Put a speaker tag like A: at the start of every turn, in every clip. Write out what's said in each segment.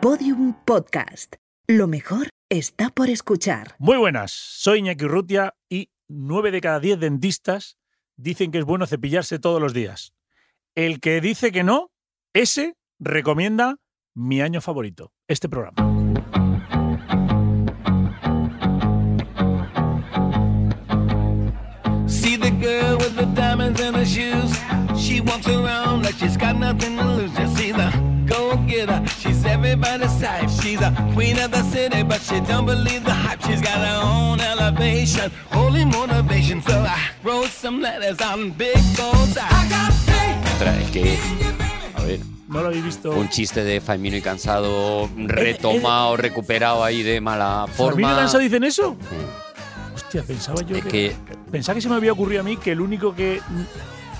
A: Podium Podcast. Lo mejor está por escuchar.
B: Muy buenas, soy Iñaki Urrutia y 9 de cada 10 dentistas dicen que es bueno cepillarse todos los días. El que dice que no, ese recomienda mi año favorito, este programa.
C: See the girl with the diamonds and the shoes. She walks around like she's got nothing to lose. Just see the go getter. She's everybody's type. She's a queen of the city, but she don't believe the hype. She's got her own elevation, holy motivation. So I wrote some letters on big goals. I got faith
D: Ostras, es que,
C: in you, baby.
D: a ver,
B: ¿No lo habéis visto?
D: un chiste de Faimino y Cansado retomado, recuperado ahí de mala
B: ¿Familia
D: forma.
B: Danza dicen eso?
D: Sí.
B: Hostia, pensaba yo
D: Es
B: que...
D: que,
B: Pensaba que se me había ocurrido a mí que el único que...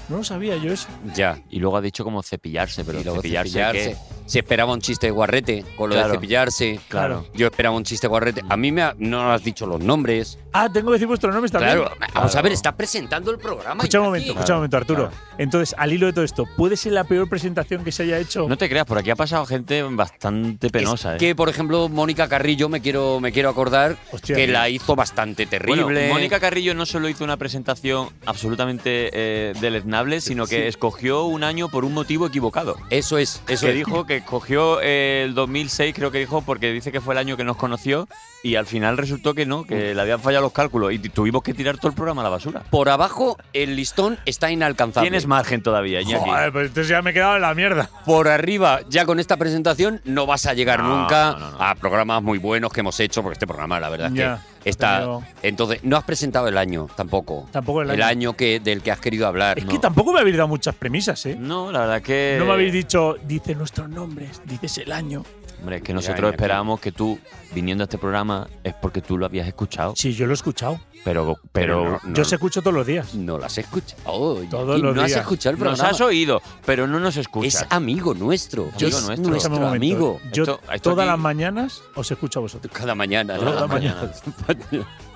B: No lo sabía yo eso.
D: ya.
E: Y luego ha dicho como cepillarse, pero
D: y luego
E: cepillarse,
D: cepillarse.
E: ¿qué?
D: Se esperaba un chiste de guarrete con lo
E: Claro.
D: de cepillarse.
B: Claro.
D: Yo esperaba un chiste de guarrete. A mí me ha- no has dicho los nombres.
B: Ah, tengo que decir vuestro nombre también.
D: Claro, vamos a ver, este está presentando el programa.
B: Escucha un
D: Iñaki.
B: momento, escucha un momento, Arturo. Entonces, al hilo de todo esto, ¿puede ser la peor presentación que se haya hecho?
E: No te creas, por aquí ha pasado gente bastante
D: Es
E: penosa. ¿eh?
D: que, por ejemplo, Mónica Carrillo, me quiero, me quiero acordar
B: Hostia,
D: que
B: tío.
D: la hizo bastante terrible.
E: Bueno, Mónica Carrillo no solo hizo una presentación absolutamente eh, deleznable, sino que escogió un año por un motivo equivocado.
D: Eso es, eso
E: que
D: es.
E: dijo que escogió eh, el 2006, creo que dijo, porque dice que fue el año que nos conoció y al final resultó que no, que le habían fallado los cálculos y tuvimos que tirar todo el programa a la basura.
D: Por abajo, el listón está inalcanzable.
E: Tienes margen todavía, Iñaki.
B: Joder, pues entonces ya me he quedado en la mierda.
D: por arriba, ya con esta presentación, no vas a llegar
E: No,
D: nunca
E: no, no, no.
D: a programas muy buenos que hemos hecho, porque este programa, la verdad, es
B: Ya,
D: que está.
B: pero-
D: Entonces, no has presentado el año tampoco.
B: Tampoco el año.
D: que, del que has querido hablar.
B: Es
D: ¿no?
B: que tampoco me habéis dado muchas premisas, ¿eh?
E: No, la verdad que.
B: No me habéis dicho, dices nuestros nombres, dices el año.
E: Hombre, es que
D: Mira,
E: nosotros
D: Iñaki.
E: esperábamos que tú, viniendo a este programa, es porque tú lo habías escuchado.
B: Sí, yo lo he escuchado.
E: Pero, pero,
D: Pero no.
B: Yo se escucho todos los días.
D: No las he escuchado. Oh,
B: Todos
D: y
B: los
D: no has
B: días.
D: escuchado el
E: nos
D: programa.
E: has oído, pero no nos escuchas.
D: es amigo nuestro.
E: Yo-
D: es
E: nuestro.
B: Escúchame un este momento. ¿eh?
D: amigo.
B: Yo
E: Esto- esto
B: todas
E: aquí-
B: las mañanas os escucho a vosotros.
D: Cada mañana. ¿no?
E: Todas las
B: mañanas.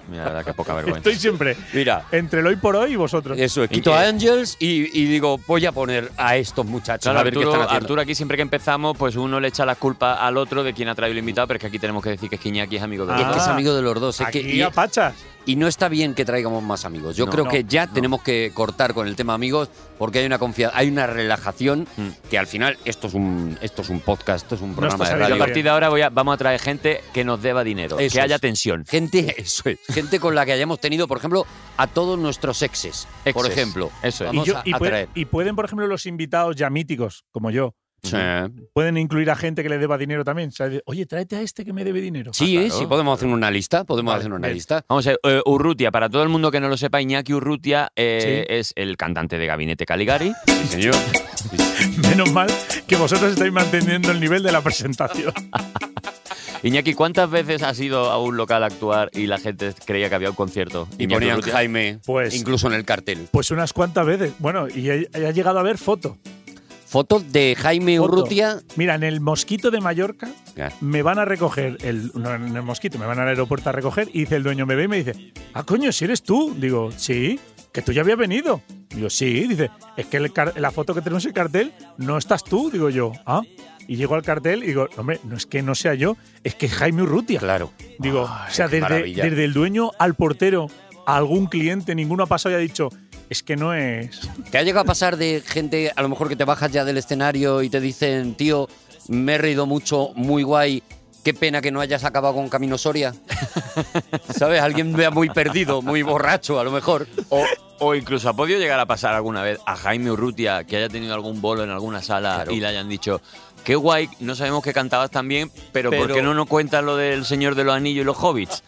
E: Mira, la verdad que poca vergüenza.
B: Estoy siempre
D: Mira,
B: entre el hoy por hoy y vosotros.
D: eso,
E: ¿Y
D: quito
E: qué?
D: a Angels y, y digo, voy a poner a estos muchachos
E: Claro,
D: a ver
E: Arturo,
D: qué están haciendo.
E: Arturo, aquí siempre que empezamos, pues uno le echa la culpa al otro de quien ha traído el invitado, pero es que aquí tenemos que decir que es que Iñaki es amigo de
B: Ah.
D: Es que es
E: todos.
D: amigo de los dos. Es que-
B: Aquí
D: y-
B: a pachas.
D: Y no está bien que traigamos más amigos. Yo
E: No,
D: creo
B: no,
D: que ya tenemos que cortar con el tema amigos porque hay una confianza, hay una relajación
E: Mm.
D: que al final esto es un esto es un podcast, esto es un
B: está
D: programa de
B: saliendo
E: Yo a
D: radio.
E: partir de ahora voy a- vamos a traer gente que nos deba dinero,
D: Eso
E: que haya
D: es.
E: tensión.
D: Gente, eso es, gente con la que hayamos tenido, por ejemplo, a todos nuestros exes, por
E: Exes,
D: ejemplo.
E: eso es.
B: Y,
D: Vamos
B: yo-
D: a,
B: y
D: a
B: puede-
D: traer.
B: y pueden, por ejemplo, los invitados ya míticos, como yo,
D: Sí,
B: pueden incluir a gente que le deba dinero también. O sea, de, Oye, tráete a este que me debe dinero.
D: sí,
E: Ah,
D: ¿eh?
E: claro.
D: sí, podemos hacer una lista, podemos
B: Vale,
D: hacer una
B: bien.
D: lista.
E: Vamos a ver, eh, Urrutia, para todo el mundo que no lo sepa, Iñaki Urrutia eh,
B: Sí.
E: es el cantante de Gabinete Caligari.
D: señor.
B: Menos mal que vosotros estáis manteniendo el nivel de la presentación.
E: Iñaki, ¿cuántas veces has ido a un local a actuar y la gente creía que había un concierto?
D: Y
E: Iñaki
D: ponían
E: Urrutia.
D: Jaime
B: Pues-
D: incluso en el cartel.
B: Pues unas cuantas veces. Bueno, y he- he llegado a ver foto.
D: Fotos de Jaime
B: Foto.
D: Urrutia.
B: Mira, en el Mosquito de Mallorca
D: Ya.
B: me van a recoger, el, no en el Mosquito, me van al aeropuerto a recoger y dice el dueño, me ve y me dice, ah, coño, si eres tú. Digo, sí, que tú ya habías venido. Digo, sí, dice, es que el car- la foto que tenemos en el cartel no estás tú, digo yo. Ah, y llego al cartel y digo, hombre, no es que no sea yo, es que es Jaime Urrutia.
D: Claro.
B: Digo,
D: Ay,
B: o sea,
D: qué
B: desde,
D: maravilla.
B: desde el dueño al portero, a algún cliente, ninguno ha pasado y ha dicho, es que no es.
D: ¿Te ha llegado a pasar de gente, a lo mejor que te bajas ya del escenario y te dicen, tío, me he reído mucho, muy guay, qué pena que no hayas acabado con Camino Soria? ¿Sabes? Alguien vea muy perdido, muy borracho, a lo mejor.
E: O, o incluso ha podido llegar a pasar alguna vez a Jaime Urrutia que haya tenido algún bolo en alguna sala
D: Claro.
E: y le hayan dicho, qué guay, no sabemos que cantabas tan bien, pero,
D: Pero-
E: ¿por qué no nos cuentas lo del Señor de los Anillos y los Hobbits?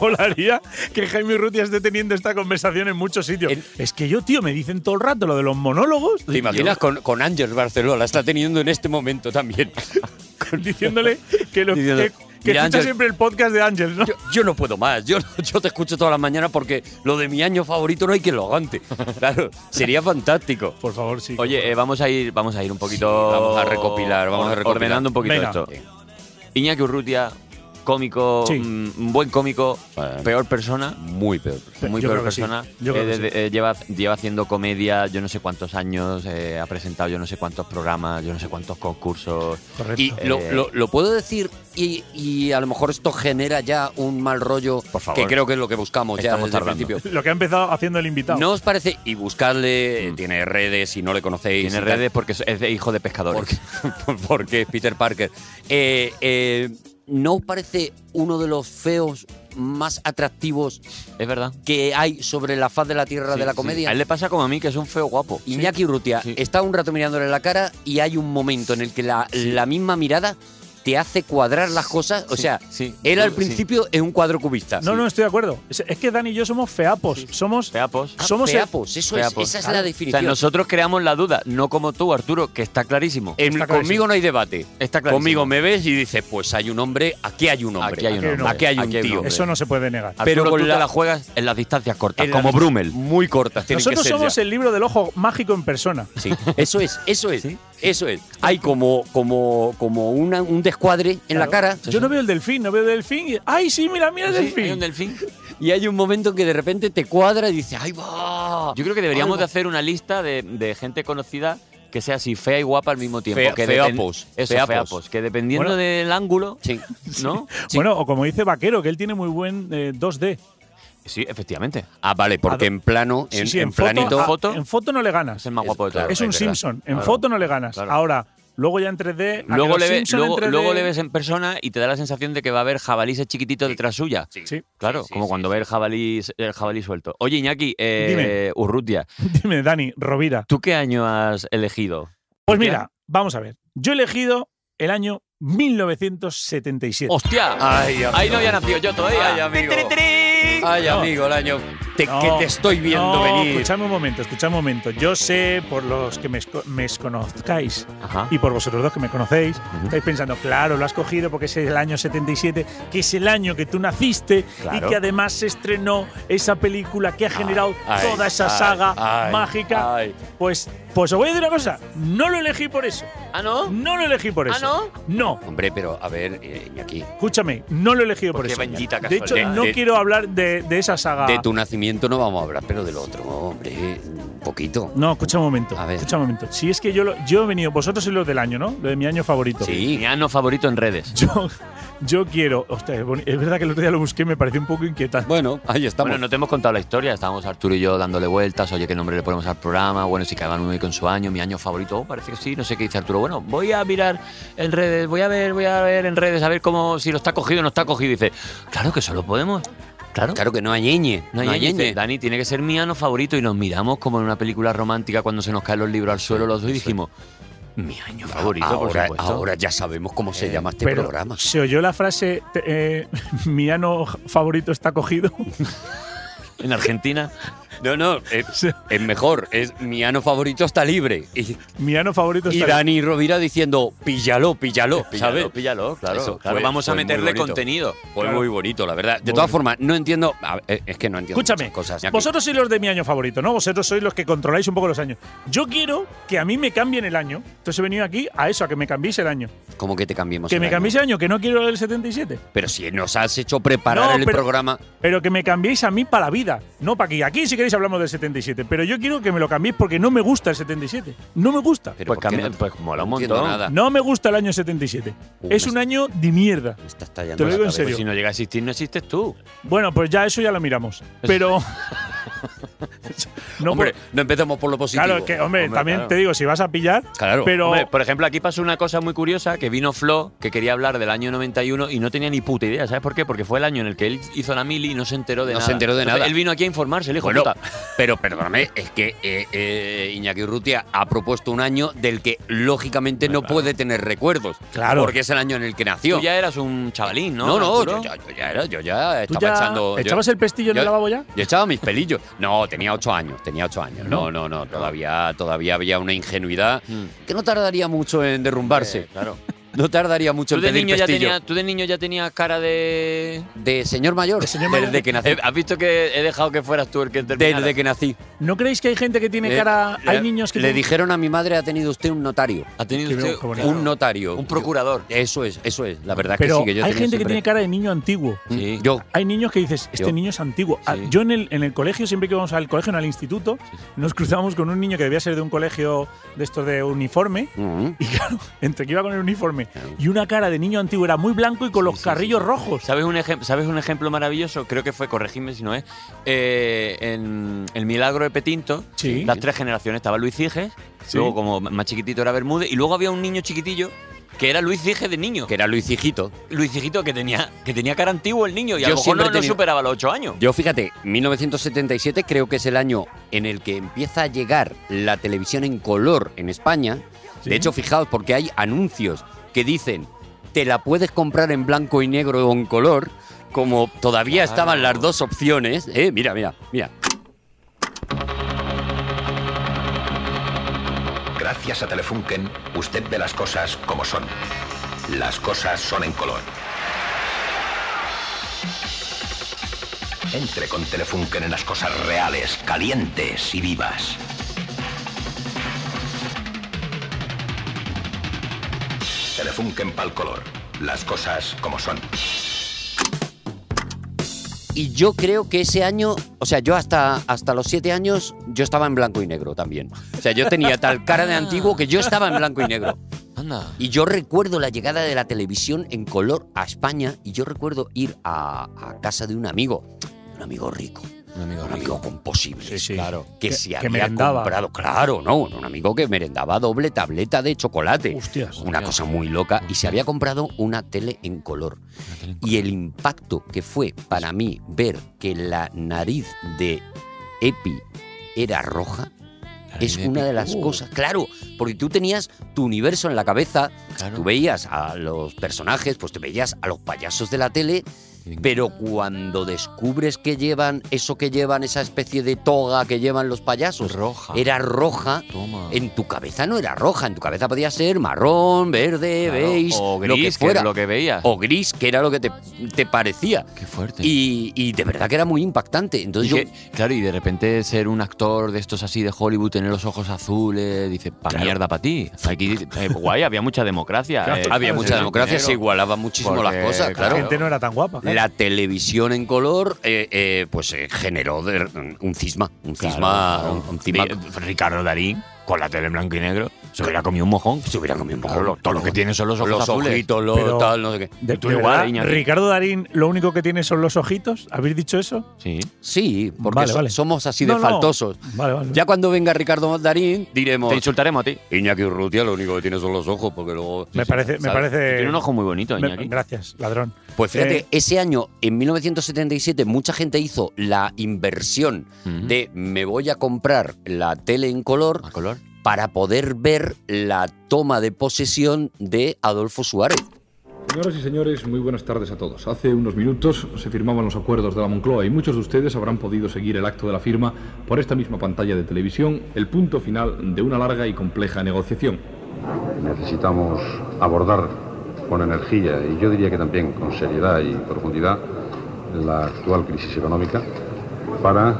B: Molaría que Jaime Urrutia esté teniendo esta conversación en muchos sitios.
D: En-
B: Es que yo, tío, me dicen todo el rato lo de los monólogos,
D: ¿Te imaginas con, con Ángel Barcelona? Está teniendo en este momento también.
B: diciéndole que, lo,
D: Diciendo,
B: que, que
D: "Mira,
B: escucha
D: Ángel".
B: siempre el podcast de Ángel, ¿no?
D: Yo, yo no puedo más, yo, yo te escucho todas las mañanas porque lo de mi año favorito no hay quien lo aguante. Claro, sería fantástico.
B: Por favor, sí.
E: Oye, eh, vamos a ir, vamos a ir un poquito.
D: Sí, vamos a recopilar, vamos a recopilar.
E: Ordenando un poquito
B: Venga.
E: esto. Iñaki Urrutia, cómico,
B: Sí.
E: mm, un buen cómico,
D: Bueno.
E: peor persona.
D: Muy peor.
E: Muy
B: Yo
E: peor
B: creo que sí.
E: persona.
B: Yo creo
E: Eh,
B: que sí.
E: desde- eh, lleva, lleva haciendo comedia yo no sé cuántos años, eh, ha presentado yo no sé cuántos programas, yo no sé cuántos concursos.
B: Correcto.
D: Y
E: Eh.
D: lo, lo- lo puedo decir y, y a lo mejor esto genera ya un mal rollo
E: Por favor.
D: que creo que es lo que buscamos ya
E: Estamos
D: desde el
E: tardando.
D: principio.
B: Lo que ha empezado haciendo el invitado.
D: ¿No os parece? Y buscadle, tiene redes, si no le conocéis.
E: Mm. Tiene
D: y tal.
E: redes porque es es de hijo de pescadores.
D: porque, porque es Peter Parker. Eh, eh, ¿No os parece uno de los feos más atractivos
E: Es verdad.
D: que hay sobre la faz de la tierra
E: Sí,
D: de la
E: sí.
D: comedia?
E: A él le pasa como a mí, que es un feo guapo.
D: Iñaki Urrutia
E: Sí.
D: está un rato mirándole la cara y hay un momento en el que la, la misma mirada te hace cuadrar las cosas. O
E: Sí,
D: sea,
E: sí.
D: él al
E: Sí.
D: principio es un cuadro cubista.
B: No, no, estoy de acuerdo. Es, es que Dani y yo somos feapos. Somos.
E: Feapos.
D: Ah,
B: somos el-
D: feapos, eso es,
E: feapos,
D: esa es
B: claro. O sea,
D: la
E: O sea,
D: definición.
E: nosotros creamos la duda, no como tú, Arturo, que está clarísimo.
D: En-
B: Está clarísimo.
D: conmigo no hay debate.
E: Está clarísimo.
D: Conmigo me ves y dices, pues hay un hombre, aquí hay un hombre.
E: Aquí hay un
B: hombre,
D: Aquí hay un
E: aquí hay un
D: tío.
E: hombre.
B: Eso no se puede negar.
E: Arturo,
D: pero con
E: tú
D: la-
E: te la juegas en las distancias cortas,
D: En la
E: como
D: lista-
E: Brummel.
D: Muy cortas tienen
B: Nosotros
D: que ser
B: somos
D: ya.
B: el libro del ojo mágico en persona.
D: Sí, eso es, eso es, eso es. Hay como, como, como una- un descuadre en la cara
B: Yo no veo el delfín, no veo el delfín. y- ¡Ay, sí, mira, mira el
E: Sí,
B: delfín!
E: hay un delfín.
D: y hay un momento en que de repente te cuadra y dices, ¡ay, va!
E: Yo creo que deberíamos
D: Algo.
E: de hacer una lista de, de gente conocida que sea así fea y guapa al mismo tiempo.
D: Fea-
E: que
D: feapos,
E: depen- Eso,
D: feapos.
E: feapos. Que dependiendo
B: Bueno.
E: del ángulo,
D: Sí.
E: ¿no?
B: Bueno, o como dice Vaquero, que él tiene muy buen eh, 2D.
E: Sí, efectivamente.
D: Ah, vale, porque
B: Ado-
D: en plano,
B: Sí,
D: en,
B: sí,
D: en planito.
B: foto,
E: foto-
B: ah, en foto no le ganas.
E: Es el más
D: Es-
E: guapo de todos.
D: claro,
B: Es un
D: es verdad.
B: Simpson. En
E: Claro.
B: foto no le ganas.
E: Claro.
B: Ahora, luego ya en 3D. a que
E: Luego
B: los
E: le, ves,
B: Simpson en
E: luego,
B: 3D
E: luego le ves en persona y te da la sensación de que va a haber jabalises chiquititos detrás suya.
B: Sí.
E: Claro,
D: Sí, sí,
E: como
D: sí,
E: cuando
D: sí.
E: ve el jabalí, el jabalí suelto. Oye, Iñaki, eh, Urrutia,
B: Dime, Dani, Rovira.
E: ¿tú qué año has elegido?
B: Pues
E: ¿Ya?
B: mira, vamos a ver. Yo he elegido el año 1977.
E: ¡Hostia!
D: Ay, amigo.
E: Ahí no había nacido yo todavía.
D: Ay, amigo.
E: Tiri, tiri.
D: Ay,
B: No.
D: amigo, el año te-
B: No,
D: que te estoy viendo
B: no,
D: venir.
B: Escuchame un momento, escuchame un momento. Yo sé, por los que me, esco- me conozcáis
E: Ajá.
B: y por vosotros dos que me conocéis, estáis pensando, claro, lo has cogido porque es el año 77, que es el año que tú naciste
E: Claro.
B: y que además se estrenó esa película que ha generado
D: ay,
B: toda esa
D: ay,
B: saga
D: ay,
B: mágica.
D: ay.
B: Pues, pues os voy a decir una cosa, no lo elegí por eso.
E: ¿Ah, no?
B: No lo elegí por
E: ¿Ah,
B: eso. no?
D: Hombre, pero a ver, eh, Iñaki,
B: escúchame, no lo he elegido por
D: Porque
B: eso.
D: bendita
B: de hecho,
D: casualidad.
B: no
D: De-
B: quiero hablar de, de esa saga.
D: de tu nacimiento no vamos a hablar, pero del otro, hombre, un poquito.
B: No, escucha un momento.
D: A ver.
B: Escucha un momento. Si es que yo, lo- yo he venido, vosotros sois los del año, ¿no? Lo de mi año favorito.
D: Sí.
E: Mi ano favorito en redes.
B: Yo, yo quiero. Hostia, es boni- es verdad que el otro día lo busqué y me pareció un poco inquietante.
D: Bueno, ahí estamos.
E: Bueno, no te hemos contado la historia. Estábamos Arturo y yo dándole vueltas. Oye, ¿qué nombre le ponemos al programa? Bueno, si cada uno ahí con su año, mi año favorito. Oh, parece que sí, no sé qué dice Arturo. Bueno, voy a mirar en redes, voy a ver, voy a ver en redes, a ver cómo, si lo está cogido o no está cogido. Y dice, claro que solo podemos. Claro.
D: Claro que no hay ñeñe.
E: No hay ñeñe. Dice, Dani, tiene que ser mi ano favorito. Y nos miramos como en una película romántica cuando se nos caen los libros al suelo los dos y dijimos, mi año favorito, por
D: ahora,
E: supuesto.
D: ahora ya sabemos cómo se llama este
B: Pero
D: programa.
B: se oyó la frase: te- eh, mi ano favorito está cogido.
E: En Argentina.
D: No, no, es, es mejor. Es mi ano favorito está libre. Y,
B: mi ano favorito
D: y
B: está.
D: Dani Rovira diciendo, píllalo, píllalo, ¿sabes?
E: Píllalo, píllalo, claro.
D: Eso,
E: claro.
D: fue-
E: pues vamos a
D: fue muy
E: meterle
D: bonito.
E: contenido.
D: Fue
B: Claro.
D: muy bonito, la verdad. De
B: Muy
D: todas
B: bien.
D: formas, no entiendo. a ver, eh, es que no entiendo
B: Escúchame,
D: muchas cosas. Iñaki.
B: vosotros sois los de mi año favorito, ¿no? Vosotros sois los que controláis un poco los años. Yo quiero que a mí me cambien el año. Entonces he venido aquí a eso, a que me cambiéis el año.
D: ¿Cómo que te cambiemos?
B: que
D: Pues el
B: me
D: año?
B: cambiéis el año, que no quiero el 77.
D: Pero si nos has hecho preparar
B: No,
D: el
B: pero-
D: programa.
B: Pero que me cambiéis a mí para la vida, no para aquí. Aquí si queréis hablamos del 77, pero yo quiero que me lo cambiéis porque no me gusta el 77. No me gusta.
D: Pero
E: Pues,
D: ¿por qué
E: cambia-
D: no-
E: pues mola un
D: no entiendo
E: montón.
D: nada.
B: No me gusta el año 77.
D: Uh,
B: es
D: me
B: un
D: está-
B: año de mierda.
D: Me estás tallando
B: Te lo
D: la
B: digo en
D: cabeza.
B: serio.
E: Pues si no llega a existir, no existes tú.
B: Bueno, pues ya eso ya lo miramos. Pero no
D: hombre,
B: por-
D: no empezamos por lo positivo.
B: claro, es que hombre,
E: Hombre,
B: también
E: claro.
B: te digo si vas a pillar,
D: Claro.
B: pero
E: Hombre, por ejemplo, aquí pasó una cosa muy curiosa, que vino Flo, que quería hablar del año 91 y no tenía ni puta idea, ¿sabes por qué? Porque fue el año en el que él hizo la mili y no se enteró de
D: No
E: nada.
D: se enteró de nada.
E: Él vino aquí a informarse, el hijo
D: Bueno,
E: puta.
D: pero perdóname, es que eh, eh, Iñaki Urrutia ha propuesto un año del que lógicamente no puede tener recuerdos.
B: Claro.
D: Porque es el año en el que nació.
E: Tú ya eras un chavalín, ¿no?
D: no, no, yo,
E: Arturo?
D: ya- yo ya era, yo ya
B: tú
D: estaba
B: ya
D: echando. yo-
B: echabas el pestillo en
D: yo-
B: el lavabo ya.
D: yo echaba mis pelillos. No, tenía ocho años, tenía ocho años. No, no, no, todavía, todavía había una ingenuidad
E: Mm.
D: que no tardaría mucho en derrumbarse.
E: Eh, claro.
D: No tardaría mucho
E: ¿Tú
D: en
E: de,
D: pedir
E: niño ya
D: pestillo.
E: tenías, tú de niño ya tenías cara de.
D: De señor mayor.
E: Desde que nací. ¿Has visto que he dejado que fueras tú el que terminara?
D: Desde que nací.
B: ¿No creéis que hay gente que tiene
D: Le-
B: cara.
D: le-
B: Hay niños que.
D: Le
B: tienen-
D: dijeron a mi madre, ha tenido usted un notario.
E: Ha tenido
B: Qué
E: usted
B: bien, qué bonito.
E: un,
D: Un notario.
E: un procurador.
D: Eso es, eso es. La verdad es
B: Pero
D: que sí, que yo
B: hay
D: tenía
B: gente que
D: siempre-
B: tiene cara de niño antiguo.
E: Sí.
D: Yo,
B: Hay niños que dices, este
D: Yo.
B: niño es antiguo. Ah,
E: Sí.
B: Yo en el, en el colegio, siempre que íbamos al colegio, no al instituto, nos cruzábamos con un niño que debía ser de un colegio de estos de uniforme.
D: Mm.
B: Y claro, entre que iba con el uniforme y una cara de niño antiguo, era muy blanco y con los
E: sí, sí,
B: carrillos
E: sí.
B: rojos.
E: ¿Sabes un, ejem- ¿Sabes un ejemplo maravilloso? Creo que fue, corregidme si no es, eh, en El Milagro de Petinto,
B: Sí.
E: las tres generaciones. Estaba Luis Ciges,
B: Sí.
E: luego como más chiquitito era Bermúdez, y luego había un niño chiquitillo que era Luis Ciges de niño.
D: que era Luis Hijito.
E: Luis Cigito que tenía, que tenía cara antiguo el niño, y a
D: Yo
E: lo mejor
D: siempre
E: no,
D: he
E: no
D: tenido-
E: superaba los ocho años.
D: Yo fíjate, 1977 creo que es el año en el que empieza a llegar la televisión en color en España. De hecho, fijaos, porque hay anuncios que dicen, te la puedes comprar en blanco y negro o en color, como todavía
E: Claro.
D: estaban las dos opciones. Eh, mira, mira, mira.
F: Gracias a Telefunken, usted ve las cosas como son. Las cosas son en color. Entre con Telefunken en las cosas reales, calientes y vivas. Telefunken pa'l color. Las cosas como son.
D: Y yo creo que ese año, o sea, yo hasta, hasta los siete años, yo estaba en blanco y negro también. O sea, yo tenía tal cara de antiguo que yo estaba en blanco y negro.
E: Anda.
D: Y yo recuerdo la llegada de la televisión en color a España y yo recuerdo ir a, a casa de un amigo, un amigo rico,
E: Un amigo
D: un amigo con posibles,
B: Sí, sí.
D: claro, que,
B: Que-
D: se
B: que
D: había
B: merendaba.
D: comprado, claro, no, un amigo que merendaba doble tableta de chocolate,
B: Hostias.
D: una cosa muy loca, y se había comprado una tele en color. Y el impacto que fue para mí ver que la nariz de Epi era roja, es una de
E: Oh. Uh,
D: las cosas, claro, porque tú tenías tu universo en la cabeza,
E: Claro.
D: tú veías a los personajes, pues te veías a los payasos de la tele, pero cuando descubres que llevan eso que llevan, esa especie de toga que llevan los payasos,
E: roja.
D: era roja. Eh,
E: Toma.
D: En tu cabeza no era roja, en tu cabeza podía ser marrón, verde,
E: Claro,
D: beige,
E: o
D: lo que
E: gris,
D: fuera.
E: lo que veías.
D: O gris, que era lo que te, te parecía.
E: Qué fuerte.
D: Y, y de verdad que era muy impactante.
E: Y
D: Entonces yo,
E: que- claro, y de repente ser un actor de estos así de Hollywood, tener los ojos azules, dice, pa
D: Claro.
E: mierda para ti. Aquí, eh, guay, había mucha democracia.
B: Claro,
E: eh,
D: había
E: claro,
D: mucha
E: sí,
D: democracia,
E: dinero.
D: se igualaban muchísimo
E: Porque,
D: las cosas,
B: La
D: claro.
B: gente no era tan guapa. claro.
D: La televisión en color eh, eh, pues eh, generó de- un cisma, un
E: Claro,
D: cisma,
E: claro.
D: un, un cisma.
E: Di- Ricardo Darín, con la tele en blanco y negro, se hubiera comido un mojón.
D: Se hubiera comido un
E: Claro, lo-
D: poco
E: todo lo que tiene son los ojos
D: los
E: azules.
D: ojitos, los
B: Pero-
D: tal, no sé qué.
B: De-
E: Tú
B: de
E: igual,
B: verdad,
E: Iñaki.
B: Ricardo Darín, lo único que tiene son los ojitos. ¿Habéis dicho eso?
E: Sí.
D: Sí, porque
B: Vale,
D: so-
B: vale.
D: somos así
B: No,
D: de
B: no.
D: faltosos.
B: Vale, vale.
D: Ya cuando venga Ricardo Darín diremos
E: Te insultaremos a ti.
D: Iñaki Urrutia lo único que tiene son los ojos porque luego
B: me parece, me
D: ¿sabes?
B: parece.
E: Tiene un ojo muy bonito,
B: Eh, me-
E: Iñaki.
B: gracias, ladrón.
D: Pues fíjate,
B: Eh,
D: ese año, en 1977, mucha gente hizo la inversión
E: Ujú.
D: de me voy a comprar la tele en color
B: Ah.
E: ¿A color?
D: para poder ver la toma de posesión de Adolfo Suárez.
G: Señoras y señores, muy buenas tardes a todos. Hace unos minutos se firmaban los acuerdos de la Moncloa y muchos de ustedes habrán podido seguir el acto de la firma por esta misma pantalla de televisión, el punto final de una larga y compleja negociación.
H: necesitamos abordar con energía y yo diría que también con seriedad y profundidad la actual crisis económica para eh,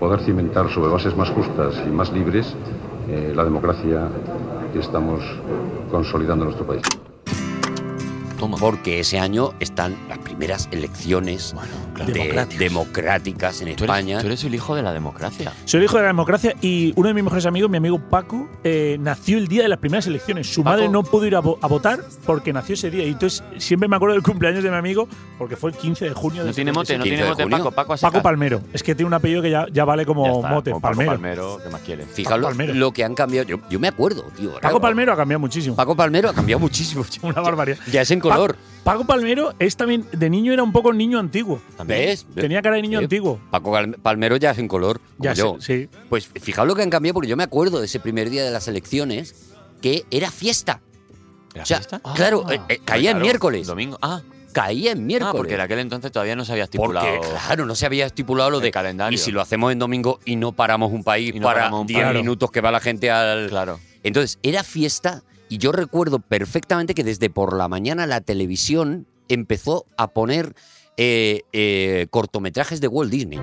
H: poder cimentar sobre bases más justas y más libres eh, la democracia que estamos consolidando en nuestro país.
E: Toma.
D: Porque ese año están las primeras elecciones de-
B: democráticas.
D: democráticas en
E: Tú
D: España.
E: eres, tú eres el hijo de la democracia.
B: Soy el hijo de la democracia y uno de mis mejores amigos, mi amigo Paco, eh, nació el día de las primeras elecciones. Su
E: Paco.
B: madre no pudo ir a, vo- a votar porque nació ese día. Y entonces siempre me acuerdo del cumpleaños de mi amigo porque fue el 15 de junio.
E: No
B: de
E: tiene mote, no
D: 15
E: tiene
D: de
E: mote,
D: junio.
E: Paco. Paco, a secas.
B: Paco
D: ah.
B: Palmero. Es que tiene un apellido que ya, ya vale como
E: Ya está,
B: mote,
E: como Paco
B: Palmero.
E: ¿qué más quieres?
D: Fijaos
B: Palmero.
D: lo que han cambiado. Yo, yo me acuerdo, tío.
B: Paco
D: Era-
B: Palmero ha cambiado muchísimo.
D: Paco Palmero ha cambiado muchísimo.
B: Una barbaridad.
D: Ya es en
B: Pa-
D: color.
B: Paco Palmero es también, de niño era un poco niño antiguo.
D: ¿Ves?
B: Tenía cara de niño
D: Sí.
B: antiguo.
D: Paco Gal- Palmero ya es en color, como
B: Ya sé,
D: yo.
B: sí.
D: Pues fijaos lo que han cambiado, porque yo me acuerdo de ese primer día de las elecciones que era fiesta.
E: ¿La
D: O sea,
E: fiesta? Ah.
D: claro, eh, eh, caía en
E: claro,
D: miércoles.
E: Domingo. Ah,
D: Caía en
E: ah,
D: miércoles.
E: porque en aquel entonces todavía no se había
D: Porque,
E: estipulado.
D: claro, no se había estipulado lo
E: el
D: de
E: calendario.
D: Y si lo hacemos en domingo y no paramos un país
E: Y no
D: para
E: paramos un
D: 10
E: país.
D: minutos que va la gente al.
E: Claro.
D: Entonces, era fiesta Y yo recuerdo perfectamente que desde por la mañana la televisión empezó a poner eh, eh, cortometrajes de Walt Disney.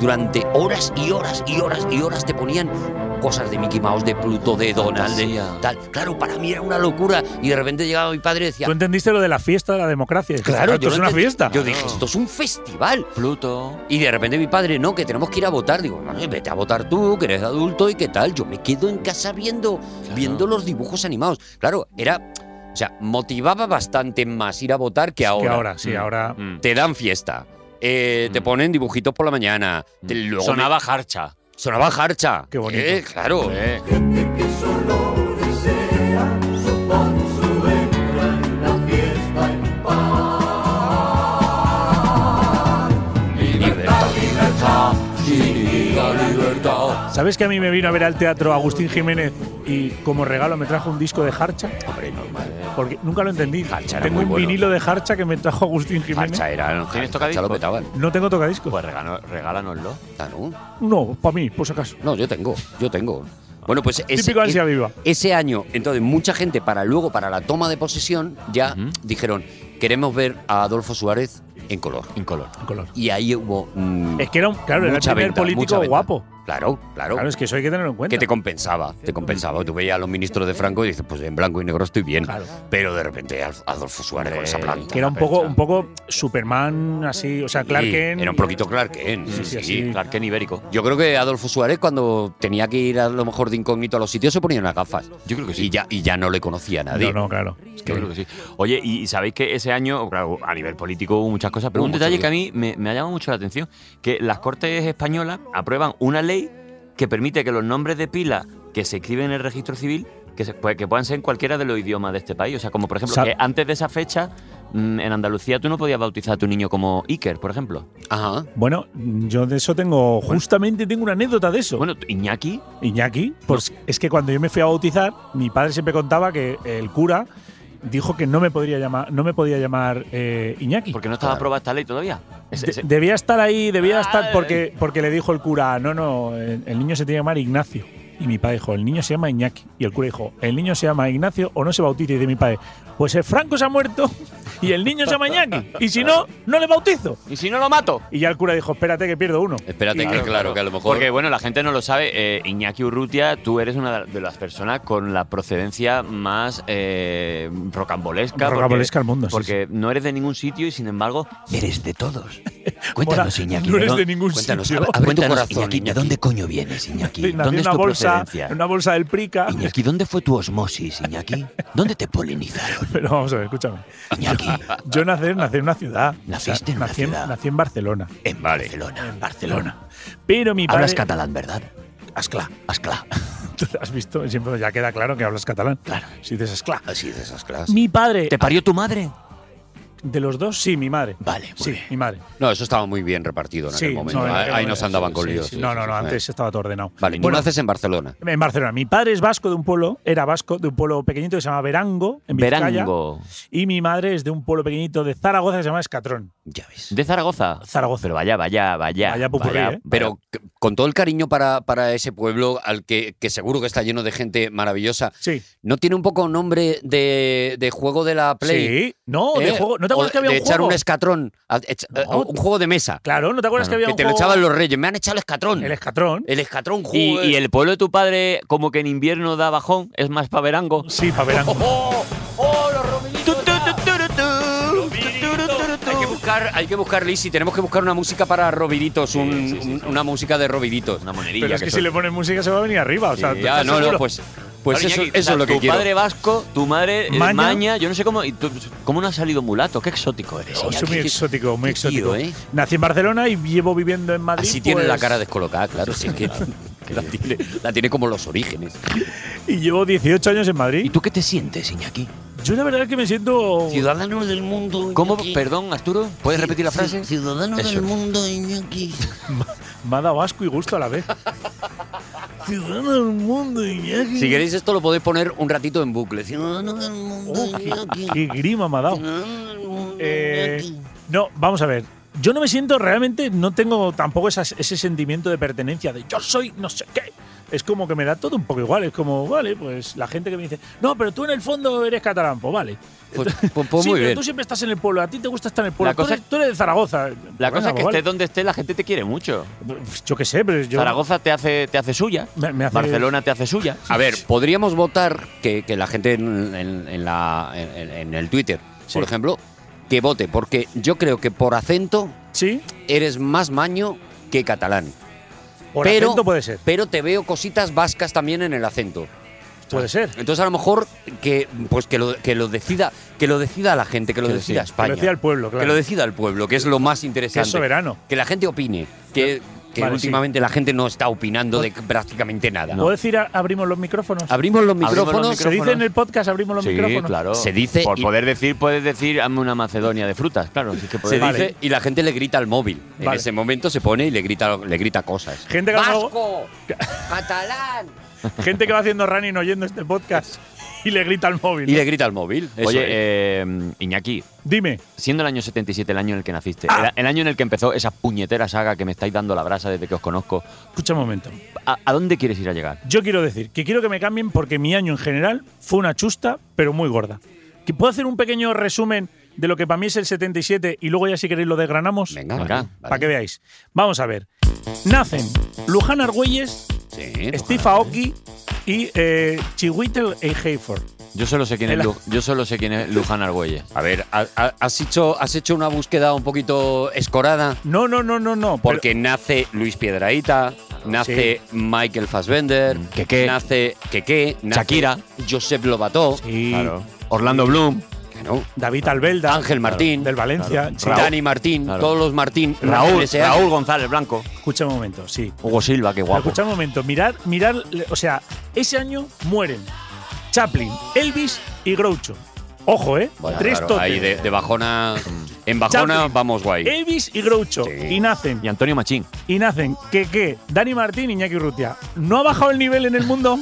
D: Durante horas y horas y horas y horas te ponían cosas de Mickey Mouse, de Pluto, de Donald, de
E: Fantasía.
D: tal. Claro, para mí era una locura. Y de repente llegaba mi padre y decía,
B: Tú entendiste lo de la fiesta de la democracia.
D: claro,
B: esto
D: yo
B: es
D: no
B: una
D: entendí".
B: fiesta.
D: Yo dije, esto es un festival.
E: Pluto.
D: Y de repente mi padre, no, que tenemos que ir a votar. Digo, "Madre, vete a votar tú, que eres adulto y qué tal. Yo me quedo en casa viendo, viendo los dibujos animados. Claro, era. O sea, motivaba bastante más ir a votar que ahora.
B: Que ahora, sí, ahora.
E: Mm.
D: Te dan fiesta. eh, Te ponen dibujitos por la mañana. te- luego
E: Mm. Sonaba jarcha.
D: me- sonaba jarcha.
B: Qué bonito.
D: Eh, claro.
B: ¿Sabes que a mí me vino a ver al teatro Agustín Jiménez y como regalo me trajo un disco de Harcha? Hombre, normal. Porque nunca lo entendí.
D: Jarcha era
B: Tengo
D: muy
B: un
D: bueno.
B: vinilo de Harcha que me trajo Agustín Jiménez.
D: Jarcha era.
E: ¿Tienes
D: jarcha
E: tocadiscos?
D: lo petaban.
B: No tengo tocadiscos.
E: Pues regano- regálanoslo.
D: Claro.
B: No, para mí, por si acaso.
D: No, yo tengo, yo tengo. Bueno, pues ese,
B: Típico ansia
D: e-
B: viva.
D: ese año, entonces mucha gente para luego, para la toma de posesión, ya dijeron, queremos ver a Adolfo Suárez en color.
E: En color.
B: En color.
D: Y ahí hubo... mm,
B: Es que era un, claro, era el
D: mucha
B: primer
D: venta, mucha
B: político
D: venta.
B: guapo.
D: Claro, claro.
B: Claro, es que eso hay que tenerlo en cuenta.
D: que te compensaba, te compensaba. Tú veías a los ministros de Franco y dices, pues en blanco y negro estoy bien.
B: Claro.
D: Pero de repente Al- Adolfo Suárez con esa planta.
B: Que era un poco, un poco Superman, así, o sea, Clark
D: Sí,
B: Kent.
D: Era un poquito Clark Kent,
B: Sí, sí,
D: sí,
B: así.
D: sí.
E: Clark Kent ibérico.
D: Yo creo que Adolfo Suárez cuando tenía que ir a lo mejor de incógnito a los sitios se ponía las gafas.
E: Yo creo que sí.
D: Y ya, y ya no le conocía a nadie.
B: No, no, claro.
E: Yo creo que sí. Oye, y, y sabéis que ese año, claro, a nivel político hubo muchas cosas, pero
D: Hubo
E: un
D: mucho
E: detalle
D: lío.
E: que a mí me, me ha llamado mucho la atención, que las Cortes Españolas aprueban una ley que permite que los nombres de pila que se escriben en el registro civil, que, se, pues, que puedan ser en cualquiera de los idiomas de este país. O sea, como por ejemplo,
B: Sab-
E: que antes de esa fecha, mm, en Andalucía tú no podías bautizar a tu niño como Iker, por ejemplo.
D: Ajá.
B: Bueno, yo de eso tengo, justamente tengo una anécdota de eso.
E: Bueno, Iñaki,
B: Iñaki, pues es que cuando yo me fui a bautizar, mi padre siempre contaba que el cura dijo que no me podría llamar, no me podía llamar eh, Iñaki.
E: porque no estaba aprobada esta ley todavía. Ese-
B: De-
E: ese-
B: debía estar ahí, debía
E: Ah,
B: estar porque, porque le dijo el cura, no, no, el, el niño se tiene que llamar Ignacio. Y mi padre dijo, el niño se llama Iñaki. Y el cura dijo, el niño se llama Ignacio o no se bautiza. Y dice mi padre, pues el Franco se ha muerto y el niño se llama Iñaki. Y si no, no le bautizo.
E: y si no lo mato.
B: Y ya el cura dijo, espérate que pierdo uno.
D: Espérate, que claro, que a lo mejor.
E: Porque, bueno, la gente no lo sabe. eh, Iñaki Urrutia, tú eres una de las personas con la procedencia más eh, rocambolesca.
B: Rocambolesca al mundo, sí,
E: Porque no eres de ningún sitio y, sin embargo, eres de todos. Cuéntanos,
B: Mola,
E: Iñaki.
B: no eres
E: dónde-
B: de ningún
D: cuéntanos,
B: sitio.
D: abre- abre tu
E: cuéntanos,
D: corazón,
E: Iñaki, ¿de
D: Iñaki.
E: dónde coño vienes, Iñaki?
B: Sí, nació
E: ¿Dónde
B: en
E: es
B: una
E: tu
B: bolsa,
E: procedencia?
B: en una bolsa del Prica.
E: Iñaki, ¿dónde fue tu osmosis, Iñaki? ¿Dónde te polinizaron,
B: Pero vamos a ver, escúchame.
E: Iñaki?
B: Yo nací, nací en una ciudad.
E: Naciste en una
B: nací
E: ciudad.
B: Nací en Barcelona.
E: En Barcelona. En Barcelona.
B: Pero mi padre.
E: Hablas catalán, ¿verdad? Ascla. Ascla.
B: Tú has visto, siempre ya queda claro que hablas catalán.
E: Claro.
B: Si dices esclá.
D: Así de esas clases.
B: Mi padre.
E: ¿Te parió tu madre?
B: De los dos, sí, mi madre.
E: Vale, muy
B: Sí,
E: bien.
B: mi madre.
D: No, eso estaba muy bien repartido en
B: Sí,
D: aquel momento.
B: no, en
D: ahí
B: aquel
D: ahí
B: momento,
D: nos andaban
B: sí,
D: con
B: sí,
D: líos.
B: sí.
D: sí,
B: no,
D: sí,
B: no, no,
D: sí.
B: antes estaba todo ordenado.
D: Vale, y tú
B: Bueno,
D: naces en Barcelona.
B: en Barcelona. Mi padre es vasco de un pueblo, era vasco, de un pueblo pequeñito que se llama Verango, en Vizcaya.
E: Verango.
B: Y mi madre es de un pueblo pequeñito de Zaragoza que se llama Escatrón.
D: Ya ves.
E: De Zaragoza.
B: Zaragoza.
E: Pero vaya, vaya, vaya.
B: Vaya pupurrí, ¿eh?
D: Pero c- con todo el cariño para, para ese pueblo, al que, que seguro que está lleno de gente maravillosa,
B: Sí.
D: ¿no tiene un poco nombre de, de juego de la Play?
B: Sí. No, de
D: ¿Eh?
B: juego. ¿No te
D: O
B: acuerdas que había
D: de
B: un
D: echar
B: juego?
D: un escatrón, a- echa-
B: No.
D: eh, un juego de mesa,
B: Claro, ¿no te acuerdas que había
D: que
B: un
D: te lo
B: juego?
D: echaban los reyes. Me han echado el escatrón.
B: El
D: El,
B: escatrón.
D: escatrón,
E: Y,
D: juego.
E: y el pueblo de tu padre, como que en invierno da bajón, es más para verango.
B: Sí, para Verango.
D: Oh,
E: Tu, tu, tu, tu, tu, tu, tu, tu, tu, tu.
D: Hay que buscar, hay que buscar, Lisi, tenemos que buscar una música para Robiditos, un- un- una música de Robiditos.
E: Una monerilla.
B: Pero es que,
E: que
B: si
E: son-
B: le pones música se va a venir arriba. O sea, ¿tú
D: Ya,
B: estás
D: no, no,
B: seguro?
D: pues, pues
E: Claro,
D: eso,
E: Iñaki,
D: eso es lo que
E: tu
D: quiero.
E: padre vasco, tu madre eh,
B: Maña.
E: maña. yo no sé cómo. y tú- ¿Cómo no ha salido mulato? Qué exótico eres.
B: Oh,
E: Iñaki.
B: soy muy
D: qué-
B: exótico, muy
D: qué tío,
B: exótico.
D: ¿eh?
B: Nací en Barcelona y llevo viviendo en Madrid.
D: Así tiene la
B: pues,
D: cara descolocada, claro, sí que que la tiene, la tiene como los orígenes.
B: Y llevo 18 años en
E: ¿Y
B: Madrid.
E: tú qué te sientes, Iñaki?
B: Yo la verdad es que me siento.
D: Ciudadano del mundo.
E: ¿Cómo?
D: Iñaki.
E: Perdón, Arturo, ¿puedes repetir la frase?
D: Ciudadano
E: Eso
D: del
E: es.
D: mundo, Iñaki.
B: Me ha dado asco y gusto a la vez. Ciudadano del mundo, Iñaki.
D: Si queréis esto lo podéis poner un ratito en bucle. Ciudadano del mundo,
B: Oh, qué,
D: Iñaki.
B: qué grima me ha dado.
D: Ciudadano del mundo,
B: Eh,
D: Iñaki.
B: no, vamos a ver. Yo no me siento realmente, no tengo tampoco esas- ese sentimiento de pertenencia de yo soy no sé qué. es como que me da todo un poco igual. Es como, vale, pues la gente que me dice, no, pero tú en el fondo eres catalán, pues vale.
D: Pues- pues- pues
B: sí,
D: muy
B: pero
D: bien.
B: tú siempre estás en el pueblo, a ti te gusta estar en el pueblo.
E: La cosa-
B: tú, eres, tú eres de Zaragoza.
E: La cosa es que
B: Bueno, pues
E: estés donde estés, la gente te quiere mucho.
B: vale. Pues Yo qué sé, pero yo.
E: Zaragoza te hace, te hace suya.
B: Me- me hace-
E: Barcelona te hace suya.
D: A ver, podríamos votar que, que la gente en, en- en la- en- en el Twitter,
B: Sí.
D: por ejemplo, que vote, porque yo creo que por acento
B: Sí,
D: eres más maño que catalán.
B: por
D: pero,
B: acento puede ser.
D: Pero te veo cositas vascas también en el acento.
B: Puede ser.
D: Entonces a lo mejor que pues que lo, que lo decida que lo decida la gente, que lo
E: Que
D: decida
E: decida.
D: España,
B: Que lo decida el pueblo, claro.
D: que lo decida el pueblo, que es lo más interesante,
B: soberano.
D: que la gente opine, que, que
B: Vale,
D: últimamente la gente no está opinando de prácticamente nada.
B: ¿Puedo decir a- abrimos los micrófonos?
D: Abrimos los
E: Abrimos los
D: micrófonos,
B: Se dice en
E: micrófonos.
B: el podcast abrimos los
E: sí,
B: micrófonos.
E: claro.
D: Se dice
E: Por
D: y-
E: poder decir, puedes decir, hazme una Macedonia de frutas, claro. así que
D: se
E: puedes-
B: Vale.
D: dice y la gente le grita al móvil. En
B: Vale.
D: ese momento se pone y le grita le grita cosas.
B: Gente que a lo mejor-
D: Vasco, catalán
B: Gente que va haciendo running oyendo este podcast y le grita al móvil.
D: y le grita al móvil. eso
E: Oye,
D: es.
E: eh, Iñaki,
B: Dime.
E: siendo el año 77 el año en el que naciste, el, el año en el que empezó esa puñetera saga que me estáis dando la brasa desde que os conozco,
B: Escucha un momento.
E: ¿a, a dónde quieres ir a llegar?
B: Yo quiero decir que quiero que me cambien porque mi año en general fue una chusta, pero muy gorda. ¿Que ¿Puedo hacer un pequeño resumen de lo que para mí es el 77 y luego ya si queréis lo desgranamos?
D: Venga,
E: venga,
D: vale,
B: Para
D: vale.
B: que veáis. Vamos a ver. Nacen Luján Argüelles,
D: Sí,
B: Steve
D: ojalá.
B: Aoki y eh, Chiwetel Ejiofor.
E: Yo solo sé quién es,
B: El-
E: Lu- yo solo sé quién es Luján Argüelles.
D: A ver, ha- ha- has hecho, has hecho una búsqueda un poquito escorada.
B: No, no, no, no, no. pero-
D: Porque nace Luis Piedraíta, nace Michael Fassbender,
E: Quequé.
D: nace Keke, nace
E: Mm, Shakira.
D: Josep Lobató,
B: Sí.
E: Orlando Bloom,
D: claro,
B: David Albelda.
D: Ángel Martín,
B: Del Valencia. Sí.
E: Raúl.
D: Dani Martín,
E: Claro.
D: todos los Martín,
E: Raúl,
D: ese año.
E: Raúl González Blanco,
B: Escucha un momento, sí.
E: Hugo Silva, qué guapo.
B: Escucha un momento, mirad, mirad, o sea, ese año mueren Chaplin, Elvis y Groucho. Ojo, ¿eh?
D: Bueno,
B: Tres
D: claro,
B: totes.
D: ahí de, de bajona, en bajona
B: Chaplin.
D: vamos guay.
B: Elvis y Groucho.
D: Sí.
B: Y nacen,
E: Y Antonio Machín.
B: y nacen. ¿Qué, qué? Dani Martín y Iñaki Urrutia. ¿No ha bajado el nivel en el mundo?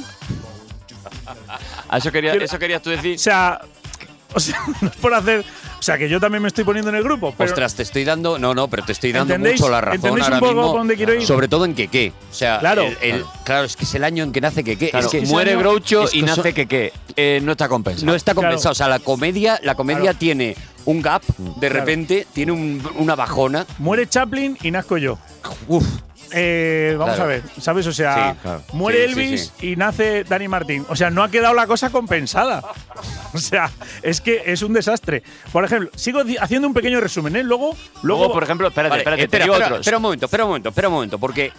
E: ¿A eso, quería,
B: Pero-
E: eso querías tú decir?
B: O sea, o sea, no es por hacer… O sea, que yo también me estoy poniendo en el grupo. Pero
D: Ostras, te estoy dando, no, no, pero te estoy dando
B: ¿Entendéis?
D: mucho la razón
B: ¿Entendéis un
D: ahora
B: poco
D: mismo,
B: por dónde quiero ir?
D: sobre todo en Keke. O sea,
B: Claro.
D: el- el- claro, es que es el año en que nace Keke.
E: Claro,
D: es que
E: muere
B: año-
E: Groucho
D: es que
E: y
D: son-
E: nace que qué. Eh, no está compensado.
D: No está compensado.
B: Claro.
D: O sea, la comedia, la comedia
B: Claro.
D: tiene un gap, de repente tiene un- una bajona.
B: Muere Chaplin y nazco yo.
D: Uf,
B: Eh, vamos
D: Claro.
B: a ver, ¿sabes? O sea,
D: Sí, claro.
B: muere
D: Sí, sí,
B: Elvis y nace Dani Martín. O sea, no ha quedado la cosa compensada. O sea, es que es un desastre. Por ejemplo, sigo di- haciendo un pequeño resumen, ¿eh? Luego,
E: Luego,
B: luego,
E: por ejemplo, espérate,
D: vale,
E: espérate,
D: espera,
E: te digo
D: espera,
E: otros.
D: espera un momento, espera un momento, espera un momento, porque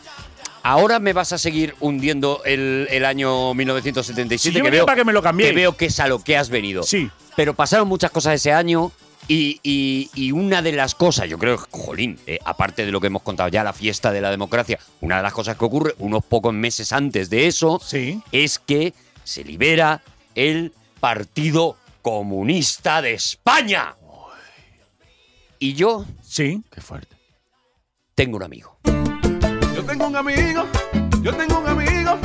D: ahora me vas a seguir hundiendo el, el año
B: Si
D: 1977
B: yo
D: que
B: venía
D: veo
B: para que me lo cambiéis.
D: veo que es a lo que has venido.
B: Sí.
D: Pero pasaron muchas cosas ese año. Y, y- y una de las cosas, yo creo, jolín, eh, aparte de lo que hemos contado ya, la fiesta de la democracia, una de las cosas que ocurre unos pocos meses antes de eso,
B: Sí.
D: es que se libera el Partido Comunista de España. Y yo
B: sí.
E: Qué fuerte.
D: tengo un amigo.
I: Yo tengo un amigo, yo tengo un amigo,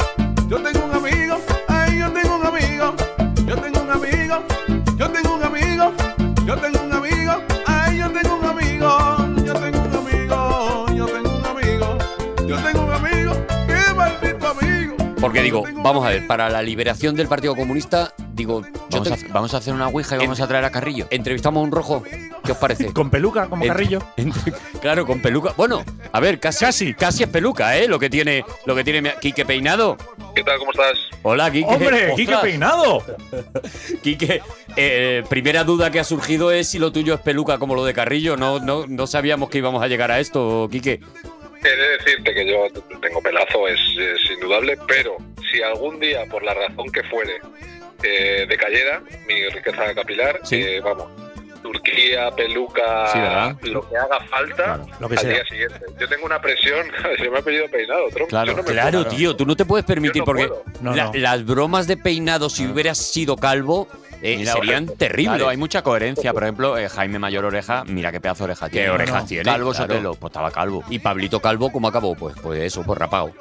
I: yo tengo un amigo, ay, yo tengo un amigo, yo tengo un amigo, yo tengo un amigo, yo tengo un amigo, ay, yo tengo un amigo, yo tengo un amigo, yo tengo un amigo, yo tengo un amigo, qué maldito amigo.
D: Porque digo,
I: Yo tengo un
D: vamos a ver,
I: amigo.
D: para la liberación del Partido Comunista, digo, yo
E: Vamos,
D: te-
E: a, vamos a hacer una ouija y vamos a traer a Carrillo.
D: entrevistamos a un rojo. ¿Qué os parece?
B: Con peluca, como
D: Ent-
B: carrillo.
D: ent- claro, con peluca. Bueno, a ver, casi,
B: Casi.
D: casi es peluca, ¿eh? Lo que tiene, lo que tiene mi- Quique Peinado.
H: ¿Qué tal? ¿Cómo estás?
D: Hola, Quique.
B: ¡Hombre,
D: Ostras,
B: Quique Peinado!
D: Quique, eh, primera duda que ha surgido es si lo tuyo es peluca como lo de Carrillo. Eh, No, no, no sabíamos que íbamos a llegar a esto, Quique.
H: He de decirte que yo tengo pelazo, es, es indudable, pero si algún día, por la razón que fuere, eh, decayera mi riqueza capilar,
D: Sí.
H: eh, vamos, Turquía, peluca,
E: Sí, ¿verdad?
H: lo que haga falta.
B: Lo que
H: al
B: sea.
H: día siguiente. Yo tengo una presión, se me ha pedido peinado, tronco.
E: Claro,
H: Yo no me
D: Claro,
H: puedo.
D: tío, tú no te puedes permitir
H: Yo no
D: porque
H: puedo.
B: No,
D: la-
B: no.
D: las bromas de peinado, si hubieras sido calvo, eh,
E: Mira,
D: serían
E: claro,
D: terribles.
E: Claro, hay mucha coherencia. Por ejemplo, eh, Jaime Mayor Oreja, mira qué pedazo de oreja tiene.
D: orejas
E: ¿no?
D: tiene,
E: Calvo
D: claro.
E: Sotelo, pues estaba calvo.
D: Y Pablito Calvo, ¿cómo acabó? Pues, pues eso, por rapado.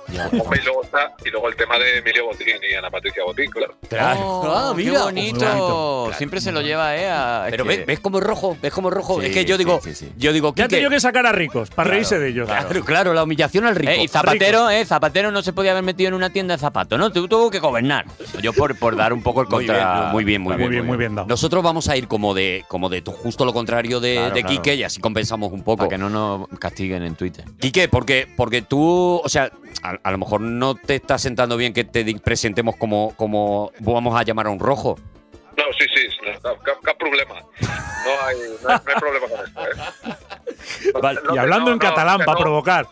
J: Hombre, y, luego está, y luego el tema de Emilio Botín y Ana Patricia Botín, claro.
D: Claro.
E: Oh,
D: Ah, mira.
E: Qué bonito.
D: Claro.
E: Siempre se lo lleva, ¿eh? a- es
D: Pero
E: que-
D: ves, ves cómo es rojo, ves cómo es rojo.
E: Sí,
D: es que yo
E: sí,
D: digo,
E: sí, sí.
D: yo digo,
B: Ya han
D: Quique,
B: tenido que sacar a ricos para reírse de ellos.
D: Claro, claro, la humillación al rico.
E: Eh, y Zapatero, eh, Zapatero no se podía haber metido en una tienda de zapatos, ¿no? Tu- Tuvo que gobernar. Yo por, por dar un poco el
D: Muy bien,
E: contra.
D: muy bien, muy
B: Muy bien, muy bien dado.
D: Nosotros vamos a ir como de, como de tu- justo lo contrario de,
E: Claro,
D: de
E: claro.
D: Quique y así compensamos un
E: Para
D: poco.
E: que no nos castiguen en Twitter.
D: Quique, porque, porque tú, o sea, a, a lo mejor no te está sentando bien que te di- presentemos como, como vamos a llamar a un rojo.
J: No, sí, sí, no, no, cap- cap problema. No hay, no hay, no hay problema con esto, ¿eh?
B: Vale,
J: No,
B: y
J: no,
B: hablando
J: no,
B: en
J: no,
B: catalán
J: que
B: para
J: no,
B: provocar.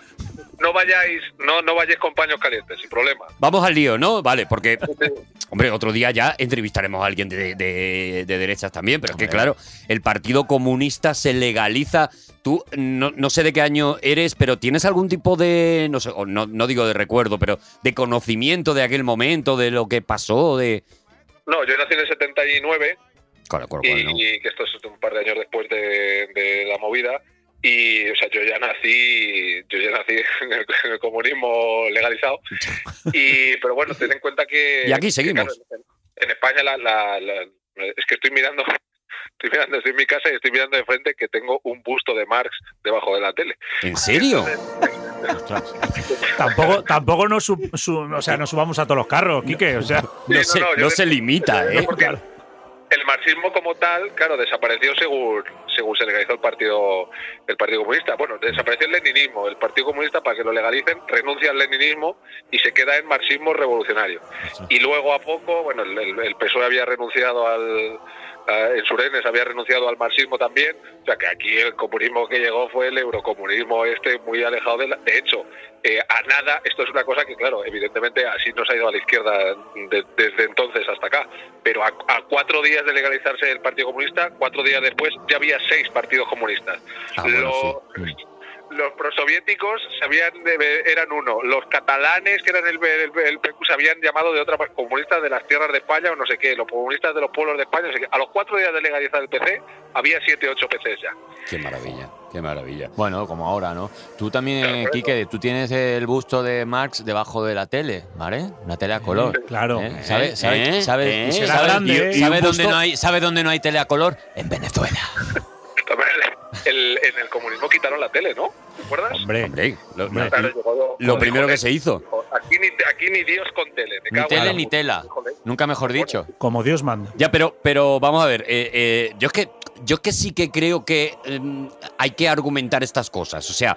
J: No vayáis, no, no vayáis con paños calientes, sin problema.
D: Vamos al lío, ¿no? Vale, porque,
J: Sí.
D: hombre, otro día ya entrevistaremos a alguien de, de- de derechas también, pero es que, claro, el Partido Comunista se legaliza. Tú, no, no sé de qué año eres, pero ¿tienes algún tipo de, no sé, o no, no digo de recuerdo, pero de conocimiento de aquel momento, de lo que pasó, de...
J: No, yo nací en el 79
D: Claro, claro,
J: y,
D: claro, ¿no?
J: y que esto es un par de años después de, de la movida. Y, o sea, yo ya nací, yo ya nací en el, en el comunismo legalizado. Y, pero bueno, ten en cuenta que.
D: Y aquí
J: que,
D: seguimos.
J: claro, en, en España, la, la- la- es que estoy mirando, estoy mirando, estoy en mi casa y estoy mirando de frente que tengo un busto de Marx debajo de la tele.
D: ¿En serio?
B: Tampoco, tampoco nos, sub- su- o sea, nos subamos a todos los carros, Quique. O sea,
D: No
J: no,
D: se,
J: no, yo
D: no
J: te-
D: se limita, ¿eh?
J: porque el marxismo como tal, claro, desapareció según según se legalizó el partido el Partido Comunista. Bueno, desapareció el leninismo. El Partido Comunista, para que lo legalicen, renuncia al leninismo y se queda en marxismo revolucionario. Y luego a poco, bueno, el, el- el PSOE E había renunciado al... a- en Surenes había renunciado al marxismo también. O sea, que aquí el comunismo que llegó fue el eurocomunismo este, muy alejado de la... De hecho, eh, a nada, esto es una cosa que, claro, evidentemente así nos ha ido a la izquierda de- desde entonces hasta acá, pero a, a cuatro días de legalizarse el Partido Comunista, cuatro días después ya había seis partidos comunistas.
D: Ah, bueno,
J: Lo- Mm. Los prosoviéticos se habían de- eran uno, los catalanes, que eran el, el, el PQ, se habían llamado de otra parte, comunistas de las tierras de España o no sé qué, los comunistas de los pueblos de España, no sé qué. A los cuatro días de legalizar el PC, había siete, ocho PCs ya.
D: Qué maravilla, qué maravilla.
E: Bueno, como ahora, ¿no? Tú también, eh, Quique, tú tienes el busto de Marx debajo de la tele, ¿vale? Una tele a color.
B: claro.
E: ¿eh? ¿Sabes? ¿Sabes?
D: ¿Eh?
E: ¿Sabes?
D: ¿Eh?
E: y-
B: Será
E: ¿sabes-
B: grande,
E: y-
B: ¿eh?
E: y
B: Y un
E: ¿sabes dónde
D: busto-
E: no hay, ¿Sabes dónde no hay tele a color? En Venezuela.
J: El- en el comunismo quitaron la tele, ¿no? ¿Te acuerdas?
B: Hombre,
D: Hombre, lo,
B: Hombre.
J: Claro, llegó-
D: lo primero que
J: joder,
D: se hizo.
J: Aquí ni, aquí ni Dios con tele.
E: Ni
J: Me cago en
E: tele
J: la
E: ni
J: puta.
E: tela.
J: Joder.
E: Nunca mejor dicho.
B: como Dios manda.
D: Ya, pero, pero vamos a ver. eh, eh, yo es que yo es que sí que creo que em, hay que argumentar estas cosas. O sea,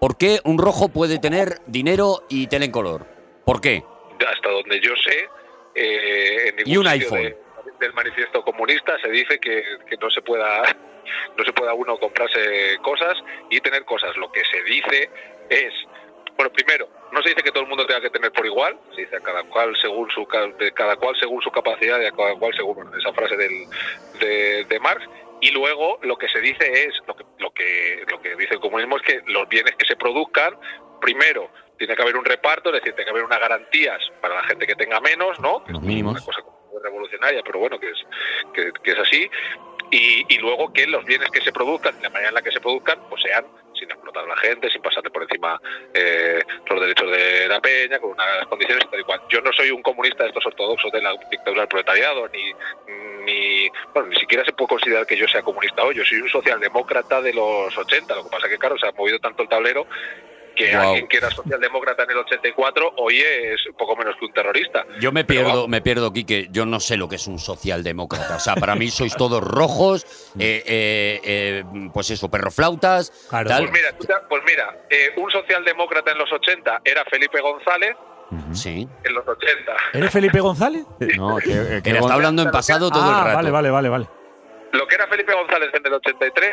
D: ¿por qué un rojo puede tener dinero y tele en color? ¿Por qué?
J: Hasta donde yo sé, eh, en ningún
D: Y un
J: sitio
D: iPhone.
J: de- del manifiesto comunista se dice que, que no se pueda no se pueda uno comprarse cosas y tener cosas. Lo que se dice es, bueno, primero, no se dice que todo el mundo tenga que tener por igual, se dice a cada cual según su ca- de cada cual según su capacidad y a cada cual según bueno, esa frase del, de, de Marx. Y luego lo que se dice es, lo que, lo, que, lo que dice el comunismo es que los bienes que se produzcan, primero, tiene que haber un reparto, es decir, tiene que haber unas garantías para la gente que tenga menos, ¿no? Que
E: Los
J: es
E: mínimos.
J: Una cosa como muy revolucionaria, pero bueno, que es, que, que es así. Y, y luego que los bienes que se produzcan, la manera en la que se produzcan, pues sean sin explotar a la gente, sin pasarte por encima eh, los derechos de la peña, con unas condiciones tal y cual. Yo no soy un comunista de estos ortodoxos de la dictadura del proletariado, ni, ni, bueno, ni siquiera se puede considerar que yo sea comunista hoy. Yo soy un socialdemócrata de los 80. Lo que pasa que, claro, se ha movido tanto el tablero que
D: Guau.
J: alguien que era socialdemócrata en el 84 hoy es poco menos que un terrorista.
D: Yo me
J: Pero
D: pierdo,
J: vamos.
D: me pierdo, Quique. Yo no sé lo que es un socialdemócrata. O sea, para mí sois todos rojos, eh, eh, eh, pues eso, perroflautas.
B: Claro.
D: Tal.
J: Pues mira, tú te- pues mira eh, un socialdemócrata en los 80 era Felipe González
D: Sí.
J: en los 80.
B: ¿Eres Felipe González?
E: No, que, que
D: Era, está hablando en pasado todo
B: ah,
D: el rato.
B: vale, vale, vale, vale.
J: Lo que era Felipe González en el 83,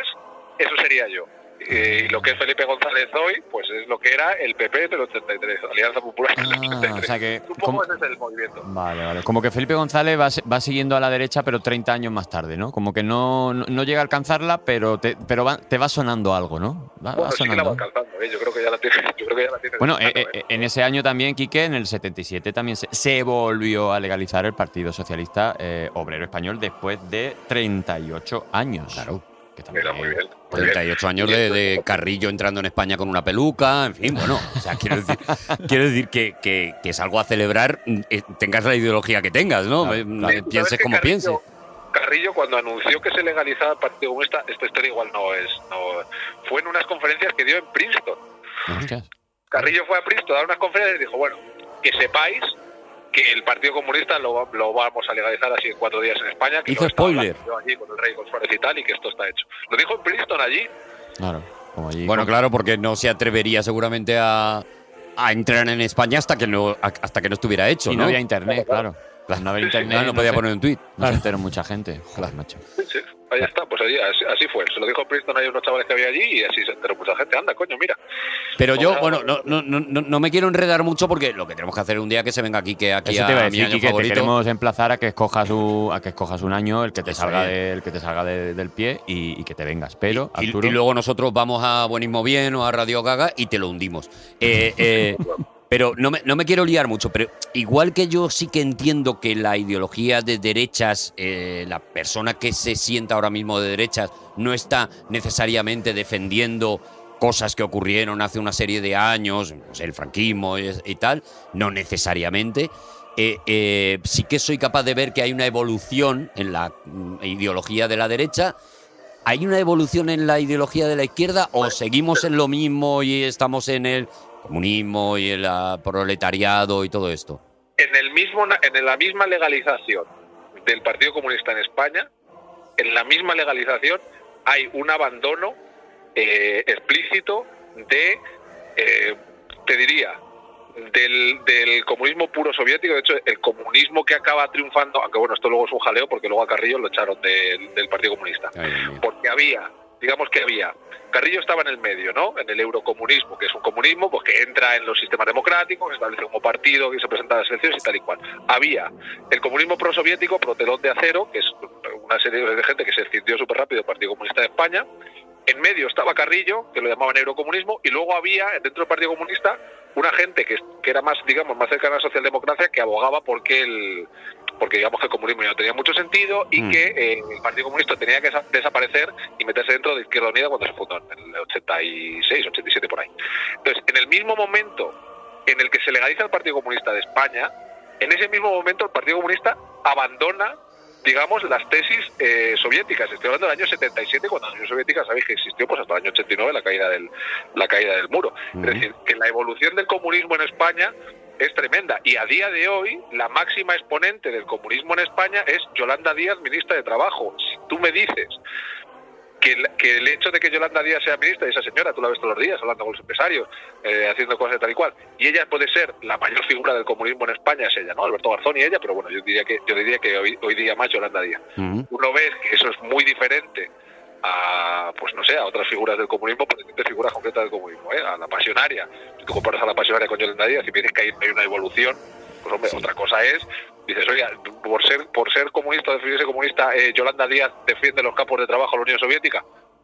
J: eso sería yo. Eh, Y lo que es Felipe González hoy, pues es lo que era el PP del 83, Alianza Popular del
E: Ah,
J: 83.
E: o sea que.
J: Un
E: como-
J: poco ese es el movimiento.
E: Vale, vale. Como que Felipe González va, se- va siguiendo a la derecha, pero 30 años más tarde, ¿no? Como que no, no, no llega a alcanzarla, pero te, pero va- te va sonando algo, ¿no? Va, va
J: Bueno, sí que la
E: Ah, sonando.
J: va alcanzando, ¿eh? yo creo que ya la tiene, yo creo que ya la tienen.
E: Bueno,
J: en la
E: eh, eh,
J: cabeza.
E: en ese año también, Quique, en el 77 también se, se volvió a legalizar el Partido Socialista eh, Obrero Español después de 38 años. Claro. Que también
J: Mira, ¿eh? muy bien. muy bien.
D: 38 años de, de Carrillo entrando en España con una peluca, en fin, bueno, o sea, quiero decir, quiero decir que, que- que es algo a celebrar, eh, tengas la ideología que tengas, ¿no?
E: Claro,
D: Eh,
E: claro.
D: eh,
J: ¿Sabes
D: Pienses
J: que
D: como
J: Carrillo-
D: pienses.
J: Carrillo, cuando anunció que se legalizaba el Partido Comunista, esta historia igual no es. No, fue en unas conferencias que dio en Princeton.
E: Hostias.
J: Carrillo fue a Princeton a dar unas conferencias y dijo, bueno, que sepáis que el Partido Comunista lo, lo vamos a legalizar así en cuatro días en España. Que
D: Hizo
J: lo estaba
D: spoiler.
J: hablando Yo allí con el rey con Suárez y tal, y que esto está hecho. Lo dijo en Princeton allí.
E: Claro. Como allí,
D: Bueno,
E: como-
D: claro, porque no se atrevería seguramente a, a entrar en España hasta que no, a- hasta que no estuviera hecho,
E: Y
D: ¿no?
E: no había internet, claro. No había internet. pues
D: no, no podía
E: se-
D: poner un tuit.
E: No se enteró mucha gente. Joder, macho.
J: Sí, sí, ahí está, pues allí, así, así fue. Se lo dijo en Princeton a unos chavales que había allí y así se enteró mucha gente. Anda, coño, mira.
D: Pero yo,
J: Ojalá.
D: bueno, no, no, no, no- no me quiero enredar mucho porque lo que tenemos que hacer un día que se venga aquí, que aquí
E: Eso
D: a,
E: te iba a
D: mi
E: decir,
D: año
E: Quique, te
D: favorito.
E: queremos emplazar a que escojas un, a que escojas un año, el que te
D: Eso
E: salga,
D: es.
E: de- el que te salga de- del pie y, y que te vengas. Pero,
D: Y,
E: Arturo,
D: y luego nosotros vamos a Buenismo Bien o a Radio Gaga y te lo hundimos. Eh, eh, pero no me, no me quiero liar mucho, pero igual que yo sí que entiendo que la ideología de derechas, eh, la persona que se sienta ahora mismo de derechas, no está necesariamente defendiendo cosas que ocurrieron hace una serie de años, no sé, el franquismo y, y tal, no necesariamente. Eh, eh, sí que soy capaz de ver que hay una evolución en la mm, ideología de la derecha ¿Hay una evolución en la ideología de la izquierda o seguimos en lo mismo y estamos en el comunismo y el ah, proletariado y todo esto?
J: en el mismo na- en la misma legalización del Partido Comunista en España, en la misma legalización hay un abandono eh, explícito de, eh, te diría, del, del comunismo puro soviético. De hecho, el comunismo que acaba triunfando, aunque bueno, esto luego es un jaleo porque luego a Carrillo lo echaron del- del Partido Comunista porque había, digamos que había, Carrillo estaba en el medio, ¿no? En el eurocomunismo, que es un comunismo pues, que entra en los sistemas democráticos, que se establece como partido, que se presenta a las elecciones y tal y cual. Había el comunismo prosoviético, protelón de acero, que es una serie de gente que se escindió súper rápido del Partido Comunista de España. En medio estaba Carrillo, que lo llamaban eurocomunismo, y luego había, dentro del Partido Comunista, una gente que, que era más, digamos, más cercana a la socialdemocracia, que abogaba porque el, porque digamos que el comunismo ya no tenía mucho sentido y
D: Mm.
J: que eh, el Partido Comunista tenía que desa- desaparecer y meterse dentro de Izquierda Unida cuando se fundó en el 86, 87 por ahí. Entonces, en el mismo momento en el que se legaliza el Partido Comunista de España, en ese mismo momento el Partido Comunista abandona digamos, las tesis eh, soviéticas. Estoy hablando del año 77, cuando la Unión Soviética, sabéis que existió pues, hasta el año 89 la caída del, la caída del muro. Es decir, que la evolución del comunismo en España es tremenda. Y a día de hoy, la máxima exponente del comunismo en España es Yolanda Díaz, ministra de Trabajo. Si tú me dices que el, que el hecho de que Yolanda Díaz sea ministra, esa señora, tú la ves todos los días hablando con los empresarios, eh, haciendo cosas de tal y cual, y ella puede ser la mayor figura del comunismo en España, es ella, ¿no? Alberto Garzón y ella, pero bueno, yo diría que, yo diría que hoy, hoy día más Yolanda Díaz
D: Ujú.
J: uno ve que eso es muy diferente a, pues no sé, a otras figuras del comunismo, por decirte figuras concretas del comunismo, ¿eh? a la pasionaria. Si tú comparas a la pasionaria con Yolanda Díaz y me dices que hay, hay una evolución, pues hombre, otra cosa es, dices, oiga, por ser, por ser comunista, definirse comunista, eh, Yolanda Díaz defiende los campos de trabajo de la Unión Soviética.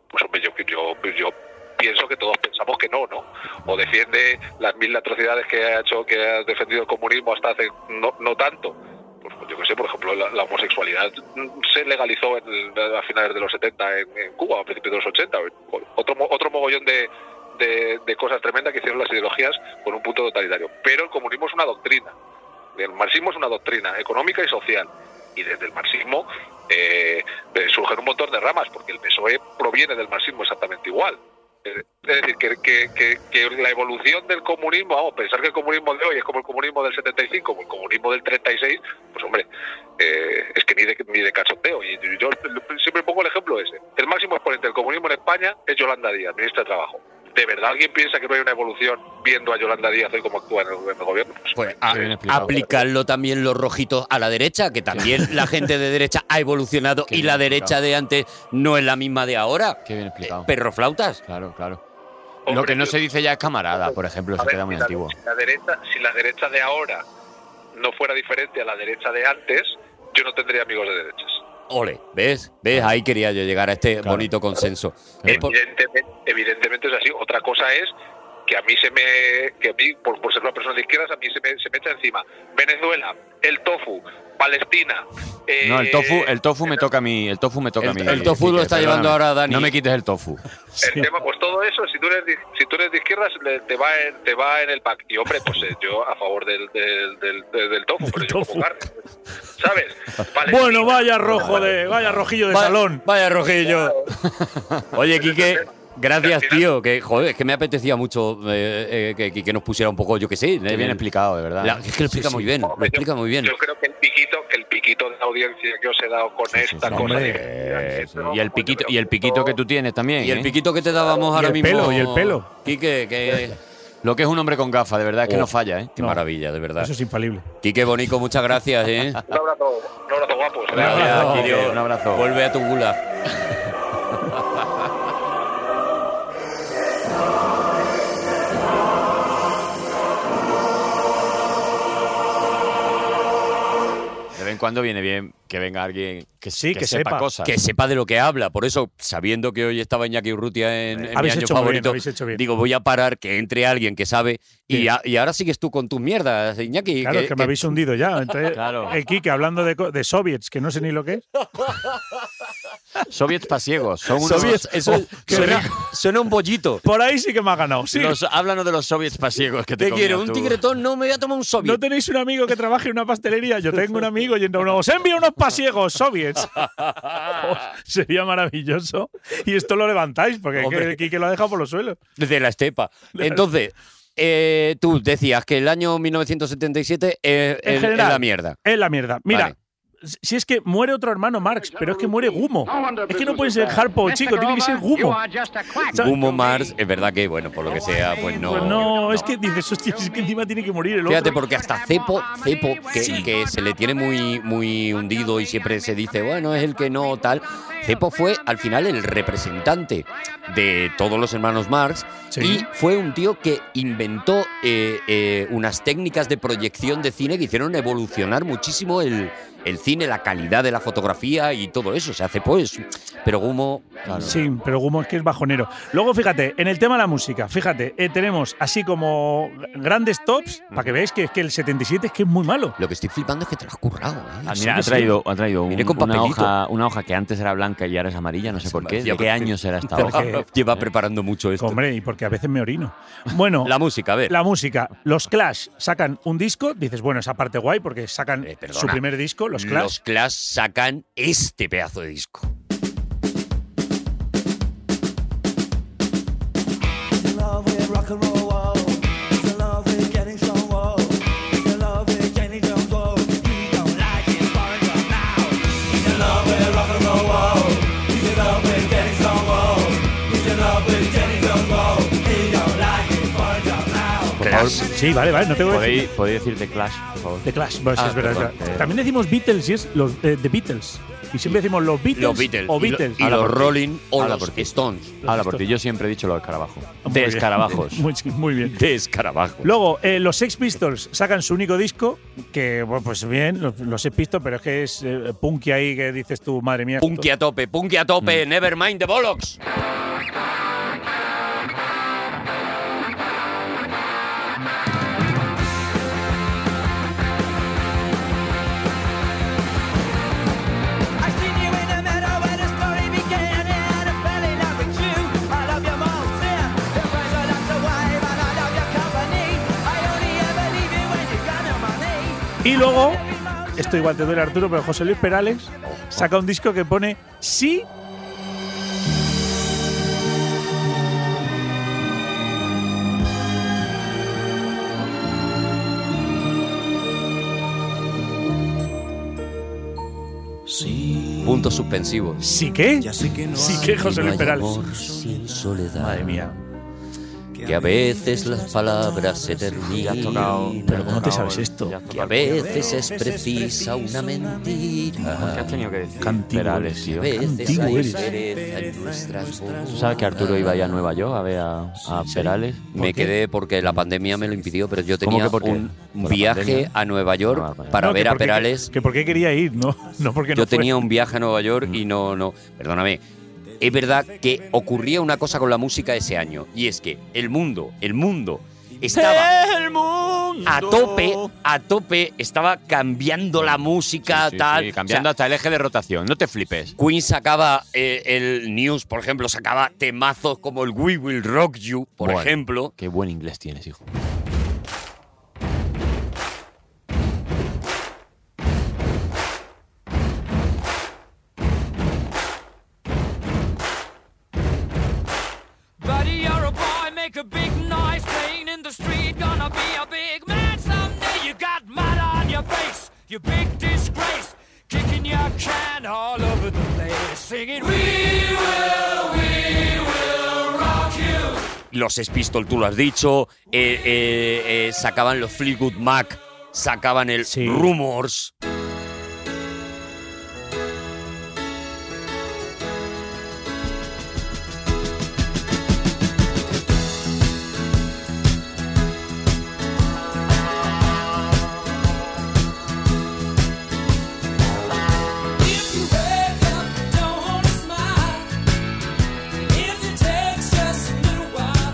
J: Pues hombre, yo, yo, yo pienso que todos pensamos que no, ¿no? O defiende las mil atrocidades que ha hecho, que ha defendido el comunismo hasta hace no, no tanto pues, pues, yo qué sé, por ejemplo, la, la homosexualidad mm, se legalizó en el- a finales de los 70 en, en Cuba, a principios de los 80. o- Otro, mo- otro mogollón de, de- de cosas tremendas que hicieron las ideologías con un punto totalitario. Pero el comunismo es una doctrina. El marxismo es una doctrina económica y social. Y desde el marxismo eh, eh, surgen un montón de ramas, porque el PSOE E proviene del marxismo exactamente igual. Eh, Es decir, que, que- que- que la evolución del comunismo, vamos, pensar que el comunismo de hoy es como el comunismo del 75, como el comunismo del 36, pues hombre, eh, es que ni de, ni de cachondeo. Y yo siempre pongo el ejemplo ese. El máximo exponente del comunismo en España es Yolanda Díaz, ministra de Trabajo. ¿De verdad alguien piensa que no hay una evolución viendo a Yolanda Díaz hoy como actúa en el, en el gobierno? Pues,
D: Pues a-
E: Bien explicado.
D: aplicarlo también los rojitos a la derecha, que también la gente de derecha ha evolucionado
E: Qué
D: y la
E: bien
D: derecha
E: explicado.
D: de antes no es la misma de ahora.
E: qué bien
D: Eh,
E: explicado.
D: Perroflautas.
E: Claro, claro. Lo
J: hombre,
E: que no
J: yo-
E: se dice ya es camarada, por ejemplo,
J: A
E: eso
J: ver,
E: queda muy
J: si la-
E: antiguo.
J: si La, derecha, si la derecha de ahora no fuera diferente a la derecha de antes, yo no tendría amigos de derechas.
D: Ole, ¿ves? ¿Ves? Ahí quería yo llegar a este
E: Claro.
D: bonito consenso.
E: Qué
D: Es por-
J: Evidentemente, evidentemente es así. Otra cosa es que a mí se me, que a mí, por, por ser una persona de izquierdas, a mí se me, se me echa encima. Venezuela, el tofu, Palestina. eh,
E: No, el tofu, el tofu me toca a mí. El tofu me toca a mí.
D: eh, El- el tofu lo
E: Quique,
D: está
E: perdóname.
D: llevando ahora Dani.
E: No me quites el tofu.
J: El tema, pues todo eso, si tú eres de, si tú eres de izquierdas, le- te, va en, te va en el pack. Y hombre, pues eh, yo a favor del, del, del, del- del tofu, pero yo
B: tofu.
J: como carne. ¿Sabes? Palestina,
B: Bueno, vaya rojo de, vaya rojillo de
D: Vaya-
B: salón.
D: Vaya rojillo. Oye, Quique. Gracias,
J: Al final-
D: tío. Que, joder, es que me apetecía mucho eh, eh, que Quique nos pusiera un poco, yo qué sé.
E: Qué bien
D: el-
E: explicado, de verdad.
D: la- es que lo explica muy bien. Lo
J: hombre,
D: explica muy bien.
J: Yo creo que el piquito, el piquito de la audiencia que os he dado con esta cosa.
B: hombre,
D: Eh,
J: de-
E: Eso, Eh, Y el piquito, y el piquito que tú tienes también.
D: Y el
E: ¿eh?
D: piquito que te dábamos ahora
B: el
D: mismo.
B: pelo, y el pelo.
D: Quique, que.
E: Lo que es un hombre con gafas, de verdad, es que
D: Oh.
E: no falla, ¿eh?
D: Qué
B: No.
D: maravilla, de verdad.
B: Eso es infalible.
D: Quique Bonico, muchas gracias, ¿eh?
J: Un abrazo, un abrazo guapo.
D: Gracias,
E: abrazo,
D: Quique.
E: Quique, un abrazo.
D: Vuelve a tu gula.
E: De vez en cuando viene bien que venga alguien que,
B: Sí, que
E: sepa,
B: sepa.
E: cosas.
D: Que sepa de lo que habla. Por eso, sabiendo que hoy estaba Iñaki Urrutia en, en mi
B: Habéis
D: año
B: hecho muy bien,
D: favorito,
B: habéis hecho bien.
D: digo, voy a parar que entre alguien que sabe. Y,
B: Sí.
D: a- y ahora sigues tú con tus mierdas, Iñaki.
B: Claro, es que me habéis hundido ya. Entonces,
E: Claro.
B: El Kike hablando de, co- de soviets, que no sé ni lo que es.
E: Soviets pasiegos. Son unos,
D: Soviets, eso
E: Oh,
B: qué
D: suena,
B: rico.
D: suena un bollito.
B: Por ahí sí que me ha ganado. Sí.
E: los- háblanos de los soviets pasiegos que te,
D: Te quiero,
E: comías
D: un
E: tú.
D: tigretón, no me voy a tomar un soviet.
B: ¿No tenéis un amigo que trabaje en una pastelería? Yo tengo un amigo yendo a uno. ¡Os envío unos pasiegos soviets! Os- sería maravilloso. Y esto lo levantáis, porque es que
D: Hombre.
B: el Kike lo ha dejado por los suelos.
D: De la estepa. Entonces, eh, tú decías que el año 1977 es,
B: En
D: es- es
B: general.
D: la mierda.
B: Es la mierda. Mira,
D: Vale.
B: si es que muere otro hermano Marx, pero es que muere Gumo. Es que no puede ser Harpo, chico, tiene que ser Gumo. ¿Sabes?
D: Humo Mars, es verdad que, bueno, por lo que sea, pues no.
B: Pues no, es que dices, hostia, es que encima tiene que morir el otro.
D: Fíjate, porque hasta Cepo, Cepo que, que se le tiene muy, muy hundido y siempre se dice, bueno, es el que no, tal. Cepo fue al final el representante de todos los hermanos Marx
B: Sí.
D: y fue un tío que inventó eh, eh, unas técnicas de proyección de cine que hicieron evolucionar muchísimo el, el cine, la calidad de la fotografía y todo eso. O sea, Cepo es. Pero Gumo. claro.
B: Sí, pero Gumo es que es bajonero. Luego, fíjate, en el tema de la música, fíjate, eh, tenemos así como grandes tops, para que veáis que, es que el 77 es que es muy malo.
D: Lo que estoy flipando es que te lo has currado. ¿eh?
E: Ah,
D: Sí,
E: mira, ha
D: sí.
E: traído, ha traído un-
D: Viene con
E: una,
D: papelito.
E: hoja, una hoja que antes era blanca y ahora es amarilla, no sé por qué.
D: Ya,
E: ¿De qué
D: pero-
E: año será esta
B: pero
E: hoja?
B: que-
D: Lleva preparando mucho esto.
B: Hombre, y porque a veces me orino. Bueno,
D: Este. La música, a ver.
B: la música. Los Clash sacan un disco, dices, bueno, esa parte guay, porque sacan
D: Eh, perdona.
B: su primer disco,
E: Mm,
B: los Clash.
D: Los Clash sacan este pedazo de disco.
B: Sí, vale, vale, no tengo que decir.
E: ¿Podéis, podéis decir The Clash, por favor?
B: The Clash, pues,
E: Ah,
B: es verdad, es
E: perdón,
B: verdad.
E: eh.
B: También decimos Beatles y es los eh, The Beatles. Y siempre decimos los Beatles,
D: Los Beatles.
B: o
D: y lo-
B: Beatles.
D: Y, los Rolling o
E: Habla
D: los
E: por ti.
D: Stones.
E: Habla por ti, yo siempre he dicho los escarabajos.
B: Muy
E: De
B: bien.
E: escarabajos.
B: Muy, muy bien.
D: De escarabajo.
B: Luego, eh, los Sex Pistols sacan su único disco, que bueno, pues bien, los, los Sex Pistols, pero es que es eh, punky ahí que dices tú, madre mía.
D: Punky a tope, punky a tope, Nevermind the Bollocks.
B: Y luego, esto igual te duele Arturo, pero José Luis Perales saca un disco que pone sí.
D: Puntos suspensivos.
B: ¿Sí qué? sí que José
D: No
B: Luis
D: hay
B: Perales.
D: amor sin soledad.
B: Madre mía.
D: Que a veces las palabras se terminan.
B: Pero ¿cómo te sabes esto?
D: Que a veces es precisa una mentira.
E: has tenido que decir?
B: Antiguo
E: Perales,
D: Que a
E: tío.
D: veces
B: Antiguo
D: hay
B: eres.
D: pereza en nuestras
E: ¿Tú sabes que Arturo iba ya a Nueva York a ver a, a Perales?
D: Me quedé porque la pandemia me lo impidió, pero yo
E: ¿Cómo
D: tenía
E: que por qué?
D: un
E: ¿Por la
D: viaje
E: pandemia?
D: a Nueva York
E: Ah, vale.
D: para
B: No, que
D: ver a
B: porque-
D: Perales.
B: Que por qué quería ir, ¿no? No porque
D: Yo
B: no fue.
D: tenía un viaje a Nueva York y no, no, perdóname. es verdad que ocurría una cosa con la música ese año, y es que el mundo, el mundo, estaba
E: El mundo.
D: a tope, a tope, estaba cambiando la música,
E: Sí, sí,
D: tal.
E: sí, cambiando hasta el eje de rotación. No te flipes.
D: Queen sacaba eh, el News, por ejemplo, sacaba temazos como el We Will Rock You, por
E: Bueno.
D: ejemplo.
E: Qué buen inglés tienes, hijo.
K: Buddy, you're a boy, make a big noise playing in the street. Gonna be a big man someday. You got mud on your face, you big disgrace. Kicking your can all over the place, singing, We will, we will rock you.
D: Los Spistol, tú lo has dicho, eh, eh, eh, sacaban los Fleetwood Mac, sacaban el
B: Sí.
D: Rumors.
K: If you wake up, don't wanna smile. If it takes just a little while.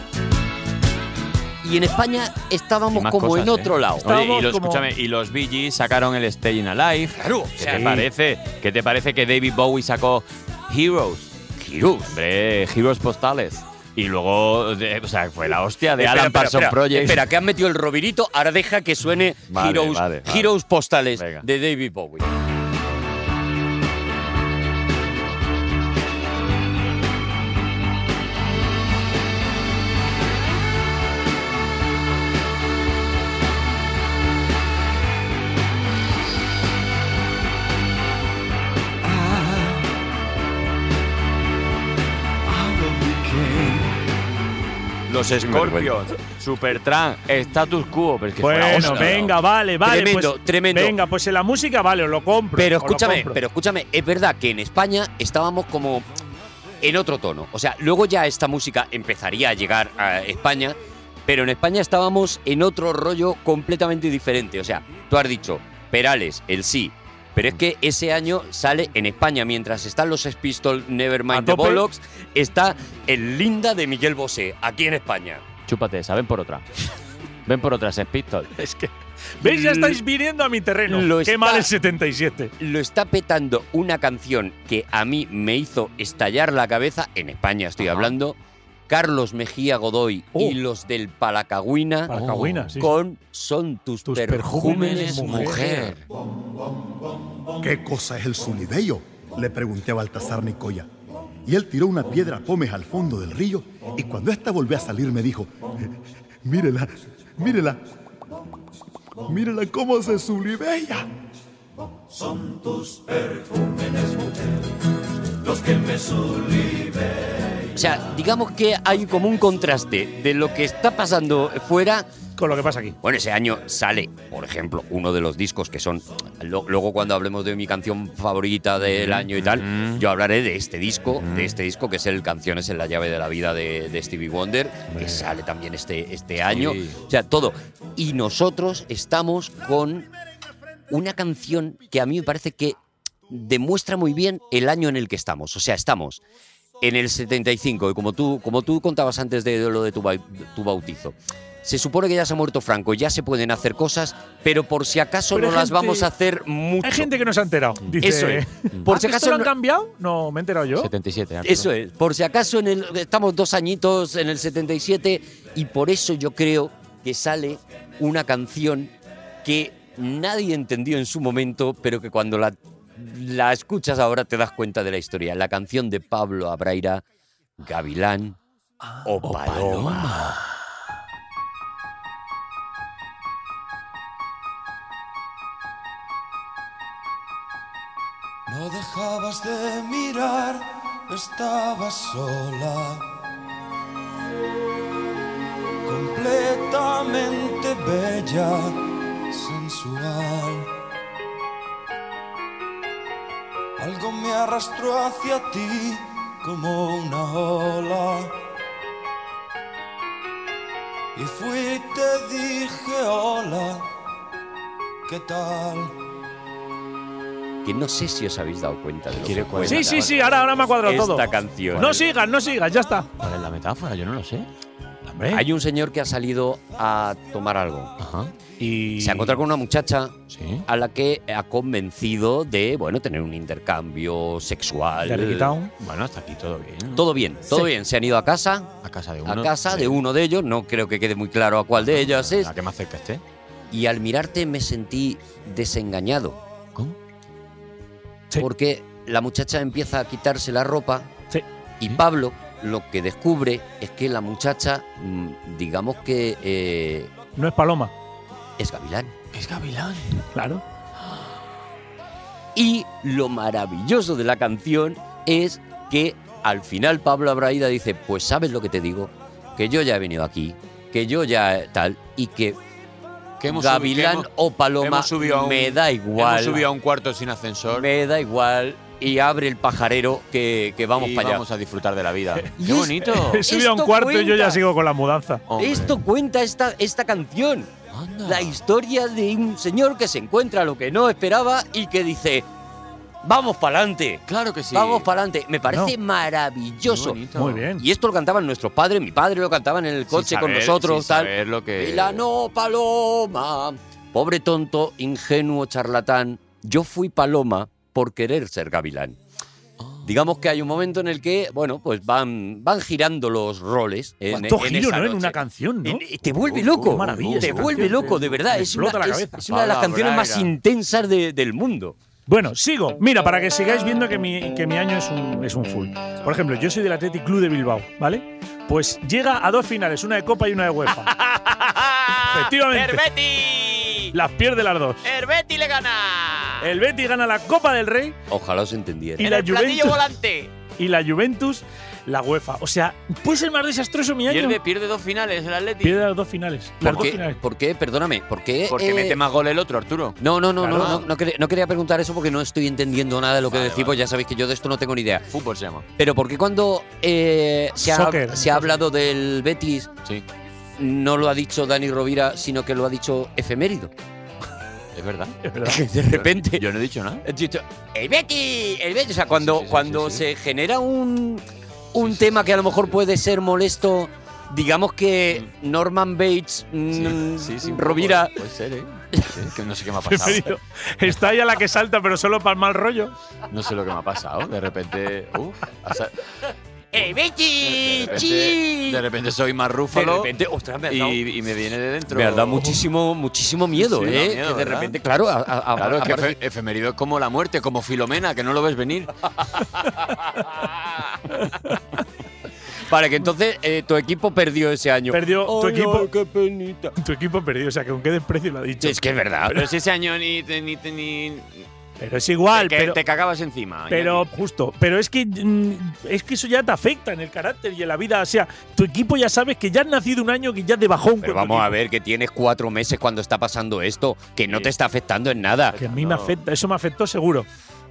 D: Y en España estábamos
E: Más
D: como
E: cosas,
D: en
E: ¿eh?
D: otro lado.
E: Oye, y,
B: Estábamos
E: lo-
B: como-
E: escúchame, y los Bee Gees sacaron el Staying Alive.
D: Claro,
E: ¿Qué
D: sí.
E: te parece? ¿Qué te parece que David Bowie sacó Heroes? Heroes. Hombre, Heroes Postales. Y luego, de- o sea, fue la hostia de
D: Espera,
E: Alan
D: espera,
E: Parsons
D: espera,
E: Project.
D: Espera, que han metido el robirito, ahora deja que suene
E: Vale,
D: Heroes,
E: vale, vale.
D: Heroes Postales
E: Venga.
D: de David Bowie.
E: Los Scorpions, Supertramp, Status Quo. Pero es que fue la
B: Bueno,
E: hostia.
B: venga, vale, vale.
D: Tremendo,
B: pues-
D: tremendo.
B: Venga, pues en la música, vale, os lo compro.
D: Pero
B: os lo
D: escúchame,
B: compro.
D: pero escúchame, es verdad que en España estábamos como en otro tono. O sea, luego ya esta música empezaría a llegar a España, pero en España estábamos en otro rollo completamente diferente. O sea, tú has dicho, Perales, el sí. Pero es que ese año sale en España, mientras están los Sex Pistols, Nevermind
B: A
D: the
B: tope.
D: Bollocks, está el Linda de Miguel Bosé, aquí en España.
E: Chúpate esa, ven por otra. Ven por otra, Sex Pistols.
B: Es que. ¿Veis? Ya estáis viniendo a mi terreno.
D: Lo
B: Qué
D: está-
B: mal el 77.
D: lo está petando una canción que a mí me hizo estallar la cabeza, en España estoy hablando, Carlos Mejía Godoy
B: Oh.
D: y los del Palacagüina,
B: Palacagüina, sí.
D: con Son tus,
B: Tus
D: perjúmenes,
B: perjúmenes,
D: mujer.
L: ¿Qué cosa es el sunideyo? Le pregunté a Baltasar Nicoya. Y él tiró una piedra a Pómez al fondo del río y cuando ésta volvió a salir me dijo, mírela, mírela, mírela cómo se sulibella.
D: O sea, digamos que hay como un contraste de lo que está pasando fuera
B: Con lo que pasa aquí.
D: Bueno, ese año sale, por ejemplo, uno de los discos que son. lo- luego, cuando hablemos de mi canción favorita del año y tal, yo hablaré de este disco, de este disco que es el Canciones en la llave de la vida de, de Stevie Wonder, que sale también este, este año. O sea, todo. Y nosotros estamos con una canción que a mí me parece que demuestra muy bien el año en el que estamos. O sea, estamos en el 75, y como tú, como tú contabas antes de lo de tu, bau- tu bautizo. Se supone que ya se ha muerto Franco, ya se pueden hacer cosas, pero por si acaso
B: Pero
D: no
B: hay
D: las
B: gente-
D: vamos a hacer mucho.
B: Hay gente que no se ha enterado. Dice,
D: Eso es. Por
B: "Ah, que esto
D: si acaso
B: lo han
D: no-
B: cambiado? No, me he enterado yo.
E: 77, Arturo.
D: Eso es. Por si acaso en el, estamos dos añitos en el 77 y por eso yo creo que sale una canción que nadie entendió en su momento, pero que cuando la, la escuchas ahora te das cuenta de la historia. La canción de Pablo Abraira, Gavilán o Paloma.
K: No dejabas de mirar, estabas sola. Completamente bella, sensual. Algo me arrastró hacia ti como una ola. Y fui y te dije hola, ¿qué tal?
D: que no sé si os habéis dado cuenta de lo que cuenta
B: Sí, sí, sí, ahora, ahora me ha cuadrado
D: esta
B: todo.
D: canción.
B: No sigas, no sigas, ya está.
E: ¿Cuál es la metáfora? Yo no lo sé.
D: Hay un señor que ha salido a tomar algo.
B: Y
D: se ha encontrado con una muchacha a la que ha convencido de, bueno, tener un intercambio sexual.
E: ¿Le ha quitado? Bueno, hasta aquí todo bien.
D: Todo bien, todo
E: Sí.
D: bien. Se han ido a casa.
E: A casa de uno.
D: A casa de uno de ellos, no creo que quede muy claro a cuál de ellos es.
E: La que más cerca esté.
D: Y al mirarte me sentí desengañado.
E: ¿Cómo?
D: Porque la muchacha empieza a quitarse la ropa y Pablo lo que descubre es que la muchacha, mm, digamos que eh,
B: No es paloma.
D: es gavilán.
E: Es Gavilán.
B: Claro.
D: Y lo maravilloso de la canción es que al final Pablo Abraida dice, pues sabes lo que te digo, que yo ya he venido aquí, que yo ya eh, tal, y que,
E: Que hemos
D: Gavilán
E: subi- que hemos-
D: o Paloma
E: hemos subido a un-
D: me da igual.
E: Hemos subido a un cuarto sin ascensor.
D: Me da igual. Y abre el pajarero que, que vamos
E: y
D: para allá.
E: vamos a disfrutar de la vida.
D: Y
E: ¡Qué
D: es-
E: bonito!
B: He subido a un
D: Esto
B: cuarto y yo ya
D: cuenta.
B: sigo con la mudanza.
D: Esto cuenta esta, esta canción. La historia de un señor que se encuentra lo que no esperaba y que dice, vamos para adelante.
E: Claro que sí.
D: Vamos para adelante. Me parece maravilloso.
B: Muy bien.
D: Y esto lo cantaban nuestros padres, mi padre lo cantaba en el coche con
E: saber-
D: nosotros,
E: sin
D: tal.
E: saber lo que-
D: Y la no paloma. Pobre tonto, ingenuo, charlatán. Yo fui paloma por querer ser gavilán.
E: Ah.
D: Digamos que hay un momento en el que, bueno, pues van, van girando los roles. En,
B: Cuánto
D: en
B: giro, ¿no?
D: esa
B: En
D: noche.
B: una canción, ¿no? Oh,
D: Y Te vuelve loco.
B: Qué maravilla
D: te
B: esa
D: vuelve
B: canción.
D: loco, de verdad.
B: Me
D: Es una,
B: explota la
D: es-
B: cabeza.
D: es una de las
B: Pablo
D: canciones más
B: Braga.
D: intensas de- del mundo.
B: Bueno, sigo. Mira, para que sigáis viendo que mi, que mi año es un, es un full. Por ejemplo, yo soy del Athletic Club de Bilbao, ¿vale? Pues llega a dos finales, una de Copa y una de UEFA. Efectivamente. Las pierde las dos.
M: El Betty le gana.
B: El Betis gana la Copa del Rey
D: Ojalá os entendiera.
B: y
M: En
B: la
M: el platillo
B: Juventus
M: volante.
B: y la Juventus la UEFA. O sea, puede ser más desastroso mi año.
E: Pierde, pierde dos finales el Atlético.
B: Pierde las dos finales. Las
D: ¿Por
B: dos
D: qué?
B: finales.
D: ¿Por qué? Perdóname. ¿Por qué?
E: Porque
D: eh,
E: mete más gol el otro, Arturo.
D: No, no, no,
E: Claro.
D: no, no, no quería, no quería preguntar eso porque no estoy entendiendo nada de lo que
E: Vale,
D: decimos.
E: vale.
D: Ya sabéis que yo de esto no tengo ni idea.
E: Fútbol se llama.
D: Pero ¿por qué cuando eh, se, ha,
B: Soccer.
D: se ha hablado del Betis
E: Sí,
D: no lo ha dicho Dani Rovira, sino que lo ha dicho efemérido?
E: es verdad.
B: Es verdad.
D: De repente.
E: Yo no he dicho nada.
D: he dicho, ¡El Betis! ¡El Betis! O sea, cuando,
E: sí, sí, sí,
D: cuando
E: sí, sí.
D: se genera un, un tema que a lo mejor puede ser molesto, digamos que Norman Bates, mm,
E: Mm. Sí, sí, un poco,
D: Rovira.
E: Puede ser, ¿eh? Sí, que no sé qué me ha pasado.
B: Preferido. Está ahí a la que salta, pero solo para el mal rollo.
E: No sé lo que me ha pasado. De repente. Uf, ha sa-
D: ¡El
E: de,
D: Betis!
E: repente,
D: ¡Sí!
E: de repente soy más
D: De
E: rúfalo.
D: repente, ostras, me ha dado-
E: y, y me viene de dentro.
D: Me ha dado muchísimo, muchísimo miedo,
E: Sí, da
D: ¿eh?
E: miedo,
D: que de
E: ¿verdad?
D: repente, claro, a- a- a-
E: Claro, es que
D: aparece-
E: efe- efemérido es como la muerte, como Filomena, que no lo ves venir.
D: para que entonces eh, tu equipo perdió ese año.
B: Perdió tu
D: no,
B: equipo.
D: qué penita.
B: Tu equipo perdió, o sea, que con qué desprecio lo ha dicho.
D: Es que es verdad.
E: Pero si ese año ni. te- ni, te- ni-
B: Pero es igual,
E: que
B: pero,
E: te cagabas encima.
B: pero justo. Pero es que mm, es que eso ya te afecta en el carácter y en la vida. O sea, tu equipo ya sabes que ya has nacido un año que ya de bajón.
D: Pero
B: con tu
D: vamos a
B: equipo.
D: ver que tienes cuatro meses cuando está pasando esto, que no
E: Sí.
D: te está afectando en nada.
B: Que a mí me afecta, eso me afectó seguro.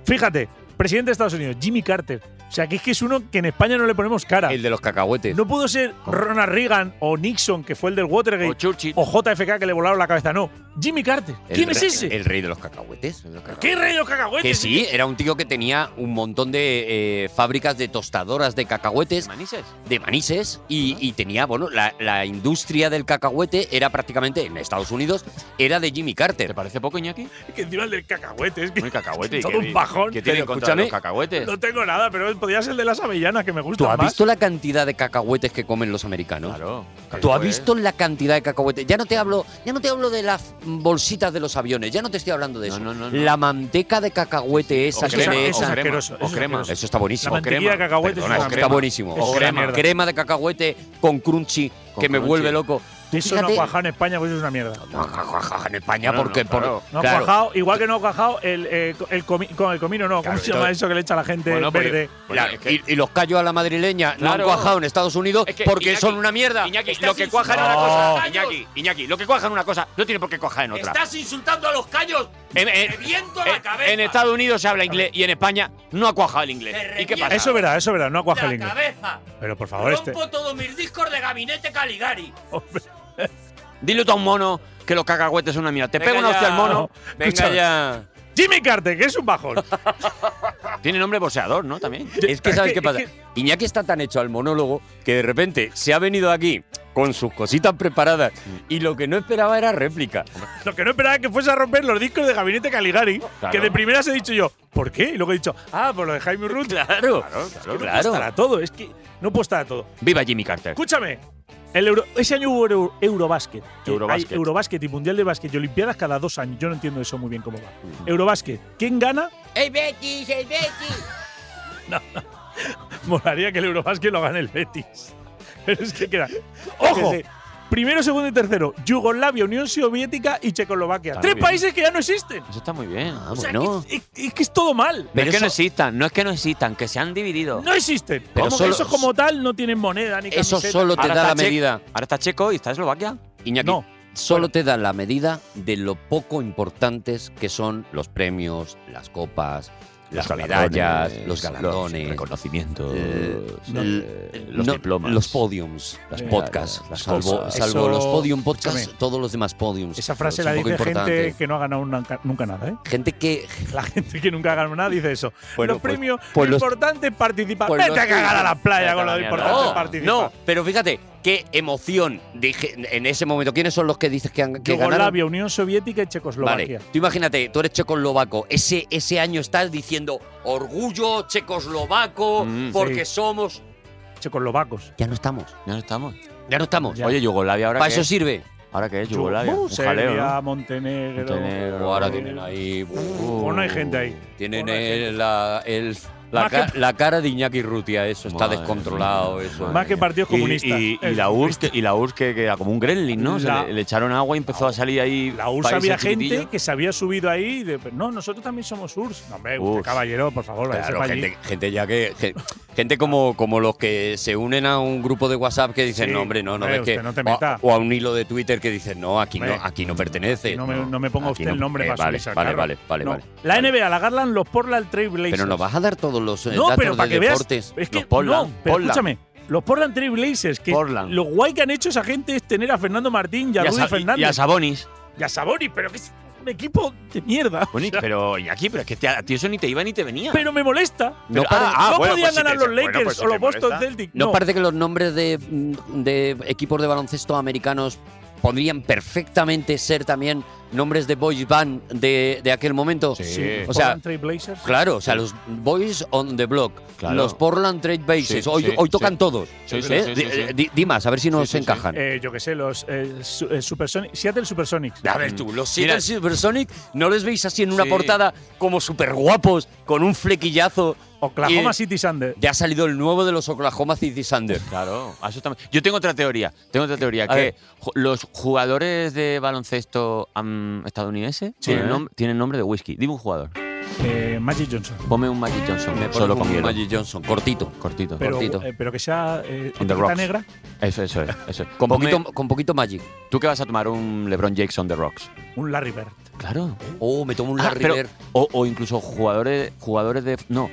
B: Fíjate, presidente de Estados Unidos, Jimmy Carter. O sea, que es que es uno que en España no le ponemos cara.
D: El de los cacahuetes.
B: No pudo ser Ronald Reagan o Nixon, que fue el del Watergate,
E: O Churchill.
B: o JFK que le volaron la cabeza. No, Jimmy Carter.
D: El
B: Oh, ¿Quién es
D: rey-
B: ese?
D: El rey de los cacahuetes.
B: ¿Qué rey de los
D: Que
B: cacahuetes?
D: sí, era un tío que tenía un montón de eh, fábricas de tostadoras de cacahuetes.
E: ¿Manises?
D: de manises y, y tenía, bueno, la, la industria del cacahuete era prácticamente, en Estados Unidos, era de Jimmy
E: ¿Te
D: Carter.
E: parece poco, Iñaki?
B: Que encima el del cacahuete. Es que
E: Muy cacahuete.
B: Todo
E: que-
B: un bajón.
E: Que
B: Pero
E: tienen contra los
D: escúchame,
E: cacahuetes.
B: No tengo nada, pero podía ser el de las avellanas, que me gusta
D: ¿Tú has
B: más.
D: visto la cantidad de cacahuetes que comen los americanos?
E: Claro.
D: ¿Tú has
E: Pues,
D: visto la cantidad de cacahuetes? Ya no te hablo, ya no te hablo de las bolsitas de los aviones, ya no te estoy hablando de
E: No,
D: eso.
E: no, no, no.
D: La manteca de cacahuete esa
E: Eso
D: que
E: es-
D: le
E: eso es
D: echan-
B: asqueroso, eso
E: O
B: es
E: crema.
B: asqueroso.
D: Eso está
B: La
D: buenísimo.
B: mantequilla
E: crema.
B: de cacahuete
E: Perdona,
B: es
E: es
B: una
E: que
D: Está
B: mierda.
D: buenísimo.
B: Es
D: O
B: una
D: crema,
B: mierda.
D: crema de cacahuete con crunchy,
E: Con
D: que me
E: crunchy.
D: vuelve loco.
B: Eso no ha
D: Fíjate-
B: cuajado en España, pues es una mierda.
D: en España
E: No, no,
D: porque
E: no,
D: por-
E: claro.
B: No ha
D: claro.
B: cuajado, igual que no ha cuajado el, eh, co- el comi- con el comino, no. ¿Cómo
E: Claro,
B: se llama
E: entonces-
B: eso que le echa la gente
E: Bueno, pues-
B: verde?
E: Bueno,
D: Claro,
E: es que-
D: y, y los callos a la madrileña no han
E: Claro.
D: cuajado en Estados Unidos
E: Es que,
D: porque
E: Iñaki,
D: son una mierda.
E: Iñaki,
M: Estás
E: lo que cuaja en una
B: insultando a los
E: cosa,
M: gallos.
E: Iñaki, Iñaki, lo que cuaja en una cosa no tiene por qué cuajar en otra.
M: Estás insultando a los callos.
E: En, en-
M: Te viento la
E: en-
M: cabeza.
E: en Estados Unidos se habla inglés y en España no ha cuajado el inglés.
M: Te
E: ¿Y qué
M: reviento.
E: pasa?
B: Eso verá, eso verá, no ha cuajado
M: la
B: el inglés.
M: cabeza.
B: Pero por favor, este.
M: Rompo todos mis discos de gabinete Caligari.
B: Hombre,
E: Dile tú a un mono que los cacahuetes son una mierda. Te
D: Venga
E: pega una
D: ya.
E: hostia al mono.
B: Venga
E: Escucha,
D: ya.
B: Jimmy Carter, que es un bajón.
D: Tiene nombre boxeador, ¿no? También. Es que, ¿sabes qué pasa? Iñaki está tan hecho al monólogo que de repente se ha venido aquí con sus cositas preparadas
E: Mm.
D: y lo que no esperaba era réplica.
B: Lo que no esperaba que fuese a romper los discos de Gabinete Caligari, que de primeras he dicho yo, ¿por qué? Y luego he dicho, ah, por lo de Jaime Ruth.
D: Claro,
B: claro, es que no
D: claro.
B: puedo estar a todo, es que no puedo estar a todo.
D: Viva Jimmy Carter.
B: Escúchame, el Euro- ese año hubo Euro- Eurobasket. que
E: Eurobasket.
B: Hay Eurobasket y Mundial de Básquet y Olimpiadas cada dos años. Yo no entiendo eso muy bien cómo va. Eurobasket, ¿quién gana?
M: ¡Ey, Betis, ey, Betis!
B: Molaría que el Eurobasket lo gane el Betis. Pero es que queda. ¡Ojo! Primero, segundo y tercero. Yugoslavia, Unión Soviética y Checoslovaquia.
E: Está
B: Tres
E: bien.
B: países que ya no existen.
E: Eso está muy bien.
D: Ah,
B: O sea, que- es, es que es todo mal.
E: No es que no existan, no es que no existan, que se han dividido.
B: No existen.
E: Pero
B: Como que
E: solo-
B: esos como tal no tienen moneda ni
D: Eso
B: camiseta.
D: solo te
E: Ahora
D: da la
E: está Che-
D: medida.
E: Ahora está Checo y está Eslovaquia.
D: Iñaki, solo te da la medida de lo poco importantes que son los premios, las copas, las
E: Los galardones,
D: medallas,
E: los Eh,
D: los galardones,
E: reconocimientos, eh, los
D: los
E: diplomas,
D: los podiums, las
E: las
D: podcasts,
E: medallas, las
D: salvo,
E: cosas.
D: salvo
B: Eso-
D: los podium podcasts,
B: escúchame.
D: todos los demás podiums.
B: Esa frase
D: son
B: la
D: poco
B: dice gente
D: importantes.
B: que no ha ganado nunca, nunca nada, ¿eh?
D: Gente que.
B: La gente que nunca ha ganado nada dice eso.
D: Bueno,
B: los
D: pues-
B: premios
D: pues los-
B: importantes participar.
D: Pues
B: Vete
D: los
B: a cagar a la
D: tuyos.
B: playa
D: Vete
B: con
D: a la
B: lo
D: mierda.
B: importante
D: No,
B: participar.
D: Oh, No, pero fíjate, qué emoción dije en ese momento. ¿Quiénes son los que dices que, han, que ganaron?
B: Yugoslavia, Unión Soviética y Checoslovaquia.
D: Vale, tú imagínate, tú eres checoslovaco, ese, ese año estás diciendo orgullo checoslovaco
E: Mm,
D: porque
B: sí.
D: somos…
B: Checoslovacos.
D: Ya no estamos,
E: Ya no estamos.
D: ya no estamos.
B: Ya.
E: Oye, Yugoslavia ahora
D: Para
E: qué
D: eso
E: es?
D: sirve.
E: Ahora qué es Yugoslavia.
B: Uh,
E: Un jaleo,
B: Serbia,
E: ¿no?
B: Montenegro. eh,
E: Montenegro.
D: ahora tienen ahí… uh,
B: Pues no hay gente ahí.
D: Tienen
B: Bueno, hay
D: el- la, el- la,
B: Más
D: ca-
B: que-
D: la cara de Iñaki Rutia, eso está
E: Madre
D: descontrolado.
E: mía,
D: eso.
E: madre
B: Más que
E: mía.
B: partidos
E: Y-
B: comunistas. este,
E: Y, y
B: Es
E: la URSS, que, y la URSS que, que era como un gremlin, ¿no? Se
B: La-
E: le, le echaron agua y empezó a salir ahí.
B: La URSS
E: países
B: había gente
E: chiquitillos.
B: que se había subido ahí y de, no, nosotros también somos URSS. No, hombre, usted,
E: URSS.
B: caballero, por favor, váyase
D: Claro,
B: pa' allí.
D: gente, gente ya que. gen- Gente como, como los que se unen a un grupo de WhatsApp que dicen,
B: Sí,
D: no, hombre, no, no
B: hombre,
D: ves que.
B: usted no te
D: o-
B: meta.
D: o, a un hilo de Twitter que dicen, no, aquí no,
B: Hombre,
D: aquí no pertenece.
B: no me- no me ponga
D: aquí eh,
B: usted el nombre para
D: vale,
B: subirse al
D: vale,
B: carro.
D: vale, vale,
B: No.
D: vale.
B: La NBA, la Garland, los Portland Trail Blazers.
D: Pero nos vas a dar todos los eh,
B: no,
D: datos
B: pero
D: de
B: para que
D: deportes.
B: veas. Es que,
D: Los Portland,
B: no, pero
D: Portland.
B: escúchame. Los Portland Trail Blazers, que
E: Portland.
B: lo guay que han hecho esa gente es tener a Fernando Martín y a
E: Y a
B: Rudy
E: Sa-
B: Fernández.
E: Y a Sabonis.
B: Y a Sabonis, pero que es un equipo de mierda.
E: Bueno, y- pero Iñaki, pero es que te- a ti eso ni te iba ni te venía.
B: Pero me molesta.
E: No
B: Pero-
E: pare-
B: ah,
E: ah,
B: no
E: bueno,
B: podían
E: pues si
B: ganar
E: te-
B: los
E: bueno,
B: Lakers
E: pues si
B: o los
E: te
B: Boston
E: molesta.
B: Celtics.
D: ¿No, parece que los nombres de, mm, de equipos de baloncesto americanos podrían perfectamente ser también nombres de boys band de, de aquel momento?
B: Sí.
D: O sea,
B: Portland Trail Blazers.
D: Claro, o sea, los Boys on the Block,
E: Claro.
D: los Portland Trail Blazers,
E: Sí,
D: hoy,
E: sí,
D: hoy tocan
E: sí.
D: todos.
E: Sí, sí,
D: ¿Eh?
E: sí,
D: Di-
E: sí, sí.
D: di- di más, a ver si nos encajan.
B: Eh, yo qué sé, los eh, su- eh, Supersonic- Seattle Supersonics.
D: A ver tú, los
E: mm, Mira-
D: Seattle Supersonic, ¿no les veis así en una
E: Sí.
D: portada como súper guapos, con un flequillazo?
B: Oklahoma
D: Y
B: City Thunder.
D: Ya ha salido el nuevo de los Oklahoma City Thunder.
E: Claro, a eso también. Yo tengo otra teoría. Tengo otra teoría.
D: A ver.
E: que ju- los jugadores de baloncesto am, estadounidense
B: Sí.
E: tienen, nom- tienen nombre de whisky. Dime un jugador.
B: Eh, Magic Johnson.
E: Ponme un Magic Johnson.
D: Me
E: solo
D: pones
E: con
D: un
E: hielo.
D: Magic Johnson, cortito.
E: Cortito.
B: Pero,
D: Cortito.
B: eh, pero que sea eh,
E: On the
B: etiqueta
E: rocks.
B: negra.
E: Eso, eso es. Eso es.
D: Con
E: Ponme-
D: poquito, con poquito Magic.
E: ¿Tú qué vas a tomar? Un LeBron James on the rocks.
B: Un Larry Bird.
E: Claro.
D: Oh, me tomo un
E: Ah,
D: Larry
E: pero-
D: Bird.
E: o, o incluso jugadores, jugadores de. No.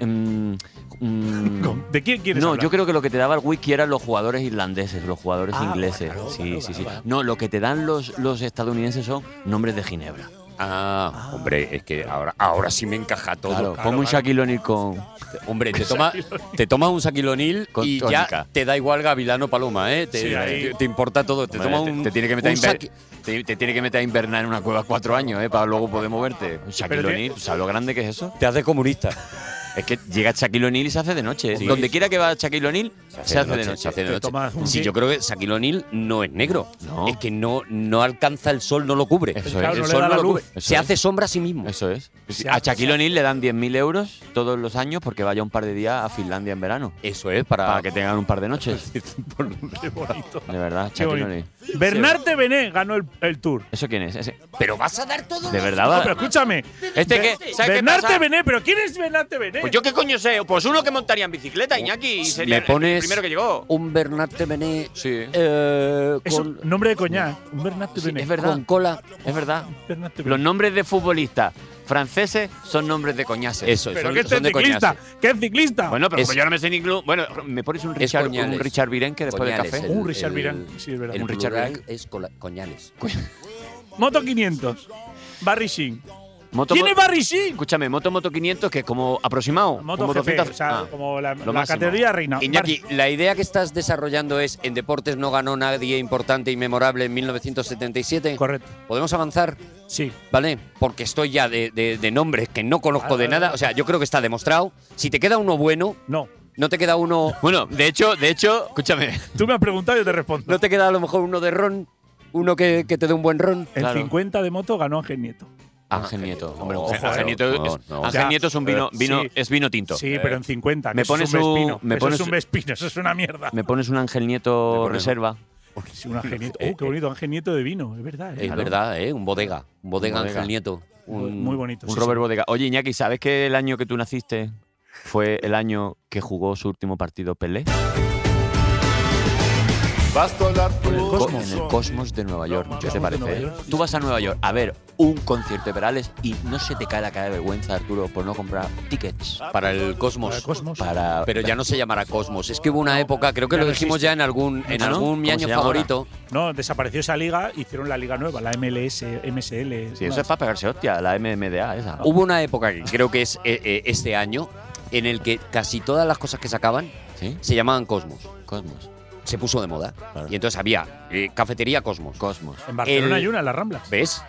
E: ju- mm, mm,
B: ¿De quién quieres
E: no,
B: hablar?
E: yo creo que lo que te daba el wiki eran los jugadores irlandeses, los jugadores
B: Ah,
E: ingleses.
B: bueno, claro,
E: sí,
B: claro,
E: sí, sí.
B: claro, claro.
E: No, lo que te dan los, los estadounidenses son nombres de Ginebra.
D: Ah, hombre, es que ahora, ahora sí me encaja todo.
E: Claro, ponme un Shaquille O'Neal con.
D: Hombre, te toma, te toma un saquilonil
E: Con
D: y
E: tónica.
D: ya te da igual Gavilano Paloma, ¿eh? Te,
B: Sí, ahí.
D: te- te importa todo. Te
E: Hombre,
D: toma
E: te-
D: un.
E: te tiene que meter
D: un
E: a inver-
D: saqui-
E: Te, te tiene que meter a invernar en una cueva cuatro años, ¿eh? Para luego poder moverte. Un Shaquille
B: Pero tiene-
E: O'Neal, ¿tú ¿sabes lo grande que es eso?
D: Te haces comunista.
E: Es que llega Shaquille O'Neal y se hace de noche. ¿eh?
D: Sí.
E: Donde quiera que va Shaquille O'Neal, se, hace de noche.
D: se hace de
B: Te
D: noche.
B: tomas un
D: Sí,
B: gin.
D: yo creo que Saquilonil no es negro.
E: No.
D: Es que no, no alcanza el sol, no lo cubre.
E: Eso
B: Claro,
E: es.
B: no
E: El
B: le
E: sol
B: da la
E: no lo
B: luz.
E: cubre. Eso
D: Se
E: es.
D: hace sombra a sí mismo.
E: Eso es.
B: Se
E: A
B: hace-
E: Shaquille O'Neal le dan 10.000 euros todos los años porque vaya un par de días a Finlandia en verano.
D: Eso es para.
E: Para que tengan un par de noches.
B: Qué bonito.
E: De verdad,
B: Qué
E: Shaquille
B: bonito.
E: O'Neal.
B: Bernard Tevené ganó el, el tour.
E: ¿Eso quién es? Ese-
D: Pero vas a dar todo.
E: De
D: eso.
E: verdad.
B: No, pero escúchame.
E: Ah, Este
B: Be-
E: que. ¿sabes qué
B: Bernard
E: pasa?
B: Tevené, pero ¿quién es Bernard Tevené?
E: Pues yo qué coño sé. Pues uno que montaría en bicicleta, Iñaki. y Sería
D: Me
E: el- el
D: pones
E: primero que llegó.
D: un Bernat Tevené
E: Sí.
D: eh,
B: Es un
D: con,
B: nombre de coñac. Un Bernard Tevené.
E: es verdad.
D: con cola.
E: Es verdad.
B: Bernard Tevené.
E: Los nombres de futbolistas franceses son nombres de coñases.
D: Eso,
B: pero
D: son,
B: que este es
D: son de
B: ciclista.
D: coñazo.
B: Que es ciclista.
E: Bueno, pero pues
D: Es-
E: como yo no me sé ni inclu- Bueno, me pones un
D: Es
E: Richard, un
D: Coñales.
E: Richard Virenque después del
D: Coñales, eh.
E: café.
B: Un Richard Virenque, sí, es verdad.
D: El
E: Un Richard
D: plural
E: Virenque.
D: es cola- coñales.
B: Moto 500. Barry Sheen.
E: Moto,
B: ¿Quién
E: mo-
B: es Barry Sheen?
E: Escúchame, Moto Moto 500, que es como aproximado.
B: Moto
E: como
B: GP,
E: 200
B: o sea,
E: ah,
B: como la,
E: lo
B: la
E: máximo.
B: categoría reina.
D: Iñaki, la idea que estás desarrollando es en deportes no ganó nadie importante y memorable en 1977.
B: Correcto.
D: ¿Podemos avanzar?
B: Sí.
D: Vale, porque estoy ya de, de- de nombres que no conozco de nada. O sea, yo creo que está demostrado. Si te queda uno bueno.
B: No.
D: No te queda uno.
E: Bueno, de hecho, de hecho, escúchame.
B: Tú me has preguntado, yo te respondo.
D: No te queda a lo mejor uno de ron, uno que, que te dé un buen ron.
B: El 50 de moto ganó Ángel Nieto.
E: Ángel Nieto. Hombre,
D: Ojo,
E: Ángel Ángel
D: eh,
E: Nieto,
D: no,
E: es,
D: no.
E: Ángel
B: Ya,
E: Nieto es un vino,
B: eh,
E: vino,
B: sí.
E: es vino tinto.
B: Sí, pero en 50. que
E: me
B: eso
E: pones
B: es un vespino.
E: me
B: eso
E: pones
B: es un vespino, eso es una mierda.
E: Me pones un Ángel Nieto reserva.
B: Sí, un Ángel Nieto.
E: Eh,
B: Oh, qué bonito, Ángel Nieto de vino, es verdad.
D: Es verdad, ¿eh? Un bodega. Un bodega,
E: bodega.
D: Ángel Nieto.
B: Muy- muy bonito,
E: Un
B: sí,
E: Robert
B: sí.
E: Bodega. Oye, Iñaki, ¿sabes que el año que tú naciste fue el año que jugó su último partido Pelé?
I: Basta hablar
E: En el, co- en el Cosmos de Nueva York, ¿qué te
I: de Nueva
E: parece? ¿eh?
I: York.
E: Tú vas a Nueva York a ver un concierto de Perales y no se te cae la cara de vergüenza, Arturo, por no comprar tickets.
D: Para el Cosmos.
E: Para-
D: Pero ya no se llamará Cosmos. Es que hubo una época, creo que
B: ya
D: lo
B: no
D: dijimos
B: existe.
D: ya en algún, en
E: ¿Ah, no?
D: algún mi
E: ¿Cómo
D: año
E: se llama ahora?
D: favorito.
B: No, desapareció esa liga, hicieron la liga nueva, la MLS, MSL.
E: Sí, eso es para pegarse hostia, la MMDA esa.
D: Hubo una época que creo que es eh, eh, este año en el que casi todas las cosas que sacaban
E: ¿Sí?
D: se llamaban Cosmos.
E: Cosmos.
D: Se puso de moda. Y entonces había eh, cafetería Cosmos.
E: Cosmos.
B: En Barcelona
D: El-
B: hay una, en las Ramblas.
D: ¿Ves?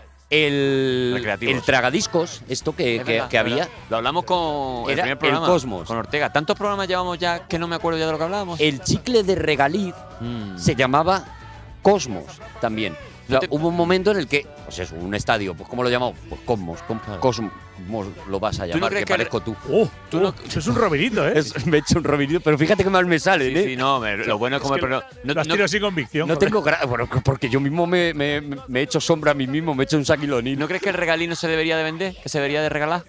D: El,
E: Recreativos.
D: el tragadiscos, esto que,
E: Es
D: que-
E: verdad,
D: que
E: es
D: había,
E: verdad. Lo hablamos con el
D: Era
E: primer programa.
D: el Cosmos.
E: Con Ortega. Tantos programas llevamos ya que no me acuerdo ya de lo que hablábamos.
D: el chicle de regaliz
E: Mm.
D: se llamaba Cosmos también. O sea,
E: te-
D: Hubo un momento en el que, pues eso, un estadio, pues ¿cómo lo llamamos? Pues Cosmos, com- Cosmos lo vas a
E: no
D: llamar, que
E: crees que el-
D: parezco tú.
B: Oh, oh, eso es un roberito, ¿eh?
D: Es- me he hecho un rovirito, pero fíjate que mal me sale,
E: Sí,
D: ¿eh?
E: sí, no, me- lo bueno es como.
B: Es que
E: pero no,
B: Lo has
E: no-
B: tirado sin convicción.
D: No
B: joder.
D: tengo gra- bueno, porque yo mismo me, me, me he hecho sombra a mí mismo, me he hecho un saquilonil.
E: ¿no crees que el regalino se debería de vender? ¿Que se debería de regalar?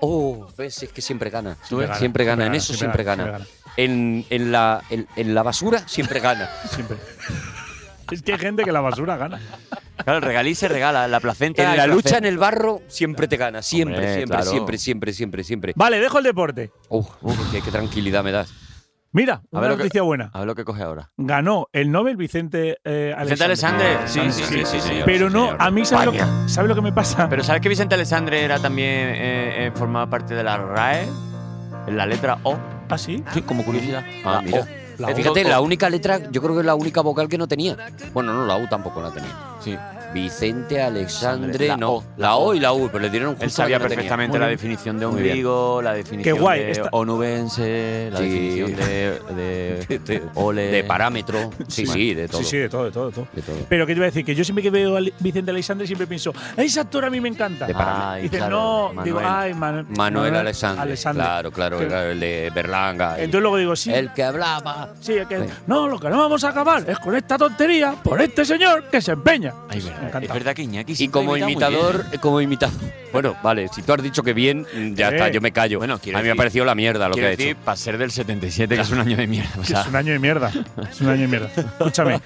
D: Oh, ves, es que siempre gana.
B: Siempre
D: Siempre,
B: gana,
D: gana,
B: siempre
D: en
B: gana, siempre
D: eso siempre,
B: gana,
D: gana. En, en la, en, en la basura siempre gana.
B: Siempre. Es que hay gente que la basura gana.
E: Claro, el regalí se regala, la placenta.
D: en
E: hay
D: la lucha, en
E: placenta.
D: el barro, siempre te gana. Siempre,
E: Hombre,
D: siempre,
E: claro.
D: siempre, siempre, siempre, siempre.
B: Vale, dejo el deporte.
D: Uf, uf, qué, qué tranquilidad me das.
B: Mira,
E: A
B: una
E: ver lo que-
B: noticia buena.
E: A ver lo que coge ahora.
B: Ganó el Nobel Vicente eh,
E: Vicente
B: Alexandre.
E: Alexandre. Sí, sí, sí, sí, señor,
B: Pero
E: sí,
B: no,
E: señor.
B: a mí, ¿sabes lo, que,
E: España.
B: ¿sabes lo que me pasa?
E: Pero ¿sabes que Vicente Alexandre era también. eh, eh, formaba parte de la RAE? En la letra O.
B: ¿Ah, sí?
E: Sí, como curiosidad.
D: Ah,
E: La
D: mira.
E: O.
B: La
D: Eh,
B: O.
D: fíjate, la única letra, yo creo que es la única vocal que no tenía. Bueno, no, la U tampoco la tenía.
E: Sí.
D: Vicente, Alexandre,
E: La
D: no.
E: O,
D: la O y la U, pero le dieron justo
E: Él
D: la
E: sabía
D: que no tenía.
E: perfectamente
B: Muy
E: la
B: bien.
E: definición de
D: Muy bien.
E: ombligo, la definición
B: Qué guay,
E: de
B: esta-
E: onubense, la
D: Sí.
E: definición de, de, ole.
D: De parámetro. Sí, sí, de todo.
B: Sí, sí, de todo, de todo, de todo.
D: De todo.
B: Pero que te iba a decir que yo siempre que veo a Ale- Vicente Alexandre siempre pienso, ese actor a mí me encanta.
D: De
E: parámetro. Ay,
B: Dice,
E: claro,
B: no, digo,
E: Manuel.
B: ay, Manu-
D: Manuel Alexandre. Claro, claro,
B: Que-
D: era el de Berlanga.
B: Entonces luego digo, sí,
D: el que hablaba.
B: sí, es que, no, lo que no vamos a acabar es con esta tontería por este señor que se empeña. Me encanta.
E: Es verdad que Iñaki
D: Y
E: siempre
D: como
E: imita muy
D: imitador, eh,
E: bien.
D: como imitador. Bueno, vale, si tú has dicho que bien, mm, ya
B: Eh.
D: está, yo me callo.
E: Bueno, quiero
D: a mí me ha
E: decir-
D: parecido la mierda lo que
E: Quiero
D: ha
E: decir,
D: hecho.
E: para ser del 77, que es un año de mierda. O
B: Que es
E: sea,
B: un año de mierda. Es un año de mierda. Escúchame.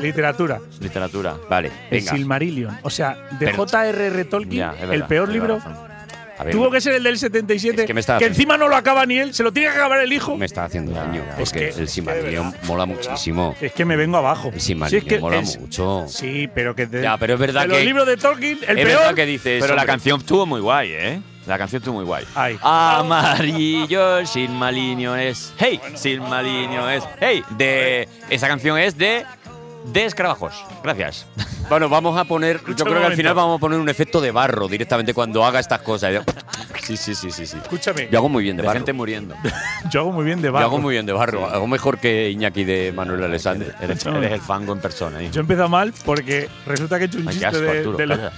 B: Literatura.
E: literatura.
D: Vale,
B: El
D: venga.
B: Silmarillion. O sea, de
D: Pero-
B: J.R.R. Tolkien,
E: Ya, es verdad,
B: el peor
E: lleva
B: libro.
E: razón.
D: A ver,
B: Tuvo que ser el del 77.
D: Es que me estaba haciendo-
B: encima no lo acaba ni él, se lo tiene que acabar el hijo.
D: me está haciendo daño.
B: Es
D: Porque
B: que-
D: el Simarillion
B: es que de
D: mola
B: verdad.
D: muchísimo.
B: Es que me vengo abajo.
D: El
B: Si es
D: Simarillion
B: que
D: mola
B: es-
D: mucho.
B: Sí, pero que. de-
D: Ya, pero es verdad
B: de los
D: que-
B: libros de Tolkien, el
D: es
B: peor.
D: verdad que dices.
E: Pero la
D: hombre,
E: canción estuvo muy guay, ¿eh? La canción estuvo muy guay.
B: Ay.
D: Ah.
E: Amarillo, sin maligno es. Hey, sin maligno es. Hey, de. Esa canción es de. De escarabajos. Gracias.
D: Bueno, vamos a poner. Yo
B: un
D: creo que al
B: momento.
D: final vamos a poner un efecto de barro directamente cuando haga estas cosas. Yo,
E: Sí, sí, sí, sí. sí.
B: Escúchame,
D: yo hago muy bien de,
E: De
D: barro.
E: gente muriendo.
B: yo hago muy bien de
D: Yo
B: barro.
D: hago muy bien de barro. Hago mejor que Iñaki de Manuel Alessandro.
E: Ah, Eres, eres el fango en persona. ¿eh?
B: Yo he empezado mal porque resulta que he hecho un
E: Ay, qué
B: chiste
E: asco,
B: de,
E: Arturo,
B: de, lo-
E: calla.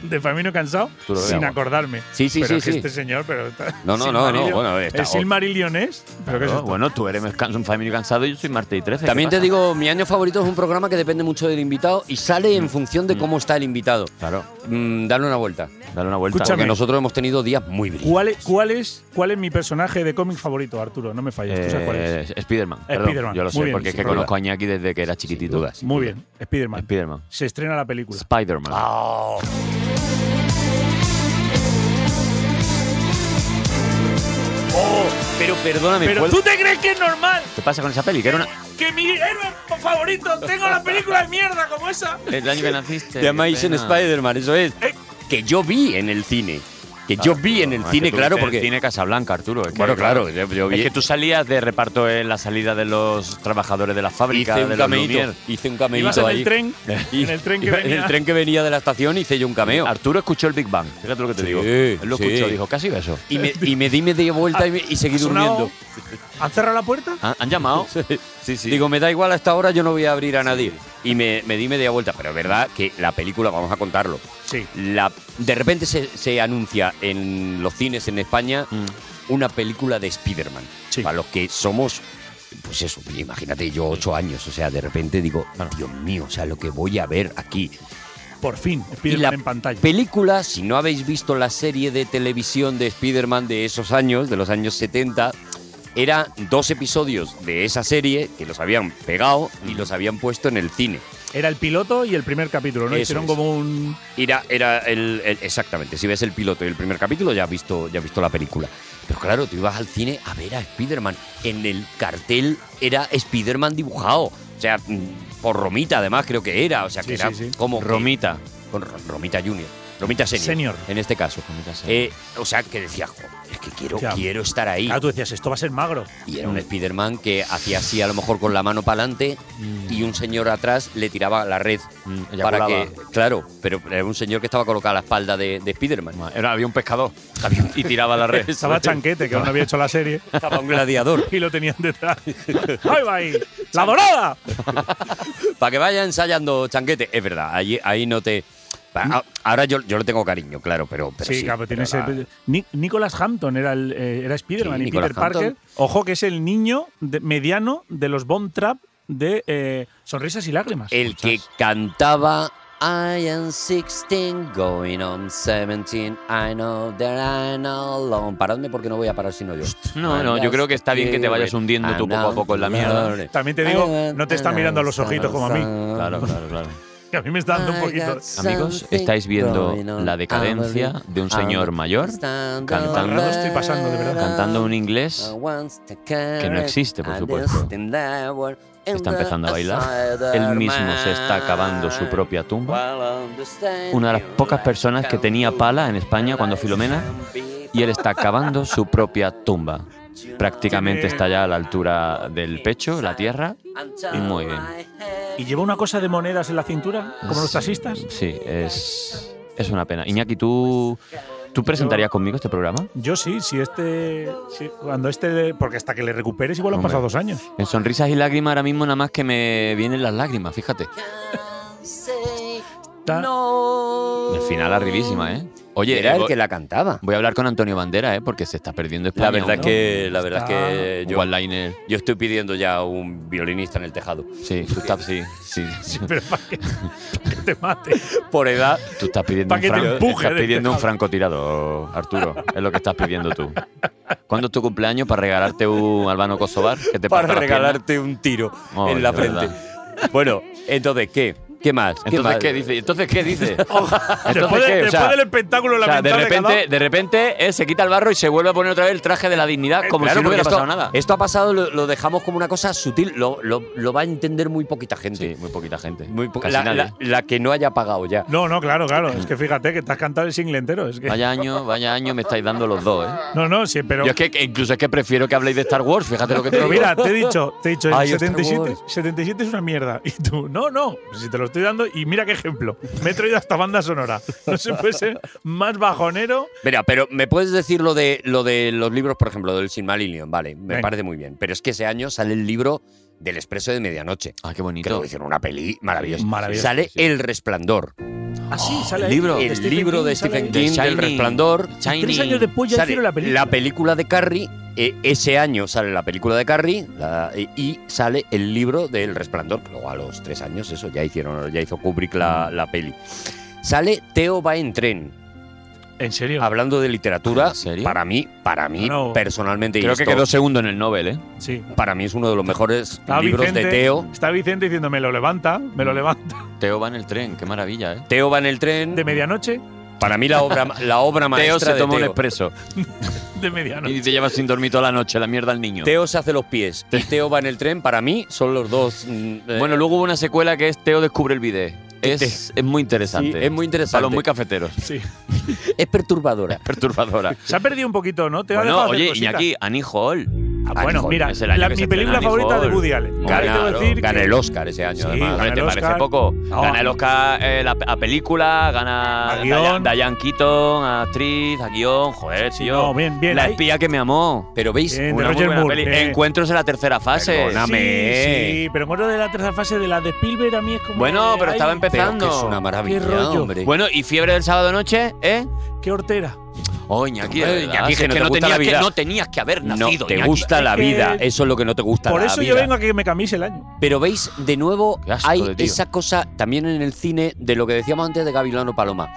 B: de Famino Cansado
E: Arturo,
B: sin
E: venga.
B: acordarme.
D: Sí, sí,
B: Pero
D: sí,
B: es que
D: sí.
B: Este señor, pero. está-
D: No, no, no, no.
B: Silmarillion-
D: Bueno, está-
B: El Silmarillion es. ¿Pero qué es este.
E: Claro,
B: esto?
E: bueno, tú eres Mezcan- un familia cansado y yo soy Marte y 13. ¿qué
D: También te
E: pasa?
D: digo, mi año favorito es un programa que depende mucho del invitado y sale
E: Mm.
D: en función de cómo está el invitado.
E: Claro,
D: Mm, dale una vuelta.
E: dale una vuelta.
B: Escúchame.
D: Porque nosotros hemos tenido días muy brillantes.
B: ¿Cuál es, cuál, es, ¿Cuál es mi personaje de cómic favorito, Arturo? No me falles. ¿Tú sabes cuál es?
E: Eh, Spiderman. perdón,
B: Spiderman,
E: Yo lo
B: muy
E: sé,
B: bien,
E: porque es
B: sin
E: que
B: problema.
E: conozco a Iñaki desde que era chiquitito.
B: Muy bien, Spiderman.
E: Spiderman.
B: Se estrena la película.
E: Spiderman.
D: Ah, Pero perdóname,
B: Pero
D: ¿cuál-
B: tú te crees que es normal
E: ¿Qué pasa con esa peli? Que era una...
B: que mi héroe favorito tenga una película de mierda como esa.
E: El año que naciste.
D: te llamáis en Spider-Man, eso es.
B: Eh,
D: que yo vi en el cine. Que yo vi en el
E: Ah, No, es que
D: cine,
E: tú
D: claro,
E: viste
D: porque.
E: El cine Casablanca, Arturo. es que-
D: Bueno, claro, yo- yo vi-
E: Es que tú salías de reparto en la salida de los trabajadores de la fábrica.
D: Hice un
E: de los
D: cameíto,
E: Lumière.
D: hice un cameíto
E: Ibas en el
D: ahí.
E: tren,
D: Y-
E: en el tren que
D: iba- En
E: venía.
D: el tren que venía de la estación hice yo un cameo.
E: Arturo escuchó el Big Bang. Fíjate lo que te
D: Sí,
E: digo. Él lo escuchó,
D: sí.
E: dijo, casi eso.
D: Y me, y me di media vuelta y, me- y seguí
E: ¿Ha sonado?
D: durmiendo.
B: ¿Han cerrado la puerta?
E: ¿Han, han llamado?
D: ¿Ah, Digo, me da igual a esta hora, yo no voy a abrir a nadie. Y me, me di media vuelta. Pero es verdad que la película, vamos a contarlo.
B: Sí.
D: La, de repente se, se anuncia en los cines en España una película de Spider-Man. Para los que somos. Pues eso, imagínate, yo ocho años, o sea, de repente digo, Dios mío, o sea, lo que voy a ver aquí.
B: Por fin,
D: Y la
B: Spider-Man en pantalla.
D: película, si no habéis visto la serie de televisión de Spider-Man de esos años, de los años 70, era dos episodios de esa serie que los habían pegado y los habían puesto en el cine.
B: Era el piloto y el primer capítulo, ¿no?
D: Eso
B: Hicieron
D: es.
B: como un.
D: Era, era el, el- Exactamente, si ves el piloto y el primer capítulo ya has visto, ya has visto la película. Pero claro, tú ibas al cine a ver a Spider-Man. En el cartel era Spider-Man dibujado. O sea, mm, por Romita además creo que era. O sea, que
E: Sí,
D: era
E: sí, sí.
D: como... que-
E: Romita.
D: con Ro- Romita Junior. Romita Senior.
B: Senior.
D: En este caso.
B: Senior.
D: Eh, o sea, que decía, "Jo, es que quiero,
B: Hostia.
D: quiero estar ahí.
B: Claro, tú decías, esto va a ser magro.
D: Y
E: Mm,
D: era un Spider-Man que hacía así a lo mejor con la mano para adelante
E: Mm.
D: y un señor atrás le tiraba la red
E: ella
D: para
E: volaba.
D: que claro, pero era un señor que estaba colocado a la espalda de, de Spider-Man.
E: Era había un pescador y tiraba la red.
B: Estaba Chanquete, que aún no había hecho la serie.
D: Estaba un gladiador.
B: y lo tenían detrás. ¡Ahí va ahí! ¡La dorada!
D: Para que vaya ensayando chanquete, es verdad, ahí, ahí no te Pa-
E: Mm.
D: a- ahora yo, yo le tengo cariño, claro, pero, pero
B: sí, claro, tiene
D: pero
B: ese.
D: la-
B: Ni- Nicholas Hampton era, el, eh, era Spider-Man
D: Sí,
B: y
D: Nicholas
B: Peter Parker.
D: Hampton.
B: Ojo que es el niño de- mediano de los Bomb Trap de eh, Sonrisas y Lágrimas.
D: el que cantaba I am 16 going on 17 I know that I'm alone. Paradme porque no voy a parar sino yo.
E: No, no, yo creo que está bien que te vayas hundiendo tú poco a poco en la mierda.
B: También te digo, no te está mirando a los ojitos como a mí.
E: Claro, claro, claro.
B: Que a mí me está dando
D: Ah,
B: un poquito.
E: Amigos, estáis viendo la decadencia de un señor mayor cantando,
B: Amarrado estoy pasando, de verdad.
E: cantando un inglés
D: que
E: no existe, por supuesto. Está empezando a bailar. Él mismo se está acabando su propia tumba. Una de las pocas personas que tenía pala en España cuando Filomena. Y él está acabando su propia tumba. Prácticamente está ya a la altura del pecho, la tierra. Y muy bien.
B: ¿Y lleva una cosa de monedas en la cintura? ¿Como los taxistas?
E: Sí, es, es una pena. Iñaki, ¿tú, ¿tú presentarías conmigo este programa?
B: Yo sí, si este. sí, cuando este. Porque hasta que le recuperes, igual han
E: Hombre.
B: pasado dos años.
E: En sonrisas y lágrimas ahora mismo nada más que me vienen las lágrimas, fíjate. El final arribísima, ¿eh? Oye,
D: Era
E: eh,
D: el
E: voy-
D: que la cantaba.
E: Voy a hablar con Antonio Bandera, ¿eh? Porque se está perdiendo España.
D: La verdad
E: hombre.
D: que la verdad es que
E: Un
D: yo,
E: one-liner.
D: yo estoy pidiendo ya un violinista en el tejado.
E: Sí, tú estás, sí, sí.
B: Pero para que, para que te mate.
D: Por edad.
E: Tú estás pidiendo,
B: Pa'
E: un,
B: que te
E: fran-
B: empuje este
E: estás
B: del
E: pidiendo un
B: tejado.
E: francotirador, Arturo. Es lo que estás pidiendo tú. ¿Cuándo es tu cumpleaños para regalarte un albano kosovar? Que te
D: para
E: parta la pierna?
D: regalarte un tiro
E: Ay,
D: en la
E: de
D: frente. Bueno, entonces, ¿qué? ¿Qué más?
E: Entonces,
D: más?
E: ¿qué dice? Entonces, ¿qué dice?
B: Después, de- después del espectáculo
E: o sea, de
B: lamentable que ha
E: repente, de repente eh, se quita el barro y se vuelve a poner otra vez el traje de la dignidad, como
D: Claro,
E: si no
D: porque
E: hubiera
D: esto,
E: pasado nada.
D: Esto ha pasado, lo, lo dejamos como una cosa sutil. Lo, lo- lo va a entender muy poquita gente.
E: muy poquita gente.
D: po-
E: Casi
D: la,
E: nadie.
D: la- la que no haya pagado ya.
B: No, no, claro, claro. Es que fíjate que te has cantado el single entero. Es que,
E: Vaya año, vaya año me estáis dando los dos, ¿eh?
B: No, no, sí, pero.
E: Yo es que que incluso es que prefiero que habléis de Star Wars, fíjate lo que te
B: Pero
E: digo.
B: mira, te he dicho, te he dicho, el
E: Ay, este Star
B: 77,
E: Wars.
B: 77 es una mierda. Y tú, no, no, si te lo estoy dando, y mira qué ejemplo. Me he traído hasta banda sonora. No se puede ser más bajonero.
D: Mira, pero ¿me puedes decir lo de, lo de los libros, por ejemplo, del Silmarillion? Vale, me
B: Venga.
D: parece muy bien. Pero es que ese año sale el libro del Expreso de Medianoche.
E: Ah, qué bonito.
D: Que lo hicieron una peli maravillosa.
B: Maravilloso,
D: Sale El Resplandor.
B: Así sale
E: Ah, el libro.
D: el libro de Stephen King,
E: The
D: del
E: Shining.
D: Resplandor.
E: Shining. Tres
B: años después ya
D: Sale
B: hicieron la película.
D: película de Carrie. eh, ese año sale la película de Carrie la- eh, y sale el libro del Resplandor. que Luego a los tres años, eso, ya hicieron, ya hizo Kubrick
B: Mm.
D: la, la peli. Sale Teo va en tren.
B: ¿En serio?
E: Ah,
D: Hablando de literatura,
E: ¿En serio?
D: para mí, para mí
B: No.
D: personalmente, y
E: Creo que
D: esto
E: quedó segundo en el Nobel, ¿eh?
B: Sí.
D: para mí es uno de los mejores
B: Está
D: libros
B: Vicente,
D: de Teo.
B: Está Vicente diciendo, me lo levanta, me lo levanta.
E: Teo va en el tren, qué maravilla, ¿eh?
D: Teo va en el tren.
B: De medianoche,
D: Para mí la obra, la obra maestra
E: Teo se
D: de
E: tomó un
D: Teo.
E: expreso
B: de medianoche.
E: y te lleva sin dormir toda la noche, la mierda al niño.
D: Teo se hace los pies y Teo va en el tren. Para mí son los dos. mm, eh,
E: Bueno, luego hubo una secuela que es Teo descubre el bidet. Es, es muy interesante.
D: Sí, es muy interesante.
E: Para los muy cafeteros.
B: Sí.
D: Es perturbadora.
E: Perturbadora.
B: Se ha perdido un poquito, ¿no? Te ha
E: bueno,
B: dejado hacer
E: oye,
B: cositas.
E: Iñaki, Annie Hall.
B: Ah, bueno, mira, la- mi película favorita de Woody Allen. Ahí te voy a decir
E: gana
B: que-
E: el Oscar ese año,
B: Sí,
E: además.
B: gana
E: Hombre, ¿Te
B: el
E: parece
B: Oscar.
E: poco?
B: No.
E: Gana el Oscar eh, la- a película, gana
B: A guión.
E: Daya- Diane Keaton, a actriz, a guión, joder, tío.
B: no, bien, bien,
E: La
B: ahí.
E: espía que me amó.
D: Pero veis,
E: Una
B: Bien, de
E: muy
B: Roger
E: buena
B: Moore,
E: peli.
B: bien.
E: Encuentros en la tercera fase.
B: Sí, sí, pero encuentro de la tercera fase de la de Spielberg a mí es como.
E: Bueno,
B: de,
E: pero
B: Eh, ay,
E: estaba empezando.
D: es una maravilla,
B: Qué rollo.
D: hombre.
E: Bueno, y fiebre del sábado noche, ¿eh?
B: Qué hortera.
E: Oh, Iñaki, de
D: Hombre,
E: verdad,
D: Iñaki,
E: si
D: que
E: es
D: no te gusta
E: tenías
D: la vida.
E: que, no tenías que haber
D: No,
E: nacido.
D: te
E: Iñaki.
D: gusta la
B: Es que-
D: vida. Eso es lo que no te gusta
B: Por
D: la
B: eso
D: vida.
B: yo vengo a que me cambies el año.
D: Pero veis, de nuevo,
E: Qué asco
D: hay
E: de tío.
D: esa cosa también en el cine de lo que decíamos antes de Gavilano Paloma.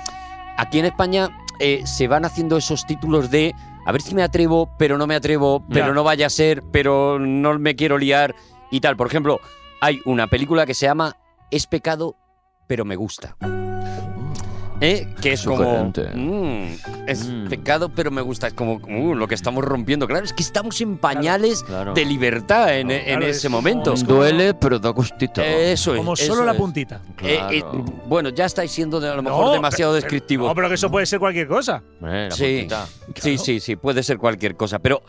D: Aquí en España eh, se van haciendo esos títulos de a ver si me atrevo, pero no me atrevo, pero
E: Ya.
D: no vaya a ser, pero no me quiero liar y tal. Por ejemplo, hay una película que se llama Es pecado, pero me gusta.
E: Mm.
D: ¿Eh? Que es como.
E: Sugerente.
D: mm, es
E: Mm.
D: pecado, pero me gusta. Es como uh, lo que estamos rompiendo. Claro, es que estamos en pañales
E: claro.
D: de libertad en, e, en
B: claro,
D: ese
B: es-
D: momento.
B: es como-
E: Duele, pero da gustito.
D: Eso es.
B: Como
D: eso
B: solo la
D: es.
B: puntita.
D: Eh, eh,
E: Claro.
D: bueno, ya estáis siendo de- a lo mejor demasiado
B: pero-
D: descriptivo.
B: No, pero que eso puede ser cualquier cosa.
E: Hombre, la
D: sí,
E: puntita.
D: sí, sí, sí, puede ser cualquier cosa. Pero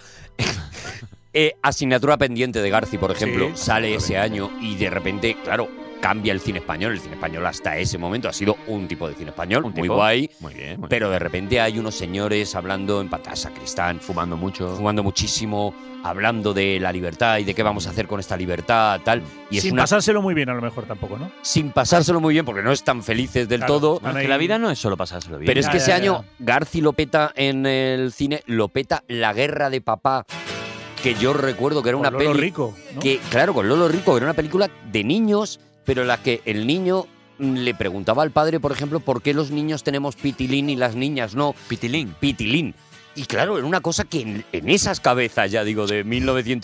D: eh, Asignatura Pendiente de Garci, por ejemplo,
B: Sí,
D: sale ese año y de repente, claro, cambia el cine español. El cine español hasta ese momento ha sido un tipo de cine español,
E: Un
D: muy
E: tipo.
D: guay.
E: Muy bien, muy bien.
D: Pero de repente hay unos señores hablando en pantalla sacristán,
E: Fumando mucho.
D: fumando muchísimo, hablando de la libertad y de qué vamos a hacer con esta libertad, tal. Y es
B: Sin
D: una,
B: pasárselo muy bien, a lo mejor tampoco, ¿no?
D: sin pasárselo muy bien, porque no están felices del
B: Claro,
D: todo.
B: están
E: Bueno, es
B: ahí.
E: que la vida no es solo pasárselo bien.
D: Pero es
B: Ya,
D: que
B: ya,
D: ese
B: ya.
D: año Garci lo peta en el cine, lo peta La Guerra de Papá, que yo recuerdo que era
B: Con
D: una
B: Lolo
D: peli
B: rico. ¿no?
D: que, claro, con Lolo Rico, era una película de niños, pero en la que el niño mm, le preguntaba al padre, por ejemplo, por qué los niños tenemos pitilín y las niñas no,
E: Pitilín.
D: pitilín. Y claro, era una cosa que en, en esas cabezas, ya digo, de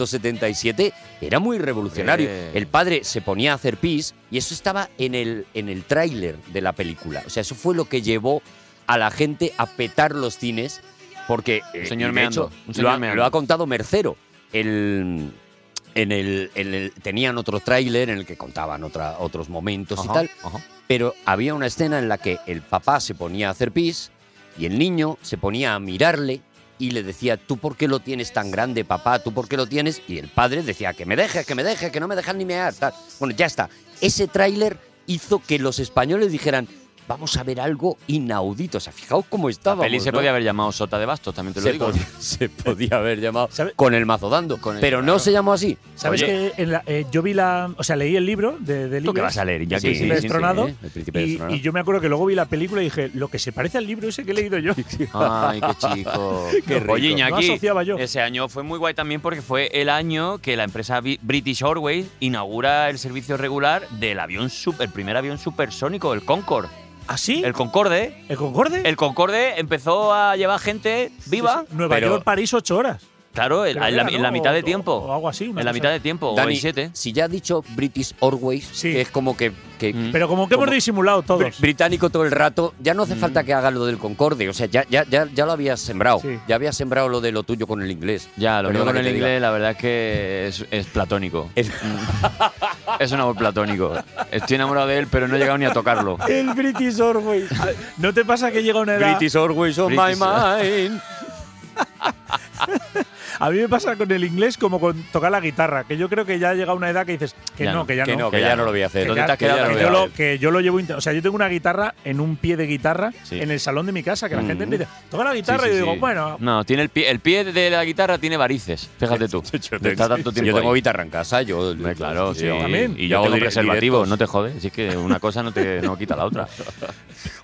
D: 1977, era muy revolucionario.
E: Hombre.
D: El padre se ponía a hacer pis y eso estaba en el, en el tráiler de la película. O sea, eso fue lo que llevó a la gente a petar los cines porque... eh,
E: señor
D: y de
E: meando,
D: hecho,
E: un señor
D: lo, ha,
E: meando.
D: lo ha contado Mercero. El, en el, en el- tenían otro tráiler en el que contaban otra, otros momentos y
E: Ajá,
D: tal
E: ajá.
D: pero había una escena en la que el papá se ponía a hacer pis y el niño se ponía a mirarle y le decía, ¿tú por qué lo tienes tan grande, papá? ¿Tú por qué lo tienes? Y el padre decía, que me dejes, que me dejes, que no me dejas ni mear. tal. Bueno, ya está. Ese tráiler hizo que los españoles dijeran, vamos a ver algo inaudito. O sea, fijaos cómo
E: La
D: estaba.
E: peli se podía haber llamado Sota de Bastos, también te lo
D: se,
E: digo.
D: podía, se podía haber llamado
B: ¿Sabe-
D: con el mazo dando,
E: Con el-
D: pero no
E: claro.
D: se llamó así.
B: ¿Sabes
E: Oye.
B: que en la- eh, yo vi la. O sea, leí el libro de, de
E: ¿Tú qué
B: Libes,
E: vas a leer, Iñaki?
B: El príncipe
E: Sí, sí, sí,
B: destronado.
D: ¿eh? El príncipe
B: Y,
D: destronado.
B: y yo me acuerdo que luego vi la película y dije, lo que se parece al libro ese que he leído yo.
E: Ay, qué chico.
B: Qué rico.
E: Oye, Iñaki,
B: No asociaba yo.
E: ese año fue muy guay también porque fue el año que la empresa Bi- British Airways inaugura el servicio regular del avión sup- el primer avión supersónico, el Concorde.
B: ¿Así?
E: El Concorde.
B: ¿El Concorde?
E: El Concorde empezó a llevar gente viva.
B: Nueva
E: pero-
B: York, París, ocho horas.
E: Claro, en
B: Creo
E: la,
B: que
E: en
B: era,
E: la
B: ¿no?
E: mitad de
B: O-
E: tiempo.
B: o algo así, una
E: En la
B: cosa.
E: mitad de tiempo, o
D: Dani,
E: en siete.
D: si ya ha dicho British Always,
B: Sí.
D: que es como que, que
E: Mm.
B: Pero como que hemos
D: Como-
B: disimulado todos.
D: Br- británico todo el rato, ya no hace falta que haga lo del Concorde, o sea, ya, ya, ya, ya lo habías sembrado,
B: Sí.
D: ya habías sembrado lo de lo tuyo con el inglés.
E: Ya, lo
D: Perdona
E: mío con
D: que
E: el
D: te diga.
E: inglés, la verdad es que es, es platónico. Mm.
D: Es-
E: Es un amor platónico. Estoy enamorado de él, pero no he llegado ni a tocarlo.
B: El British Airways. ¿No te pasa que llega una edad?
D: British Always on
E: British-
D: my mind.
B: A mí me pasa con el inglés como con tocar la guitarra, que yo creo que ya llega una edad que dices que
E: Ya
B: no,
E: no,
B: que ya
D: que no,
B: no.
D: que ya no lo voy a hacer.
B: Que ya-
E: te has
B: que
E: quedado?
B: ya-
E: Que
B: que
E: ya
B: yo
E: no.
B: lo, que yo lo llevo. inte- O sea, yo tengo una guitarra en un pie de guitarra
E: Sí.
B: en el salón de mi casa, que la
E: Mm.
B: gente me dice, toca la
E: Sí,
B: guitarra,
E: sí,
B: y yo digo,
E: sí.
B: bueno,
E: No, tiene el pie, el pie de la guitarra tiene varices. Fíjate tú. Está tanto tiempo
D: yo tengo
E: ahí.
D: guitarra en casa, yo.
E: Hombre, claro, sí.
B: también.
E: Y
D: Yo
E: yo hago
D: tengo
E: preservativo,
D: directos.
E: no te jodes. Así que una cosa no te no quita la otra.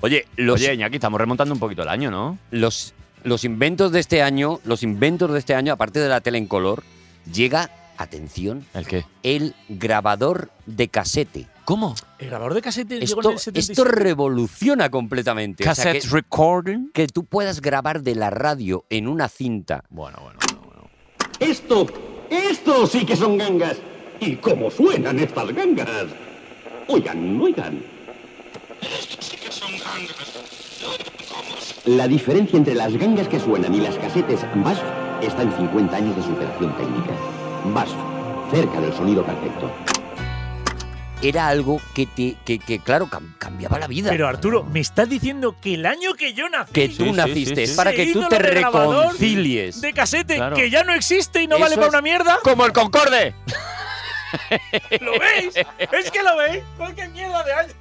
D: Oye, los,
E: Oye, Iñaki, estamos remontando un poquito el año, ¿no?
D: los, los inventos de este año, los inventos de este año, aparte de la tele en color, llega, atención,
E: ¿El qué?
D: el grabador de casete.
E: ¿Cómo?
B: el grabador de casete llegó en
D: Esto,
B: el 77.
D: esto revoluciona completamente. O sea,
E: Cassette
D: que-
E: recording.
D: que tú puedas grabar de la radio en una cinta.
E: Bueno, bueno, bueno, bueno.
N: Esto, esto sí que son gangas. ¿Y cómo suenan estas gangas? Oigan, oigan. La diferencia entre las gangas que suenan y las casetes BASF está en 50 años de superación técnica. BASF, cerca del sonido perfecto.
E: era algo que, te, que, que, claro, cam- cambiaba la vida.
B: Pero Arturo, me estás diciendo que el año que yo nací.
E: Que tú Sí, sí, naciste, sí, sí. para
B: ese
E: que tú
B: ídolo
E: te
B: de grabador
E: reconcilies.
B: De casete,
E: Claro.
B: que ya no existe y no vale
E: Eso
B: para
E: es
B: una mierda.
E: Como el Concorde.
B: ¿Lo veis? es que lo veis. ¿Con qué mierda de año?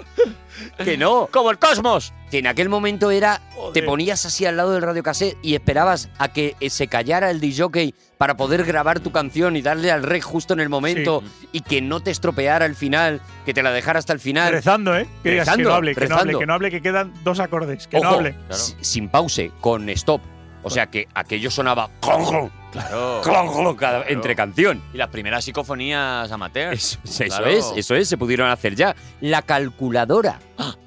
E: Que no. Como el cosmos. Que en aquel momento era. Te ponías así al lado del radiocassette y esperabas a que eh, se callara el DJ para poder grabar tu canción y darle al rey justo en el momento y que no te estropeara el final, que te la dejara hasta el final.
B: Rezando, ¿eh? Que digas, que
E: Rezando,
B: no hable, que no hable,
E: rezando.
B: que no hable, que quedan dos acordes. Que no
E: Ojo,
B: hable.
E: si- sin pause, con stop. O sea que aquello sonaba. clon, clon,
D: Claro.
E: clon, clon, cada-
D: Claro.
E: Entre canción.
D: Y las primeras psicofonías amateur.
E: Eso, Eso es, eso es, se pudieron hacer ya. La calculadora.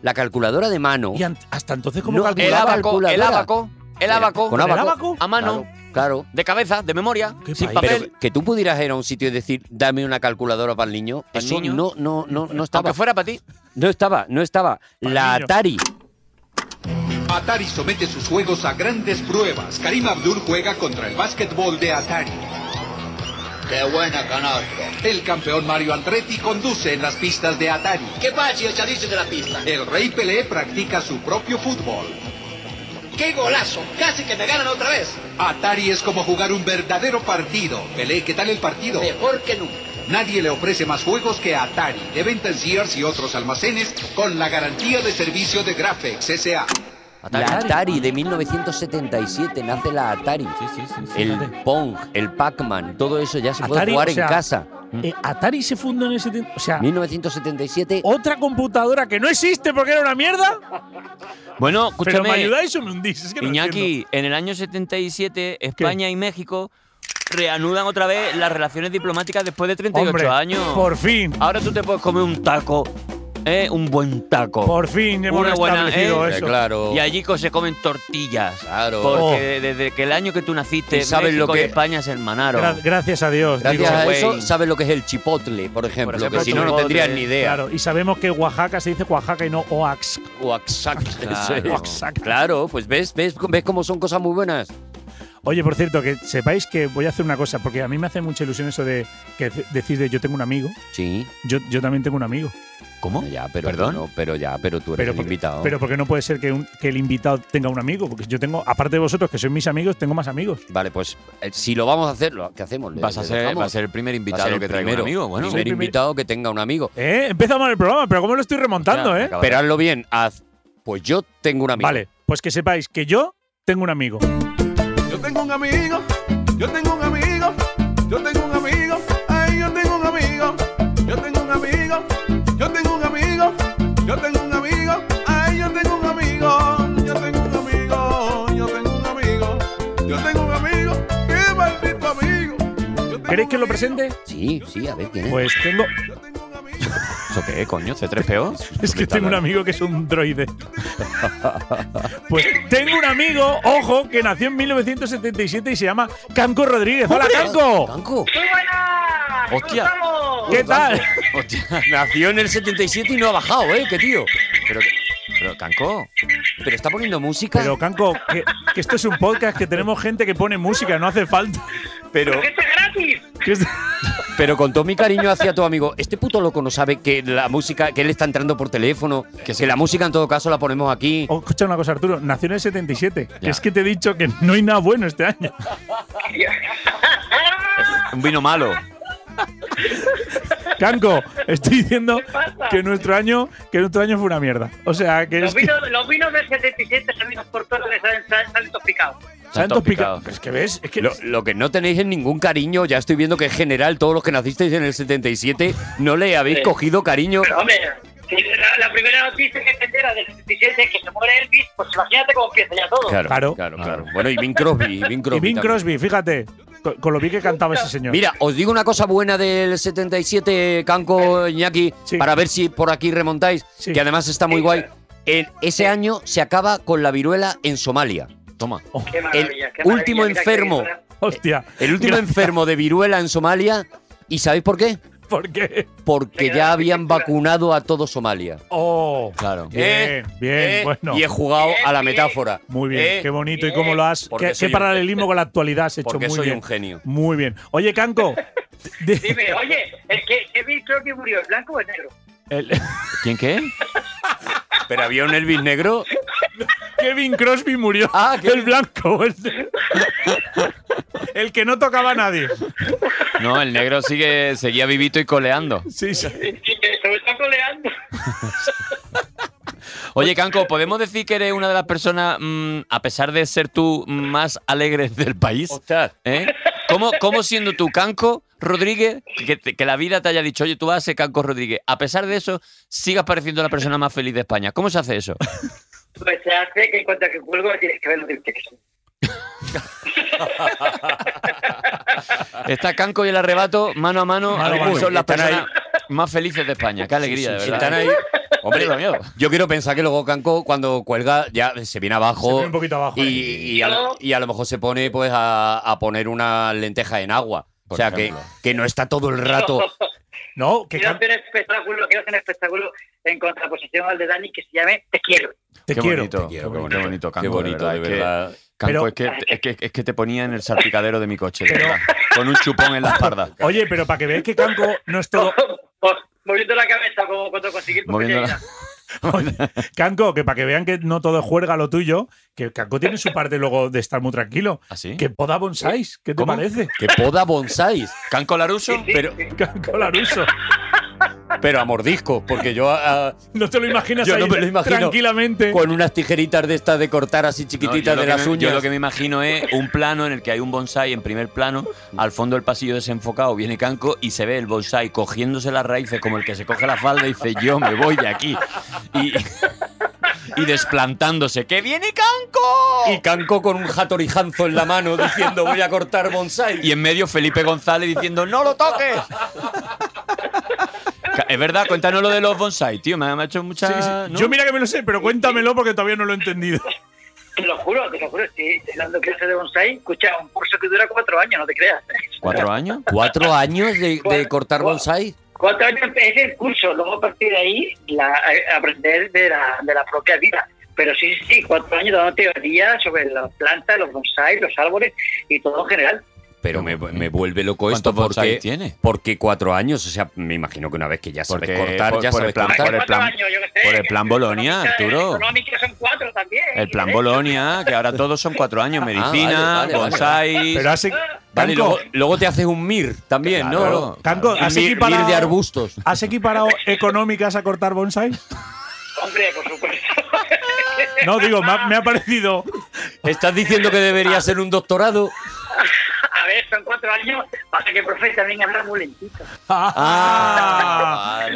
E: La calculadora de mano.
B: Y an- hasta entonces, ¿cómo
E: No,
D: El
B: calculaba?
D: abaco, el
E: calculadora.
D: abaco, el
E: Era-
D: abaco.
E: con abaco.
D: A mano.
E: Claro.
D: De cabeza, de memoria, sin
E: Pero
D: papel.
E: que tú pudieras ir a un sitio y decir, dame una calculadora para el niño,
D: Pa'l
E: eso
D: niño.
E: no, no, no, no estaba.
D: Aunque fuera para ti.
E: No estaba, no estaba. La
D: niño.
E: Atari.
K: Atari somete sus juegos a grandes pruebas. Karim Abdur juega contra el básquetbol de Atari. ¡Qué buena canasta! El campeón Mario Andretti conduce en las pistas de Atari.
O: ¿Qué pasa si os salís de la pista?
K: El rey Pelé practica su propio fútbol.
O: ¡Qué golazo! ¡Casi que me ganan otra vez!
K: Atari es como jugar un verdadero partido. Pelé, ¿qué tal el partido?
O: Mejor que nunca.
K: Nadie le ofrece más juegos que Atari, de venta en Sears y otros almacenes, con la garantía de servicio de Graphics S.A.
E: La Atari de 1977 nace la Atari. el Pong, el Pac-Man, todo eso ya se puede
B: Atari,
E: jugar
B: o sea,
E: en casa.
B: eh, Atari se fundó en el 70, o sea,
E: 1977.
B: Otra computadora que no existe porque era una mierda. Pero me
D: Bueno, escúchame.
B: ayudáis o me hundís. Es que no
D: Iñaki,
B: entiendo.
D: en el año 77, España y México reanudan otra vez las relaciones diplomáticas después de 38
B: Hombre,
D: años.
B: por fin.
D: Ahora tú te puedes comer un taco. ¿eh? Un buen taco.
B: Por fin hemos
D: Una buena,
B: establecido
D: ¿eh?
B: eso. Oh.
D: Y allí co- se comen tortillas.
E: Claro.
D: Porque desde que el año que tú naciste,
E: Y sabes
D: México
E: lo que-
D: y España se hermanaron.
B: Gra- gracias a Dios.
E: Gracias
B: digo.
E: a eso
D: güey.
E: sabes lo que es el chipotle, por ejemplo,
D: ejemplo,
E: que si no, no
D: chipotle,
E: tendrías ni idea.
B: Claro, y sabemos que Oaxaca se dice Oaxaca y no Oaxaca.
E: Oaxaca.
B: Claro.
E: Eso es.
B: Oaxaca.
E: Claro, pues ves, ves, ves cómo son cosas muy buenas.
B: Oye, por cierto, que sepáis que voy a hacer una cosa, porque a mí me hace mucha ilusión eso de que c- decís de yo tengo un amigo.
E: Sí.
B: Yo, yo también tengo un amigo.
D: ¿Cómo?
E: Ya, pero ¿Perdón? pero ya, pero tú eres
B: Pero
E: el
B: porque-
E: invitado.
B: Pero porque no puede ser que, un- que el invitado tenga un amigo, porque yo tengo, aparte de vosotros que sois mis amigos, tengo más amigos.
E: Vale, pues eh, si lo vamos a hacer, lo que hacemos. Le-
D: Vas a
E: le
D: ser-
E: dejamos.
D: va a ser el primer
E: Va a
D: invitado
E: ser el
D: que traiga un
E: primero.
D: amigo, bueno.
E: primer
D: Sí, primer-
E: invitado que tenga un amigo.
B: ¿Eh? Empezamos el programa, pero ¿cómo lo estoy remontando, eh?
E: Pero hazlo bien, haz. Pues yo tengo un amigo.
B: Vale, pues que sepáis que yo tengo un amigo.
P: Yo tengo un amigo, yo tengo un amigo, yo tengo un amigo, ay, yo tengo un amigo, yo tengo un amigo, yo tengo un amigo, yo tengo un amigo, ay, yo tengo un amigo, yo tengo un amigo, yo tengo un amigo, yo tengo un amigo, qué maldito amigo.
B: ¿Queréis que lo presente?
E: Sí, sí, a ver quién es.
B: Pues tengo.
D: ¿Eso qué, coño? ¿C3PO?
B: Es que tengo un amigo que es un droide. Pues tengo un amigo, ojo, que nació en 1977 y se llama Canco Rodríguez. ¡Hola, Canco!
E: ¡Canco!
D: ¡Hostia!
B: ¿Qué tal?
E: Nació en el 77 y no ha bajado, ¿eh? ¡Qué tío!
D: Pero, pero Canco.
E: Pero está poniendo música.
B: Pero, Canco, que, que esto es un podcast que tenemos gente que pone música, no hace falta.
E: Pero,
B: que esto-
E: pero con todo mi cariño hacia tu amigo, este puto loco no sabe que la música, que él está entrando por teléfono, que, la música en todo caso la ponemos aquí.
B: Oh, escucha una cosa, Arturo. Nació en el 77.
E: Ya.
B: Es que te he dicho que no hay nada bueno este año.
D: Un vino malo.
B: Canco, estoy diciendo que nuestro año que nuestro año fue una mierda. O sea, que es
J: Los
B: que
J: vinos, los vinos del 77 amigos por todo les han sal- salido picados.
B: Santos picados. Es que ves, es que
E: Lo, lo que no tenéis es ningún cariño, ya estoy viendo que en general todos los que nacisteis en el 77 no le habéis
J: Sí.
E: cogido cariño.
J: Pero, hombre, si la, la primera noticia que te enteras del 77 es que se muere Elvis, pues imagínate cómo empieza ya todo.
E: Claro, claro, claro,
D: Ah.
E: Bueno, y Bing Crosby, y Bing Crosby.
B: y Bing
E: también.
B: Crosby, fíjate, con, con lo bien que cantaba ese señor.
E: Mira, os digo una cosa buena del 77, Canco Iñaki, para ver si por aquí remontáis, que además está muy guay. En ese año se acaba con la viruela en Somalia.
D: Toma.
J: Qué maravilla,
E: el
J: qué maravilla,
E: último
J: mira qué
E: enfermo,
J: bien,
B: Hostia.
E: el último enfermo de viruela en Somalia. ¿Y sabéis por qué?
B: ¿Por qué?
E: Porque ya
J: Eh,
E: habían vacunado a todo Somalia.
B: Oh,
D: claro.
B: Bien, bien,
J: Eh,
B: bueno.
E: Eh, Y he jugado a la metáfora.
B: Muy bien,
E: Eh,
B: qué bonito y cómo lo has.
E: Porque
B: Qué, qué
E: soy un-
B: paralelismo con la actualidad has hecho.
E: Porque
B: muy
E: soy
B: bien.
E: un genio.
B: Muy bien. Oye, Canco,
J: Dime, oye, ¿el que, que Bill Crosby murió, en blanco o en negro?
E: ¿Quién qué? ¿Pero había un Elvis negro?
B: Kevin Crosby murió.
E: Ah,
B: el blanco. El, el que no tocaba a nadie.
E: No, el negro sigue, seguía vivito y coleando.
B: Sí, sí.
J: Se me está coleando.
E: Oye, Canco, ¿podemos decir que eres una de las personas, mm, a pesar de ser tú, mm, más alegres del país? ¿Eh? ¿Cómo, cómo siendo tú, Canco Rodríguez, que, te- que la vida te haya dicho, oye, tú vas a ser Canco Rodríguez, a pesar de eso, sigas pareciendo la persona más feliz de España? ¿Cómo se hace eso?
J: Pues se hace que en cuanto a que cuelgo tienes que ver lo que quieres.
E: Está Canco y el arrebato, mano a mano,
D: Mano a
E: ahora
D: mano.
E: son las
D: Están
E: personas más felices de España. Qué alegría,
D: Sí, sí,
E: de verdad. ¿eh?
D: están ahí. Hombre,
E: Hombre, miedo.
D: yo quiero pensar que luego Canco, cuando cuelga, ya se viene abajo.
B: Se viene un poquito abajo,
D: Y,
B: eh.
D: y a, lo- y a lo mejor se pone pues a, a poner una lenteja en agua. o sea, que,
B: ejemplo.
D: que no está todo el rato.
B: No, que
J: Quiero hacer espectáculo, quiero hacer un espectáculo en contraposición al de Dani que se llame Te quiero.
B: Te
E: qué
B: quiero,
E: Bonito,
B: te quiero,
E: qué
B: qué
E: bonito, qué bonito, Canco.
D: Qué bonito,
E: de
D: de
E: verdad.
D: verdad.
E: es que- Canco,
B: Pero-
E: es que, es, que, es que te ponía en el salpicadero de mi coche, de verdad. Con un chupón en la espalda.
B: Oye, pero para que veáis que Canco no es
E: Oh.
B: todo.
J: Moviendo la cabeza como cuando conseguir tu
B: Moviendo
J: pequeña.
B: Canco, que para que vean que no todo es juerga lo tuyo, que Canco tiene su parte luego de estar muy tranquilo. Que poda bonsáis, ¿qué te
D: ¿Ah, ¿Cómo?
B: parece?
D: Que poda bonsáis. ¿Canco Laruso? Pero,
B: Canco Laruso.
D: pero a mordisco, porque yo. ah,
B: No te lo imaginas
D: yo
B: ahí
D: no me lo imagino
B: tranquilamente.
D: Con unas tijeritas de estas de cortar así chiquititas
E: No, yo
D: de
E: lo
D: las
E: que me-
D: uñas.
E: Yo lo que me imagino es un plano en el que hay un bonsai en primer plano, al fondo del pasillo desenfocado viene Canco y se ve el bonsai cogiéndose las raíces como el que se coge la falda y dice yo me voy de aquí. Y, y desplantándose. ¡Que viene Canco!
D: Y Canco con un jatorijanzo en la mano diciendo voy a cortar bonsai.
E: Y en medio Felipe González diciendo ¡No lo toques! Ca- Es verdad, cuéntanos lo de los bonsai, tío. Me ha me ha hecho mucha.
B: Sí, sí. Yo mira que me lo sé, pero cuéntamelo porque todavía no lo he entendido.
J: Te lo juro, te lo juro. Estoy dando clases de bonsai. Escucha, un curso que dura cuatro años, no te creas.
E: ¿Cuatro años?
D: ¿Cuatro años de, de cortar
J: Cuatro.
D: bonsai?
J: Cuatro años es el curso, luego a partir de ahí la, eh, aprender de la, de la propia vida. Pero sí, sí, cuatro años dando teoría sobre las plantas, los bonsai, los árboles y todo en general.
D: Pero me, me vuelve loco esto
E: eh. ¿Cuántos
D: porque,
E: bonsai tiene?
D: porque cuatro años, o sea, me imagino que una vez que ya sabes
E: Porque
D: cortar,
E: por-
D: ya
E: por el
D: sabes
E: plan-
D: cortar.
E: por el plan-
J: Yo, yo qué sé,
E: Por el plan Bolonia, Arturo.
J: económicas son cuatro también. ¿eh?
E: El plan Bolonia, que ahora todos son cuatro años. Medicina,
D: Ah, vale, vale, vale.
E: bonsai.
D: Pero
B: así-
D: Vale, y
E: Canco.
D: luego, luego te haces un MIR también,
E: Claro,
D: ¿no?
B: Canco,
D: Un
B: ¿has
D: mir,
B: equiparado-
D: mir de arbustos.
B: ¿Has equiparado económicas a cortar bonsai?
J: Hombre, por supuesto.
B: No, digo, me ha, me ha parecido.
D: Estás diciendo que debería ser un doctorado.
J: A ver, son cuatro años para que el profe también habla muy lentito.
B: Ah,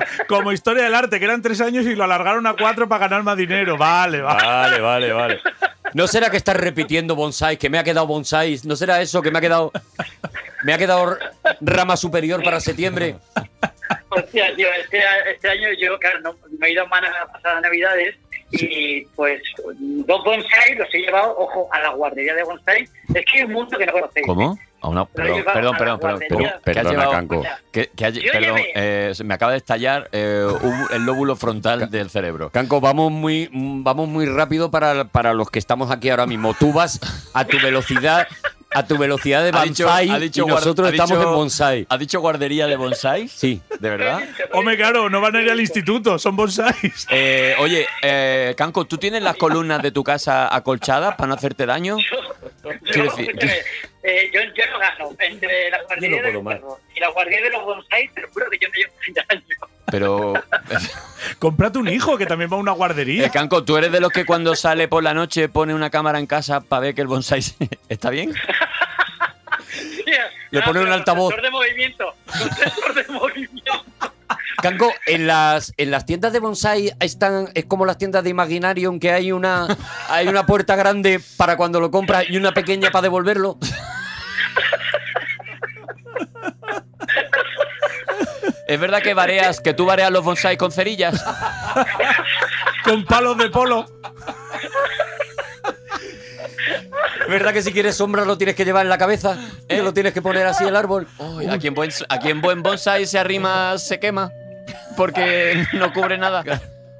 B: ah, como historia del arte, que eran tres años y lo alargaron a cuatro para ganar más dinero. Vale, vale.
D: Vale, vale, vale. ¿No será que estás repitiendo bonsai, que me ha quedado bonsai? ¿No será eso que me ha quedado me ha quedado r- rama superior para septiembre?
J: Hostia, tío, este, este año yo, claro, no, no he ido más a pasadas navidades y pues dos bonsai los he llevado, ojo, a la guardería de bonsai. Es que hay un mundo que no conocéis.
E: ¿Cómo? A una- perdón,
J: llevaba
E: perdón,
J: a la
E: perdón, perdón,
J: guardería.
E: que has
J: Perdona,
E: llevado-
J: Canco.
E: que- que has-
J: Yo
E: perdón,
J: llevé-
E: eh, se me acaba de estallar eh, un- el lóbulo frontal del cerebro.
D: Canco, vamos muy, mm, vamos muy rápido para, para los que estamos aquí ahora mismo. Tú vas a tu velocidad, a tu velocidad de
E: Ha dicho-
D: bonsai
E: ha dicho
D: y
E: guar-
D: nosotros
E: ha dicho-
D: estamos en bonsai.
E: ¿Ha dicho guardería de bonsai?
D: Sí.
E: ¿De verdad?
B: Hombre, claro, no van a ir al instituto, son bonsáis.
E: Eh, oye, eh, Canco, ¿tú tienes las columnas de tu casa acolchadas para no hacerte daño?
J: Yo,
E: Quiero decir,
J: escúchame, eh, yo, yo no gano. Entre la guardería, de,
E: puedo
J: los
E: más.
J: perros y la guardería de los bonsai, te lo juro que yo no llevo fin de año.
E: Pero
B: Comprate un hijo que también va a una guardería.
E: Eh, Canco, ¿tú eres de los que cuando sale por la noche pone una cámara en casa para ver que el bonsai se- está bien?
D: Le ponen un
J: ah, pero
D: altavoz.
J: Sensor de movimiento. con Sensor de movimiento.
D: Canco, en las, en las tiendas de bonsai están, es como las tiendas de Imaginarium, que hay una, hay una puerta grande para cuando lo compras y una pequeña para devolverlo.
E: Es verdad que vareas, que tú vareas los bonsai con cerillas.
B: Con palos de polo.
D: Es verdad que si quieres sombra lo tienes que llevar en la cabeza, ¿Eh? lo tienes que poner así el árbol.
E: Uy, a quien buen, a quien buen bonsai se arrima se quema porque no cubre nada.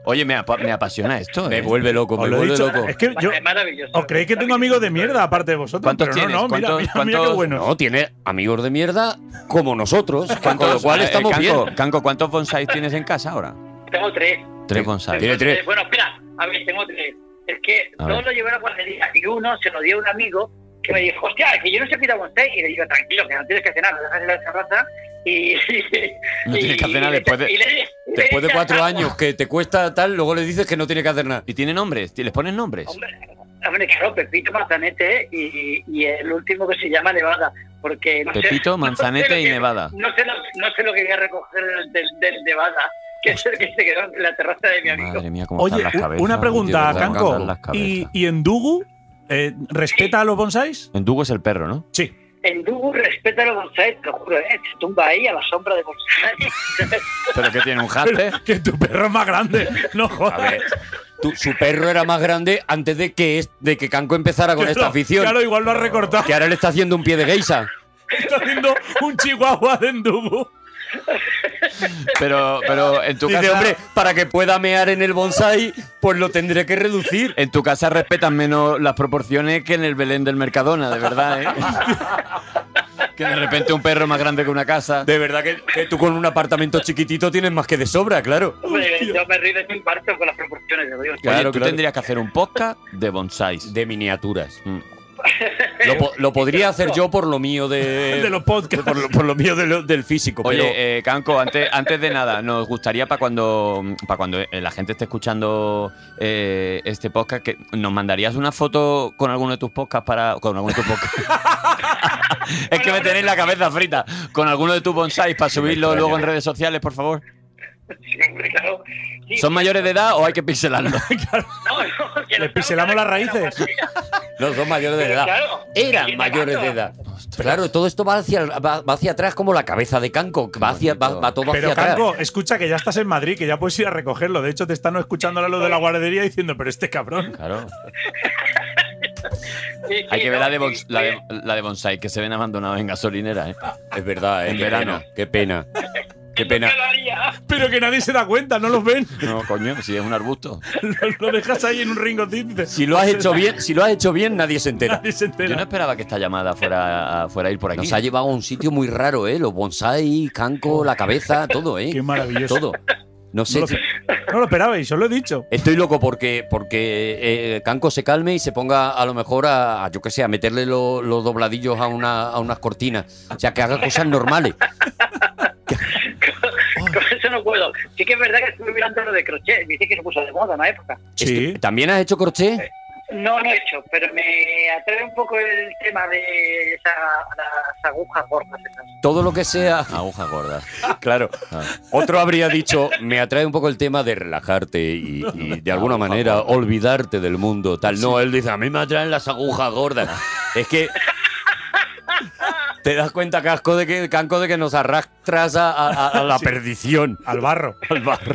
D: Oye, me, apa- me apasiona esto.
E: Pues Me
D: ¿eh?
E: vuelve loco,
B: Os lo he dicho, es que yo-
J: maravilloso.
B: ¿Os creéis que tengo amigos de mierda aparte de vosotros?
E: ¿Cuántos
B: Pero
E: tienes?
B: no, no, mira,
E: ¿Cuántos-
B: mira, mira qué
E: cuántos-
B: bueno.
E: No, tiene amigos de mierda como nosotros, con lo cual
D: Eh,
E: estamos
D: Canco,
E: bien.
D: Canco, ¿cuántos bonsáis tienes en casa ahora?
J: Tengo tres.
D: Tres bonsáis.
J: Tengo Bueno, espera, a ver, tengo tres. Es que
D: A
J: dos
D: ver.
J: lo llevé a la guardería y uno se lo dio a un amigo que me dijo, hostia, que yo no sé cuidar bonsai. Y le digo, tranquilo, que no tienes que cenar, lo dejas en la terraza y.
E: No tienes que hacer nada
J: y-
E: después de-
J: y le- y le "Ah,
E: Después de
J: echas
E: cuatro
J: agua.
E: años que te cuesta tal, luego le dices que no tiene que hacer nada.
D: ¿Y tiene nombres? ¿Les pones nombres?
J: Hombre, claro, Pepito Manzanete eh, y, y el último que se llama Nevada. Porque no sé-
D: Pepito,
J: no sé
D: Manzanete
J: lo
D: y
J: que-
D: Nevada.
J: No sé, lo, no sé lo que voy a recoger del, del- del Nevada, que es el que se quedó en la terraza de mi amigo.
D: Madre mía, cómo
B: Oye,
D: están las
B: u-
D: cabezas.
B: una pregunta,
D: tío, cómo
B: Canco.
D: están las cabezas.
B: ¿Y, y en Dugu eh, respeta a los bonsáis?
D: En Dugo es el perro, ¿no?
B: Sí.
J: El Dugu respeta a los bonsai, te lo juro, ¿eh? Se tumba ahí a la sombra de bonsai.
D: ¿Pero que tiene? ¿Un hámster?
B: que tu perro es más grande. No jodas.
E: Tu- su perro era más grande antes de que, es- de que Canco empezara con
B: Claro,
E: esta afición.
B: claro, igual lo ha recortado.
E: Que ahora le está haciendo un pie de geisa.
B: Está haciendo un chihuahua de Endugu.
D: Pero, pero en tu
E: Dice,
D: casa.
E: hombre, para que pueda mear en el bonsai, pues lo tendré que reducir.
D: En tu casa respetan menos las proporciones que en el Belén del Mercadona, de verdad, ¿eh? que de repente un perro más grande que una casa.
E: De verdad que, que tú con un apartamento chiquitito tienes más que de sobra, claro.
J: Hombre, yo me río de mi parto con las proporciones, de Dios.
D: Oye, tú tendrías que hacer un podcast de bonsáis.
E: De miniaturas. Lo, po- lo podría hacer yo por lo mío de,
D: De
E: los podcasts. Eh, Por lo, por lo mío de lo- del físico.
D: Oye,
E: pero
D: eh, Canco, antes, antes de nada, nos gustaría para cuando, para cuando eh, la gente esté escuchando eh, este podcast, que nos mandarías una foto con alguno de tus podcasts para. Con alguno de tus podcasts. es que me tenéis la cabeza frita. Con alguno de tus bonsáis para subirlo
J: extraña.
D: luego en redes sociales, por favor.
J: Sí, hombre, claro. Sí,
D: ¿Son mayores de edad o hay que pixelarlo?
B: Le piselamos las raíces.
E: los dos mayores de
B: Pero
E: edad.
B: claro,
E: Eran
B: tiene
E: mayores de
B: gato.
E: edad. Claro, todo esto va hacia, va, va hacia atrás como la cabeza de Canco. que Va, hacia, va, va todo hacia
B: Pero,
E: atrás.
B: Canco, escucha que ya estás en Madrid, que ya puedes ir a recogerlo. De hecho, te están escuchando ahora lo de la guardería diciendo, pero este cabrón.
D: Claro.
J: sí,
D: Hay que ver
J: no,
D: la de,
J: sí,
D: bons- la de,
J: sí.
D: la de bonsai que se ven abandonados en gasolineras, ¿eh?
E: Es verdad, ¿eh?
D: En
E: Qué
D: verano.
E: pena, Qué pena. Qué pena.
B: Pero que nadie se da cuenta, no los ven.
D: No, coño, si es un arbusto.
B: Lo, lo dejas ahí en un rinconcito. y dices,
E: Si lo has hecho bien, si lo has hecho bien, nadie se entera.
B: Nadie se entera.
D: Yo no esperaba que esta llamada fuera, fuera a ir por aquí.
E: Nos ha llevado a un sitio muy raro, ¿eh? Los bonsai, Canco, la cabeza, todo, ¿eh?
B: Qué maravilloso.
E: Todo. No sé.
B: No lo- No lo esperabais, os lo he dicho.
E: Estoy loco porque, porque eh, Canco se calme y se ponga a lo mejor a, a, yo qué sé, a meterle lo- los dobladillos a, una, a unas cortinas. O sea, que haga cosas normales.
J: Con eso no puedo. Sí que es verdad que estuve mirando lo de crochet. Dice que se puso de moda en una época.
E: Sí. ¿También has hecho
D: Eh.
E: crochet?
J: No lo he hecho, pero me atrae un poco el tema de esa, las agujas gordas. esas.
E: Todo lo que sea.
D: Agujas gordas. Ah.
E: Claro. Otro habría dicho, me atrae un poco el tema de relajarte y, y
D: Ah,
E: de alguna manera olvidarte del mundo, tal. No, él dice, a mí me atraen las agujas gordas. Es que te das cuenta, casco, de que, canco, de que nos arrastras a, a- a la perdición.
B: Al barro.
E: Al barro.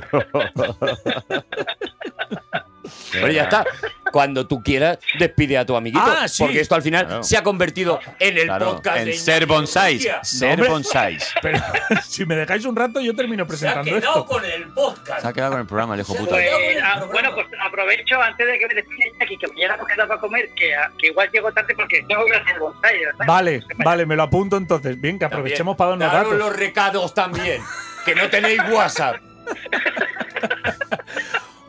E: Pero ya está. Cuando tú quieras, despide a tu amiguito.
B: Ah, sí.
E: Porque esto al final
D: Claro.
E: se ha convertido en el
D: Claro,
E: podcast
D: en
E: de
D: ser bonsáis.
E: Indonesia.
D: Ser
B: hombre.
D: bonsáis.
B: Pero si me dejáis un rato, yo termino
E: Se ha
B: presentando
E: quedado
B: esto.
E: con el podcast.
D: Se ha quedado con el programa, el hijo puta.
B: Eh,
J: Pues, ah, bueno, pues aprovecho antes de que me despiden aquí, que mañana nos quedamos a comer, que, ah, que igual llego tarde porque tengo que hacer bonsai. ¿verdad?
B: Vale, vale, me lo apunto entonces. Bien, que aprovechemos para darnos
E: Daros
B: datos.
E: los recados también, que no tenéis WhatsApp.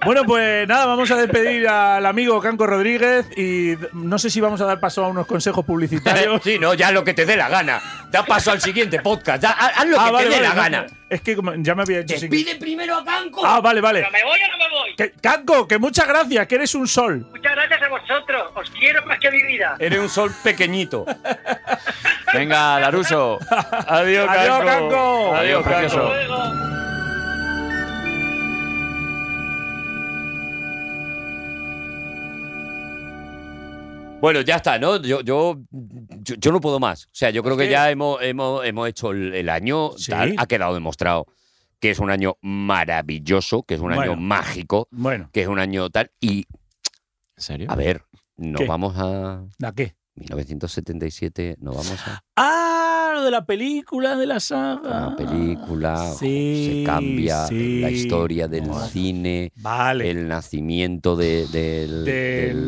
B: Bueno, pues nada, vamos a despedir al amigo Canco Rodríguez y no sé si vamos a dar paso a unos consejos publicitarios.
E: sí, no, ya lo que te dé la gana. Da paso al siguiente podcast. da- haz haz lo
B: Ah,
E: que
B: vale,
E: te dé
B: vale,
E: la
B: no,
E: gana.
B: Es que como ya me había hecho sin-
E: Despide primero a Canco.
B: Ah, vale, vale.
J: ¿Pero me voy o no me voy?
B: Que- Canco, que muchas gracias, que eres un sol.
J: Muchas gracias a vosotros. Os quiero más que a mi vida.
E: Eres un sol pequeñito.
D: Venga, Laruso.
E: Adiós,
B: Adiós, Canco.
D: Adiós, precioso.
J: Hasta luego.
E: Bueno, ya está, ¿no? Yo, yo, yo, yo no puedo más. O sea, yo creo que ya hemos, hemos, hemos hecho el, el año.
B: Sí.
E: tal, ha quedado demostrado que es un año maravilloso, que es un
B: Bueno.
E: año mágico,
B: Bueno,
E: que es un año tal. Y,
D: ¿En serio?
E: a ver, nos
B: ¿Qué?
E: vamos a
B: ¿a qué?
E: 1977, nos vamos a...
B: Ah, claro, de la película, de la saga.
D: Ah,
E: La Ah, película
B: Sí,
E: se cambia,
B: sí.
E: la historia del
B: Bueno.
E: cine,
B: Vale.
E: el nacimiento de-
B: Del-
E: del...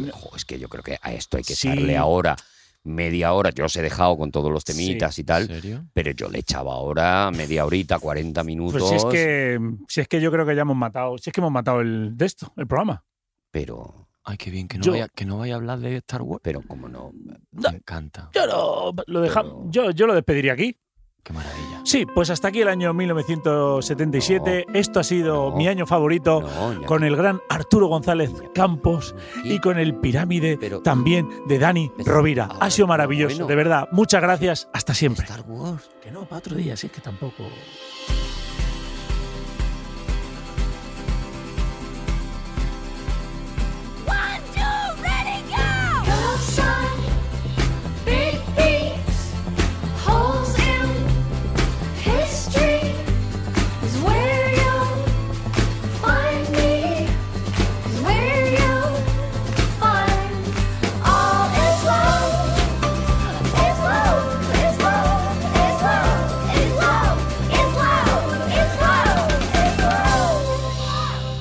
E: del- Jo, es que yo creo que a esto hay que
B: Sí.
E: echarle ahora media hora. Yo os he dejado con todos los
B: Sí.
E: temitas y tal,
B: ¿En serio?
E: pero yo le echaba ahora media horita, 40 minutos.
B: Pues si es, que, si es que yo creo que ya hemos matado, si es que hemos matado el de esto, el programa.
E: Pero.
C: Ay, qué bien, que no,
B: Yo-
C: vaya, que no vaya a hablar de Star Wars.
E: Pero como no.
C: Me encanta.
B: Yo lo, lo dejam- yo, yo lo despediría aquí. Qué maravilla. Sí, pues hasta aquí el año 1977. Esto ha sido mi año favorito con el gran Arturo González Campos y con el Pirámide también de Dani Rovira. Ha sido maravilloso, de verdad. Muchas gracias. Hasta siempre.
C: Que no, para otro día, si es que tampoco.
K: One, two, ready, go! Hello, sun. Big feet. Holes in history is where you'll find me. Is where you'll find all is love. Is love. Is love. Is love. Is love. Is love. Is love. Is love.